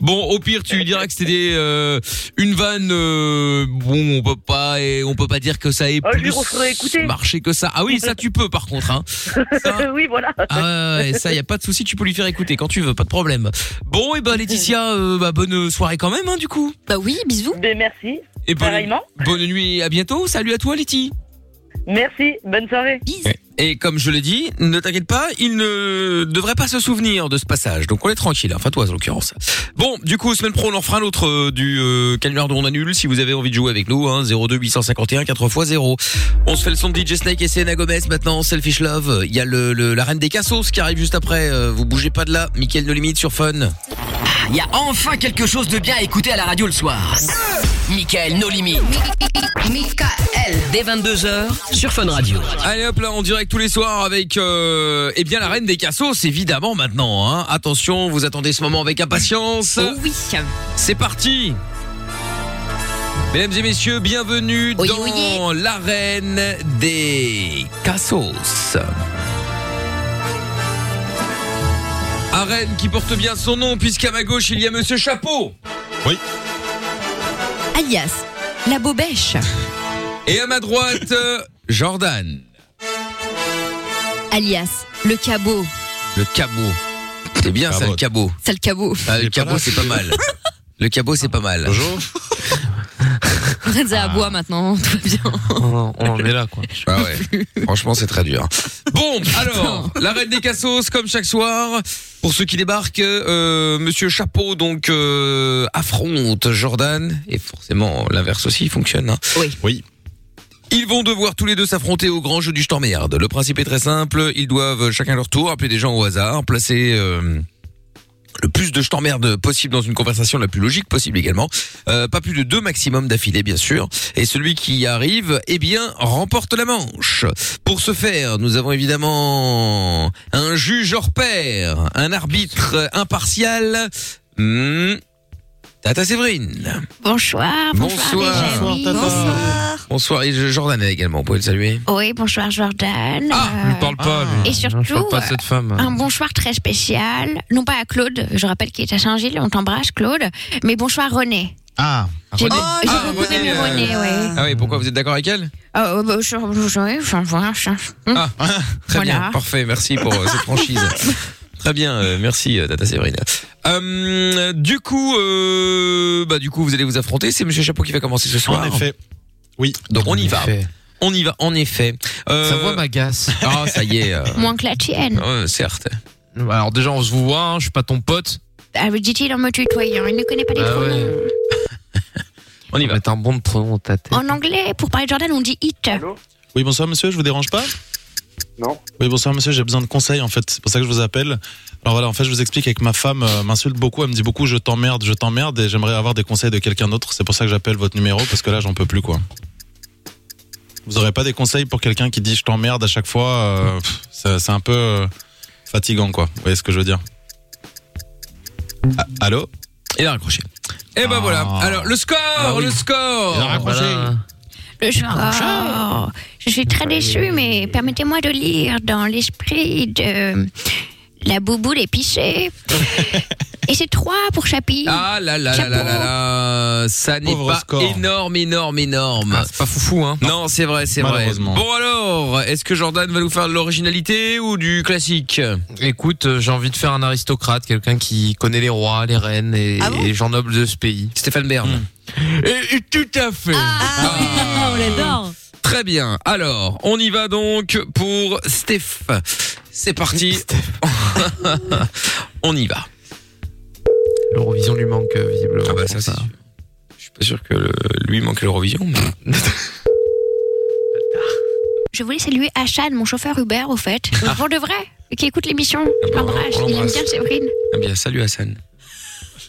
S2: Bon, au pire, tu lui diras que c'était des, euh, une vanne, euh, bon, on peut pas, et on peut pas dire que ça ait
S11: Oh, je lui
S2: plus
S11: referai écouter.
S2: marché que ça. Ah oui, ça, tu peux, par contre, hein.
S11: oui, voilà.
S2: Ah ouais, ouais, ça, y a pas de souci, tu peux lui faire écouter quand tu veux, pas de problème. Bon, et ben, Laetitia, euh, bah, bonne soirée quand même, hein, du coup.
S4: Bah oui, bisous.
S8: Ben,
S11: merci.
S2: Et bonne,
S11: Pareillement.
S2: bonne nuit et à bientôt. Salut à toi, Letty.
S11: Merci, bonne soirée.
S2: Et comme je l'ai dit, ne t'inquiète pas, il ne devrait pas se souvenir de ce passage. Donc on est tranquille, enfin toi en l'occurrence. Bon, du coup, semaine pro, on en fera l'autre du euh, canular de on annule. Si vous avez envie de jouer avec nous, hein, 02 851 4x0. On se fait le son de DJ Snake et Selena Gomez maintenant, Selfish Love. Il y a le, le- la reine des cassos qui arrive juste après. Euh, vous bougez pas de là, Mickaël No Limite sur Fun. Ah,
S1: Il y a enfin quelque chose de bien à écouter à la radio le soir. Michael No Limit. Michael. Dès 22h sur Fun Radio.
S2: Allez hop là, en direct tous les soirs avec euh, eh bien la reine des cassos évidemment maintenant hein. Attention, vous attendez ce moment avec impatience.
S4: oui.
S2: C'est parti. Mesdames et messieurs, bienvenue dans la reine des cassos. Arène qui porte bien son nom puisqu'à ma gauche il y a Monsieur Chapeau. Oui.
S4: Alias, la bobèche.
S2: Et à ma droite euh, Jordan,
S4: Alias, le cabot.
S2: le cabot. C'est bien ça le cabot.
S4: C'est le cabot.
S2: Ah, le cabot, c'est pas mal. Le cabot, c'est pas mal. Bonjour.
S4: Vous êtes à bois maintenant, tout va bien.
S2: On en est là, quoi. Ah ouais. Franchement, c'est très dur. Bon, alors, la reine des cassos, comme chaque soir. Pour ceux qui débarquent, euh, Monsieur Chapeau, donc, euh, affronte Jordan. Et forcément, l'inverse aussi fonctionne. hein.
S4: Oui.
S2: Oui. Ils vont devoir tous les deux s'affronter au grand jeu du je t'emmerde. Le principe est très simple. Ils doivent chacun leur tour appeler des gens au hasard, placer euh, le plus de je t'emmerde possible dans une conversation la plus logique possible également. Euh, pas plus de deux maximum d'affilée, bien sûr. Et celui qui y arrive, eh bien, remporte la manche. Pour ce faire, nous avons évidemment un juge hors pair, un arbitre impartial. Hmm. Tata Séverine.
S12: Bonsoir,
S2: Bonsoir.
S12: bonsoir, les
S2: Bonsoir,
S12: amis.
S2: Tata.
S12: Bonsoir.
S2: Bonsoir, et Jordan également, vous pouvez le saluer.
S12: Oui, bonsoir Jordan.
S4: Ah
S12: Euh,
S2: ne parle pas,
S12: Et surtout, euh, un bonsoir très spécial, non pas à Claude, je rappelle qu'il est à Saint-Gilles, on t'embrasse Claude, mais bonsoir René.
S2: Ah.
S12: J'ai- j'ai beaucoup aimé René, ouais.
S2: Ah oui, pourquoi vous êtes d'accord avec elle
S4: Oh,
S12: Euh, bah, je- je- je- enfin, voilà, je-
S2: Ah, très
S12: Voilà.
S2: bien, parfait, merci pour euh, cette franchise. Très bien, euh, merci euh, Tata Séverine. Euh, du coup, euh, bah du coup, vous allez vous affronter. C'est Monsieur Chapeau qui va commencer ce soir.
S6: En effet.
S2: Oui. Donc on y
S6: En
S2: va.
S6: effet.
S2: On y va. En effet.
S3: Sa voix
S2: m'agace. Ah ça y est. euh,
S12: Moins que la tienne.
S2: euh, certes.
S3: Alors déjà, on se vous voit, hein, je suis pas ton pote.
S12: Ah, me Dit-il en me tutoyant, il ne connaît
S2: Ah
S12: pas les
S3: Bah
S12: pronoms.
S3: ouais.
S2: On y va.
S3: Mettre un bon de pronom ta tête.
S12: En anglais, pour parler de Jordan, on dit it.
S6: Oui, bonsoir monsieur, je vous dérange pas
S13: Non.
S6: Oui, bonsoir monsieur, j'ai besoin de conseils en fait, c'est pour ça que je vous appelle. Alors voilà, en fait, je vous explique avec ma femme euh, m'insulte beaucoup, elle me dit beaucoup je t'emmerde, je t'emmerde et j'aimerais avoir des conseils de quelqu'un d'autre, c'est pour ça que j'appelle votre numéro parce que là, j'en peux plus quoi. Vous aurez pas des conseils pour quelqu'un qui dit je t'emmerde à chaque fois euh, pff, C'est c'est un peu euh, fatigant quoi, vous voyez ce que je veux dire Ah, Allô
S2: Il a raccroché. Et
S3: Ah.
S2: ben voilà. Alors le score,
S3: Bah
S2: le score.
S12: Le genre. Oh. Je suis très déçue, mais permettez-moi de lire dans l'esprit de la bouboule épicée. Et c'est trois pour Chapi.
S2: Ah là là là là là là, ça n'est
S3: Pauvre
S2: pas
S3: score. Ah,
S2: énorme, énorme, énorme. c'est pas foufou, hein. Non, c'est vrai, c'est vrai.
S3: Malheureusement.
S2: Bon alors, est-ce que Jordan va nous faire de l'originalité ou du classique
S3: Écoute, euh, j'ai envie de faire un aristocrate, quelqu'un qui connaît les rois, les reines et, et les gens nobles de ce pays. Hmm.
S2: Stéphane Bern.
S3: Et, et tout à fait.
S1: Ah,
S4: on l'adore.
S2: Ah. Très bien. Alors, on y va donc pour Steph. C'est parti. on y va.
S3: L'Eurovision lui manque euh, visiblement.
S2: Ah bah ça, c'est sûr. Je suis pas sûr que le- lui manque l'Eurovision. mais-
S12: Je voulais saluer Achan, mon chauffeur Uber, au fait. Pour de vrai, qui écoute l'émission. Je l'embrasse.
S2: Ah. bah, on
S12: Il aime
S2: l'embrasse.
S12: bien Séverine.
S2: Ah bien, salut Hassan.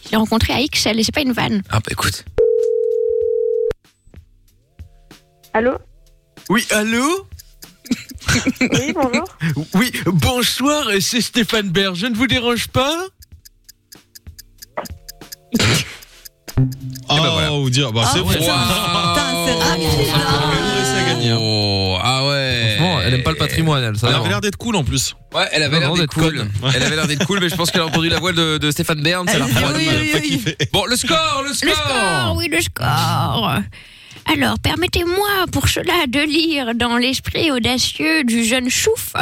S12: Je l'ai rencontré à XL et c'est pas une vanne.
S2: Ah bah écoute.
S13: Allô
S14: Oui, allô
S13: Oui, bonjour.
S14: Oui, bonsoir, c'est Stéphane Bern. Je ne vous dérange pas
S6: Ah, ou dire, bah, c'est bon.
S4: hein.
S2: Oh, ah ouais.
S3: elle aime pas le patrimoine, elle. Ça
S6: Elle
S3: a
S6: avait l'air d'être cool en plus.
S2: Ouais, elle avait
S3: Non,
S2: l'air
S3: non,
S2: d'être
S3: d'être
S2: cool.
S3: cool. Ah
S2: Elle avait l'air d'être cool, mais je pense qu'elle a entendu la voix de, de Stéphane Bern, ça l'a refroidi. Bon, le score, le score.
S12: Le score, oui, le score. Alors, permettez-moi pour cela de lire dans l'esprit audacieux du jeune chouf.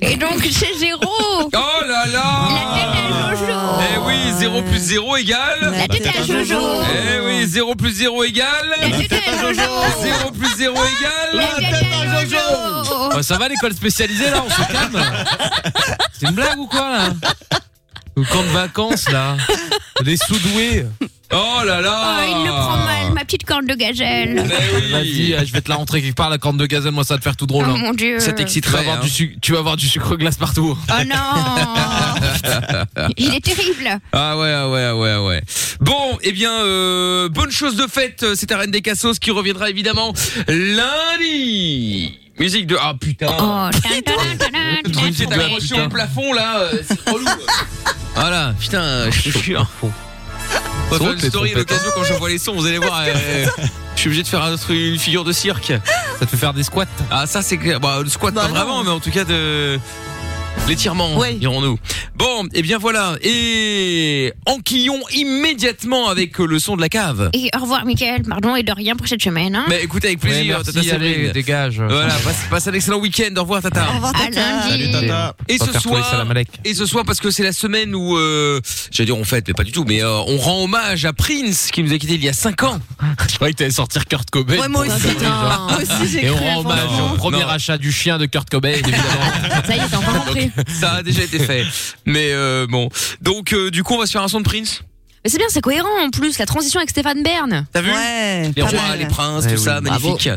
S12: Et donc, c'est zéro. oh
S2: là là
S12: La tête à Jojo.
S2: Eh oui, 0 plus 0 égale.
S12: La tête à Jojo.
S2: Eh oui, 0 plus 0 égale. La tête à Jojo. 0 plus 0 égale. Oh, La tête à
S3: Oh. Bah, ça va l'école spécialisée là, on se calme. C'est une blague ou quoi là Au camp de vacances là, les sous-doués.
S2: Oh là là.
S12: il le
S2: Ah.
S12: prend mal, ma petite corne de gazelle.
S3: Vas-y, euh, je vais te la rentrer quelque part la corne de gazelle, moi ça va te faire tout drôle.
S12: Oh,
S3: hein.
S12: mon Dieu. Ça
S3: Tu vas,
S12: t'exciterait,
S3: avoir
S12: hein.
S3: du suc- tu vas avoir du sucre glace partout.
S12: Oh non Il est terrible
S2: Ah ouais, ah ouais, ah ouais, ah ouais. Bon, eh bien, euh, bonne chose de faite, euh, c'est la Reine des Cassos qui reviendra évidemment lundi. Musique de... Ah putain
S12: Oh,
S2: Le truc qui est accroché au plafond là, euh, c'est relou. voilà, putain, je te jure. On va
S3: C'est
S2: faire
S3: vrai
S2: une
S3: que les
S2: story à
S3: trompettes-
S2: l'occasion quand je vois les sons, vous allez voir. euh, je suis obligé de faire un autre- une figure de cirque. Ça te fait faire des squats. Ah ça c'est clair. Bah, le squat pas vraiment, mais en tout cas de l'étirement, dirons-nous. Bon, et bien voilà. Et enquillons immédiatement avec euh, le son de la cave.
S12: Et au revoir, Michael. Pardon et de rien pour cette semaine. Hein.
S2: Mais écoute avec
S3: Ouais,
S2: plaisir,
S3: merci,
S2: Tata
S3: allez,
S2: Séverine.
S3: dégage.
S2: Voilà, passe, passe un excellent week-end. Au revoir, Tata.
S12: À lundi.
S2: Et
S3: Pas
S2: ce
S3: faire tourner
S2: soir,
S3: Salam Alek.
S2: et ce soir parce que c'est la semaine où, euh, j'allais dire on fête, mais pas du tout, mais euh, on rend hommage à Prince qui nous a quitté il y a 5 ans. Je croyais que t'allais sortir Kurt Cobain.
S3: Ouais, moi aussi,
S2: Pour-
S3: non. Moi aussi, j'ai
S2: Et on
S3: cru
S2: rend
S3: avant.
S2: hommage
S3: Non,
S2: au premier
S3: non.
S2: achat du chien de Kurt Cobain, évidemment.
S12: Ça y est, t'as encore compris.
S2: Ça a déjà été fait. Mais euh, bon, donc euh, du coup on va se faire un son de Prince.
S4: Mais c'est bien, c'est cohérent en plus, la transition avec Stéphane Bern.
S2: T'as vu Les rois, les princes, tout ça, magnifique.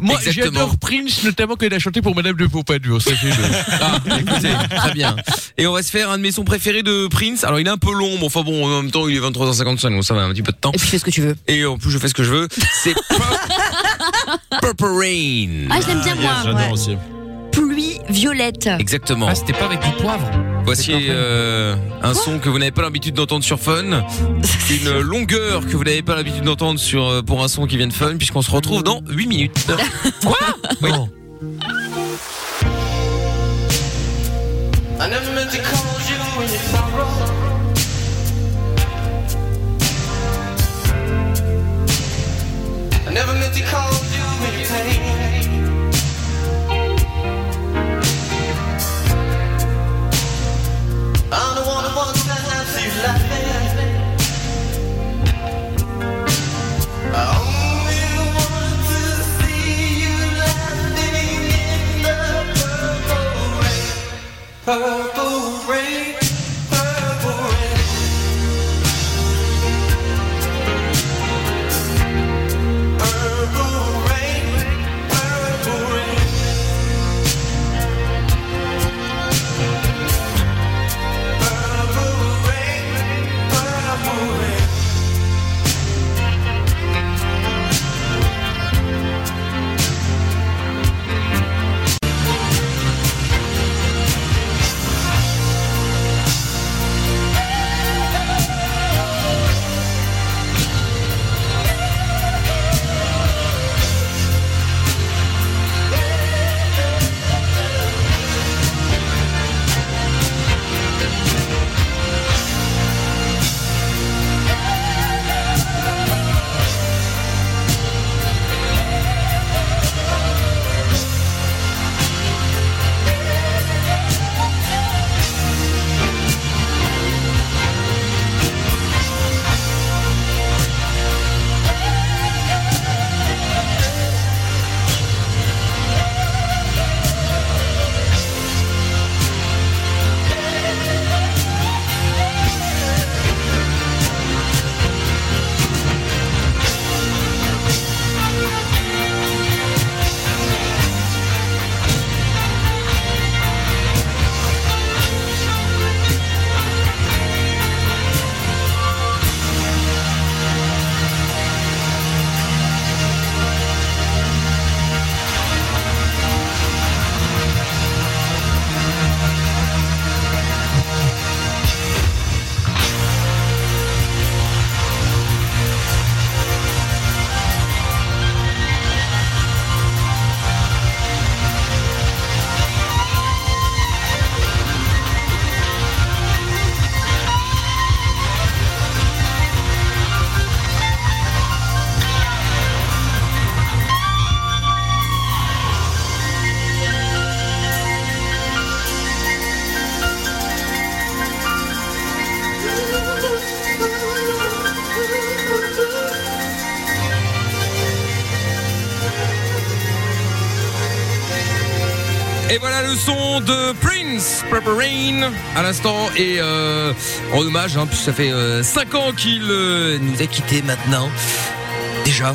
S3: Moi,
S2: Exactement.
S3: j'adore Prince, notamment quand il a chanté pour Madame de Pompadour. Ça fait le-
S2: Ah, écoutez, très bien. Et on va se faire un de mes sons préférés de Prince. Alors il est un peu long, mais enfin bon, en même temps il est 23h55, donc ça va un petit peu de temps. Et
S4: puis fais ce que tu veux.
S2: Et en plus je fais ce que je veux. C'est Purple Rain.
S4: Ah, je l'aime bien, Ah, yes, moi. j'adore Ouais. aussi. Pluie violette.
S2: Exactement.
S3: Ah, C'était pas avec du poivre.
S2: Voici euh, un son que vous n'avez pas l'habitude d'entendre sur Fun, une longueur que vous n'avez pas l'habitude d'entendre sur euh, pour un son qui vient de Fun, puisqu'on se retrouve dans 8 minutes. Quoi Oui.
S14: I never meant to call you when you sorrow. I never meant to call you when you pain. I'm the one who wants to have you laughing. I only want to see you laughing in the purple rain. Purple rain, purple
S2: Et voilà le son de Prince, Purple Rain, à l'instant. Et euh, en hommage, hein, puisque ça fait 5 ans qu'il euh, nous a quittés maintenant. Déjà.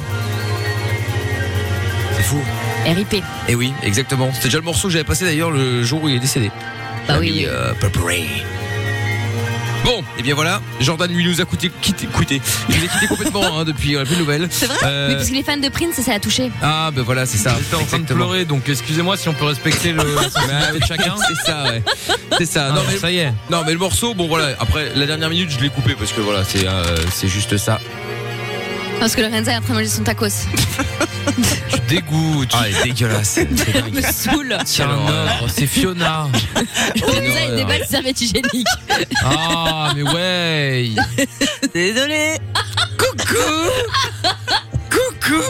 S2: C'est fou.
S4: RIP.
S2: Et oui, exactement. C'était déjà le morceau que j'avais passé d'ailleurs le jour où il est décédé.
S4: Bah
S2: oui. Purple Rain. Bon, et bien voilà, Jordan lui nous a coûté, quitté, quitté. Il nous a quitté complètement hein, depuis euh, plus de nouvelles.
S4: C'est vrai
S2: Euh,
S4: Mais parce que les fans de Prince, ça, ça a touché.
S2: Ah ben voilà, c'est ça.
S3: J'étais en train de pleurer, donc excusez-moi si on peut respecter le la sensibilité de chacun.
S2: Bah
S3: Ah,
S2: C'est ça, ouais. C'est ça. Non, mais, ça y est. Non, mais le morceau, bon voilà. Après, la dernière minute, je l'ai coupé parce que voilà, c'est euh, c'est juste ça.
S4: Parce que Lorenza est en train de manger son tacos.
S2: Tu dégoûtes. Ah, il est dégueulasse.
S4: Elle me saoule.
S3: C'est un ogre, c'est Fiona.
S4: Lorenza, elle déballe ses serviettes hygiéniques.
S3: Ah, mais ouais.
S4: Désolée. Coucou. Coucou.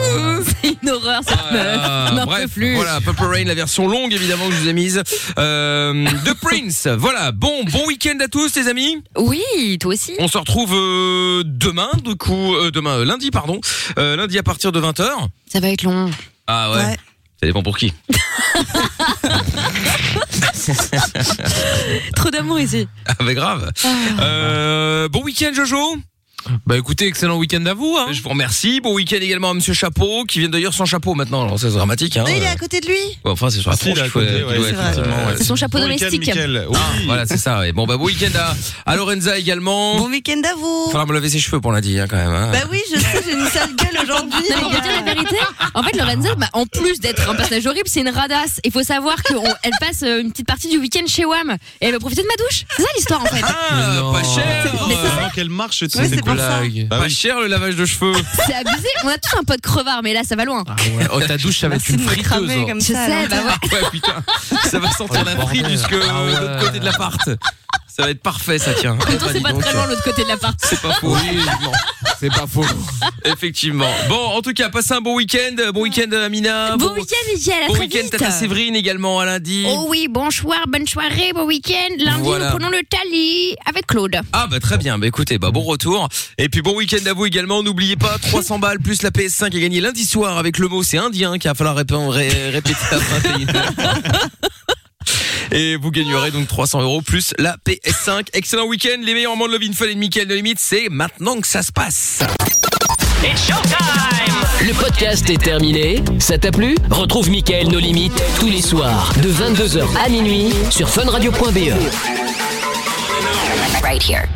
S4: C'est une horreur, cette
S2: Ah,
S4: meuf. N'en peut
S2: bref,
S4: Euh, plus.
S2: voilà, Purple Rain, la version longue évidemment que je vous ai mise. Euh, The Prince, voilà. Bon, bon week-end à tous les amis.
S4: Oui, toi aussi.
S2: On se retrouve euh, demain, du coup, euh, demain, euh, lundi, pardon. Euh, lundi à partir de 20h.
S4: Ça va être long.
S2: Ah ouais.
S4: Ouais.
S2: Ça dépend pour qui.
S4: Trop d'amour ici.
S2: ah bah grave.
S4: Ah.
S2: Euh, bon week-end Jojo. Bah écoutez, excellent week-end à vous. hein. Je vous remercie. Bon week-end également à Monsieur Chapeau, qui vient d'ailleurs sans chapeau maintenant. Alors ça, c'est dramatique. Hein.
S5: Mais il est à côté de lui.
S2: Ouais, Enfin, c'est sur la
S6: Ah, si,
S2: tronche
S6: il est à
S2: qu'il faut-
S6: côté,
S2: qu'il
S6: ouais,
S2: doit
S6: c'est
S2: être,
S6: vrai.
S2: euh,
S4: C'est son chapeau
S6: Bon week-end,
S4: domestique.
S6: Mickaël. Oui.
S2: Ah, voilà, c'est ça. ouais. Bon, bah, bon week-end à, à Lorenza également.
S5: Bon week-end à vous.
S2: Falloir me laver ses cheveux pour lundi, hein, quand même. hein.
S5: Bah oui, je sais, j'ai une sale gueule aujourd'hui.
S4: Non, mais je vais dire la vérité. En fait, Lorenza, bah, en plus d'être un personnage horrible, c'est une radasse. Il faut savoir qu'elle passe euh, une petite partie du week-end chez Wam. Et elle veut profiter de ma douche. C'est ça l'histoire, en fait.
S2: Ah, pas cher.
S6: Avant qu'elle marche,
S2: Ouais,
S6: c'est
S2: c'est
S6: des
S2: pour ça.
S6: blagues.
S2: Pas cher le lavage de cheveux.
S4: C'est abusé. On a tous un pote crevard, mais là, ça va loin.
S3: Ouais, Oh, ta douche, ça va être une friteuse. hein.
S4: Je sais, bah ouais.
S2: Ouais, putain. Ça va sentir la frite jusque
S6: Ah
S2: euh, de l'autre côté de l'appart. Ça va être parfait, ça, tiens.
S4: En même temps,
S2: Eh ben,
S4: c'est
S2: dis
S4: pas
S2: donc.
S4: très loin de l'autre côté de l'appart.
S2: C'est pas faux. C'est pas faux. Effectivement. Bon, en tout cas, passez un bon week-end. Bon week-end, Amina.
S4: Bon week-end, Michel. à
S2: Bon
S4: très
S2: week-end,
S4: vite.
S2: Tata Séverine également à lundi.
S12: Oh oui, bonsoir, bonne soirée, bon week-end. Lundi,
S2: Voilà.
S12: nous prenons le tally avec Claude.
S2: Ah bah très bien, bah écoutez, bah bon retour. Et puis bon week-end à vous également, n'oubliez pas, 300 balles plus la PS5 est gagnée lundi soir avec le mot c'est indien qu'il va falloir répondre, ré- répéter à 21. Et vous gagnerez donc 300 euros plus la PS5. Excellent week-end, les meilleurs moments de Love in Fun et de Mickaël de Limite, c'est maintenant que ça se passe.
S1: Le podcast est terminé. Ça t'a plu Retrouve Mickaël nos limites tous les soirs E. de 22h à minuit sur funradio.be.
S15: Right here.